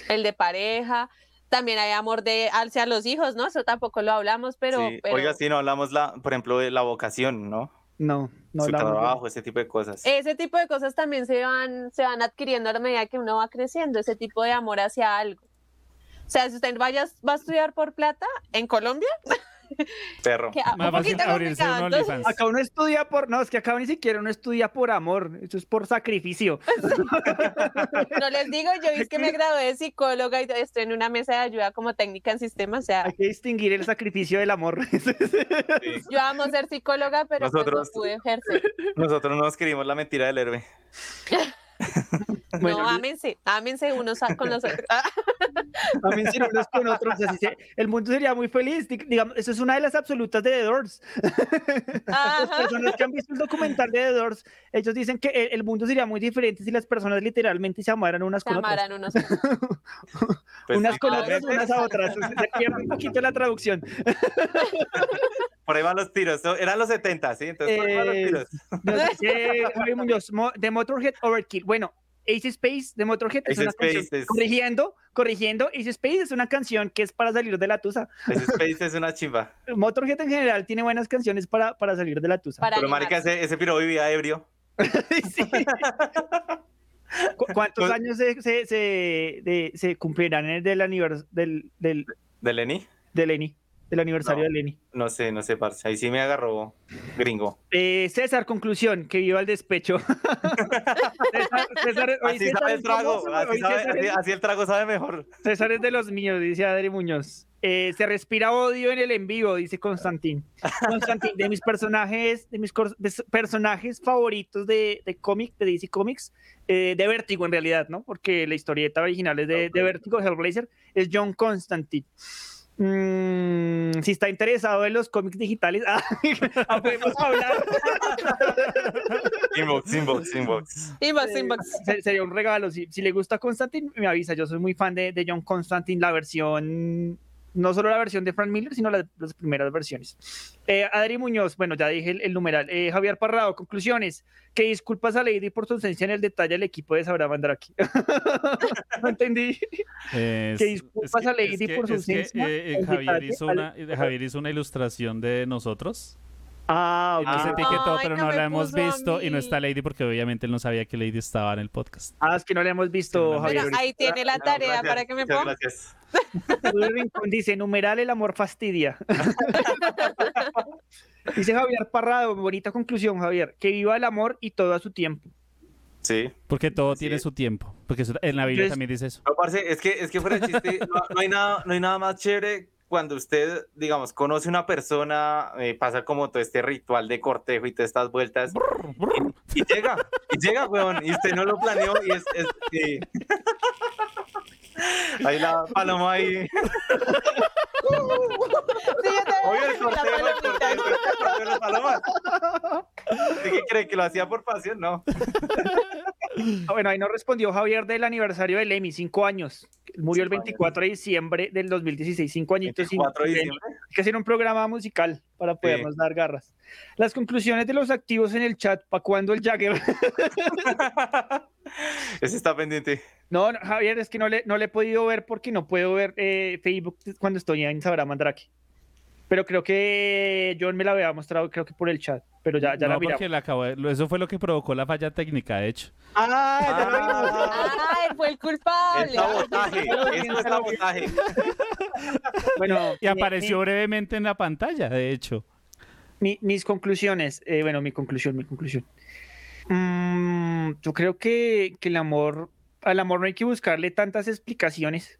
El de pareja, también hay amor de hacia los hijos, ¿no? Eso tampoco lo hablamos, pero... Sí, pero- Oiga, si no hablamos, la, por ejemplo, de la vocación, ¿no? No, no Su hablamos de- trabajo, ese tipo de cosas. Ese tipo de cosas también se van, se van adquiriendo a la medida que uno va creciendo, ese tipo de amor hacia algo. O sea, si usted vaya, va a estudiar por plata en Colombia, perro. que a- Más un fácil poquito Ah, abrirse un complicado. entonces, OnlyFans. Acá uno estudia por. No, es que acá ni siquiera uno estudia por amor. Eso es por sacrificio. no les digo, yo es que me gradué de psicóloga y estoy en una mesa de ayuda como técnica en sistema. O sea, Hay que distinguir el sacrificio del amor. Sí. yo amo ser psicóloga, pero pues no Nosotros- pude ejercer. Nosotros nos creímos la mentira del héroe. Bueno, no, ámense, ámense unos a- con los otros. Ah, También sin unos con otros. Así se- el mundo sería muy feliz. Dig- Digamos, eso es una de las absolutas de The Doors. Las ajá. personas que han visto el documental de The Doors, ellos dicen que el, el mundo sería muy diferente si las personas literalmente se amaran unas Se con otras. amarán unos. con otros. Pues, unas con ahora otras, sí. unas a otras. Se pierde un poquito la traducción. Por ahí van los tiros. so- Eran los 70, ¿sí? Entonces, por ahí van los Eh, tiros. Nos dice Javi Muñoz, Mo- de Motorhead Overkill. Bueno, Ace Space de Motorhead es Ace una Space canción. es- Corrigiendo, corrigiendo, Ace Space es una canción que es para salir de la tusa. Ese Space es una chimba. Motorhead en general tiene buenas canciones para, para salir de la tusa. Para Pero, marica, animarse. ese, ese piro vivía ebrio. Sí. ¿Cu- ¿Cuántos Con- años se, se, se- de- se cumplirán el del anivers- del, del, ¿De Lenny? de Lenny, del aniversario No. de Lenny? No sé, no sé, parce. Ahí sí me agarró gringo. Eh, César, conclusión, que viva el despecho. César, César- hoy Así César sabe el es trago. famoso, Así, hoy sabe- César así- es- así el trago sabe mejor. César es de los míos, dice Adri Muñoz. Eh, se respira odio en el en vivo, dice Constantín. Constantín, de mis personajes, de mis cor- de s- personajes favoritos de, de cómic, de DC Comics, eh, de Vértigo en realidad, ¿no? Porque la historieta original es de, de Vértigo, Hellblazer, es John Constantine. Mm, si está interesado en los cómics digitales, ah, ah, podemos hablar. Inbox, inbox, inbox. Inbox, Eh, Se- Sería un regalo. Si, si le gusta Constantine, me avisa. Yo soy muy fan de, de John Constantine, la versión, no solo la versión de Frank Miller, sino la- las primeras versiones. Eh, Adri Muñoz, bueno, ya dije el, el numeral. Eh, Javier Parrado, conclusiones. Que disculpas a Lady por su ausencia en el detalle el equipo de Sabrá Mandraki. no entendí. Es- que disculpas a Lady es que- por su es que, ausencia. eh, eh, en Javier, detalle hizo al- una, eh, Javier hizo una ilustración de nosotros. Ah, Nos ok. etiquetó, pero no no, me la hemos puso a visto y no mí. está Lady porque obviamente él no sabía que Lady estaba en el podcast. Ah, es que no le hemos visto, Javier. Bueno, ahí tiene Ah, la tarea para que me ponga. Julio Rincón dice, numeral el amor fastidia. dice Javier Parrado, bonita conclusión, Javier, que viva el amor y todo a su tiempo. Sí. Porque todo tiene su tiempo. Porque eso- en la Biblia Entonces- también dice eso. No, parce, es que, es que fuera de chiste, no, no hay nada, no hay nada más chévere cuando usted, digamos, conoce una persona, eh, pasa como todo este ritual de cortejo y todas estas vueltas, y, y llega, y llega, weón, y usted no lo planeó, y es... es- sí. Ahí la paloma ahí. Oye, el cortejo, el cortejo, el cortejo de las palomas. ¿Usted qué cree que lo hacía por pasión? No. Ah, Bueno, ahí nos respondió Javier del aniversario del EMI, cinco años. Murió el 24 de diciembre del 2016, cinco añitos. sin- 24 de diciembre. Hay que hacer un programa musical para podernos dar garras. Las conclusiones de los activos en el chat, ¿para cuándo el Jagger? Ese está pendiente. No, no, Javier, es que no le, no le he podido ver porque no puedo ver eh, Facebook cuando estoy en Sabrá Mandrake. Pero creo que John me la había mostrado, creo que por el chat. Pero ya, ya la no, miramos. porque la acabó de- eso fue lo que provocó la falla técnica, de hecho. Ah, Ah, Ay, fue el culpable. Es sabotaje, eso es sabotaje. Bueno, Y apareció mi- brevemente en la pantalla, de hecho. mi- mis conclusiones. eh, bueno, mi conclusión, mi conclusión. Mm, yo creo que, que el amor, al amor no hay que buscarle tantas explicaciones.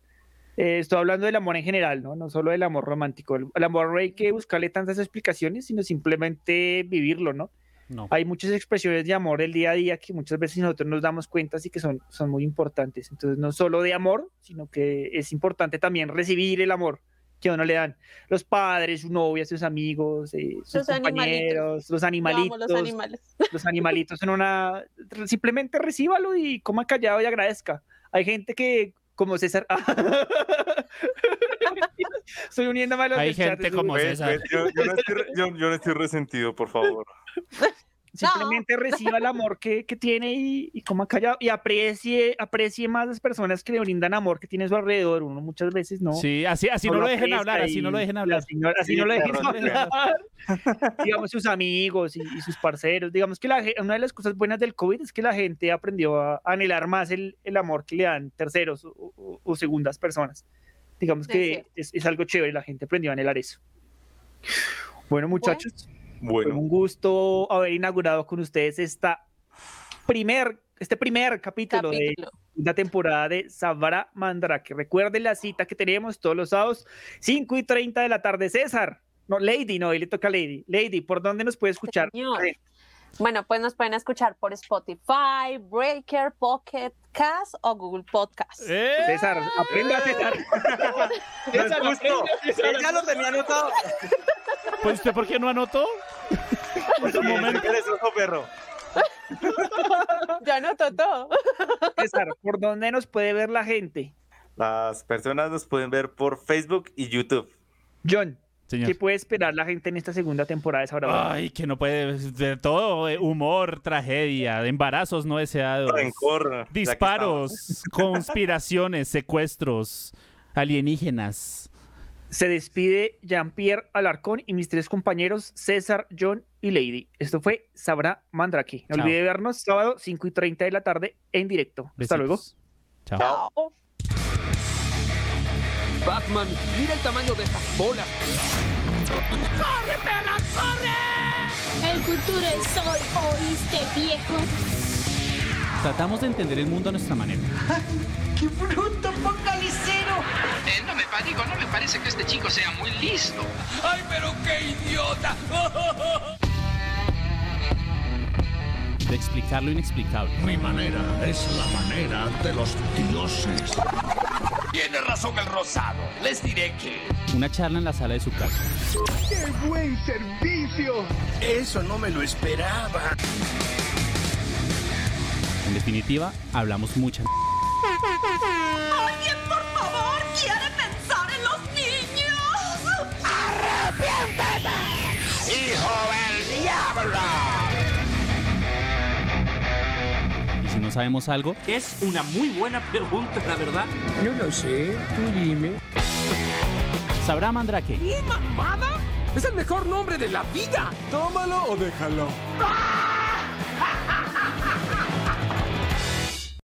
Eh, estoy hablando del amor en general, ¿no? No solo del amor romántico. El- Al amor no hay que buscarle tantas explicaciones, sino simplemente vivirlo, ¿no? No. Hay muchas expresiones de amor del día a día que muchas veces nosotros nos damos cuenta y que son, son muy importantes. Entonces, no solo de amor, sino que es importante también recibir el amor que a uno le dan los padres, su novia, sus amigos, eh, sus Los compañeros, animalitos. los Yo amo animalitos. los animales. los animalitos son una... Simplemente recíbalo y coma callado y agradezca. Hay gente que, como César... Soy uniéndome a los del chat, es un- Pues, pues, Yo, yo no estoy, yo- yo no estoy resentido, por favor. Simplemente reciba el amor que, que tiene y, y coma callado y aprecie, aprecie más las personas que le brindan amor que tiene a su alrededor. Uno muchas veces no. Sí, así, así no, lo dejen aprecia hablar, así y- no lo dejen hablar. Así no, así no lo dejen hablar. digamos, sus amigos y, y sus parceros. Digamos que la, ge- una de las cosas buenas del COVID es que la gente aprendió a anhelar más el, el amor que le dan terceros o, o- o segundas personas. Digamos Es que cierto. es, es algo chévere, la gente aprendió a anhelar eso. Bueno, muchachos, Bueno. fue un gusto haber inaugurado con ustedes esta primer, este primer capítulo, Capítulo. de una temporada de Sabra Mandrake. Recuerden la cita que tenemos todos los sábados, 5 y 30 de la tarde. César, no, Lady, no, hoy le toca a Lady. Lady, ¿por dónde nos puede escuchar? Señor. Bueno, pues nos pueden escuchar por Spotify, Breaker, Pocket Cast o Google Podcast. ¿Eh? César, aprenda, César. No es justo. Ya lo tenía anotado. Pues usted, ¿por qué no anotó? Por su momento. Eres ojo perro. Ya no todo. César, ¿por dónde nos puede ver la gente? Las personas nos pueden ver por Facebook y YouTube. John, Señor. ¿qué puede esperar la gente en esta segunda temporada de Sabra Mandrake? Ay, que no puede. De todo, eh, humor, tragedia, embarazos no deseados, Rencor, ya que disparos, conspiraciones, secuestros, alienígenas. Se despide Jean-Pierre Alarcón y mis tres compañeros César, John y Lady. Esto fue Sabra Mandrake. No Chao. olvide vernos sábado 5 y 30 de la tarde en directo. Hasta luego. Chao. Batman, mira el tamaño de esas bolas. ¡Corre, perra, corre! El futuro es hoy, oíste viejo. Tratamos de entender el mundo a nuestra manera. ¡Qué bruto focalicero! Eh, no me pa- digo, no me parece que este chico sea muy listo. ¡Ay, pero qué idiota! De explicar lo inexplicable. Mi manera es la manera de los dioses. Tiene razón el rosado. Les diré que. Una charla en la sala de su casa. ¡Qué buen servicio! Eso no me lo esperaba. En definitiva, hablamos mucha. m- ¡Alguien, por favor, quiere pensar en los niños! ¡Arrepiéntete! ¡Hijo del diablo! Y si no sabemos algo, Es una muy buena pregunta, la verdad. No lo sé, tú dime. sabrá Mandrake. ¿Qué mamada? Es el mejor nombre de la vida. Tómalo o déjalo. ¡Ah!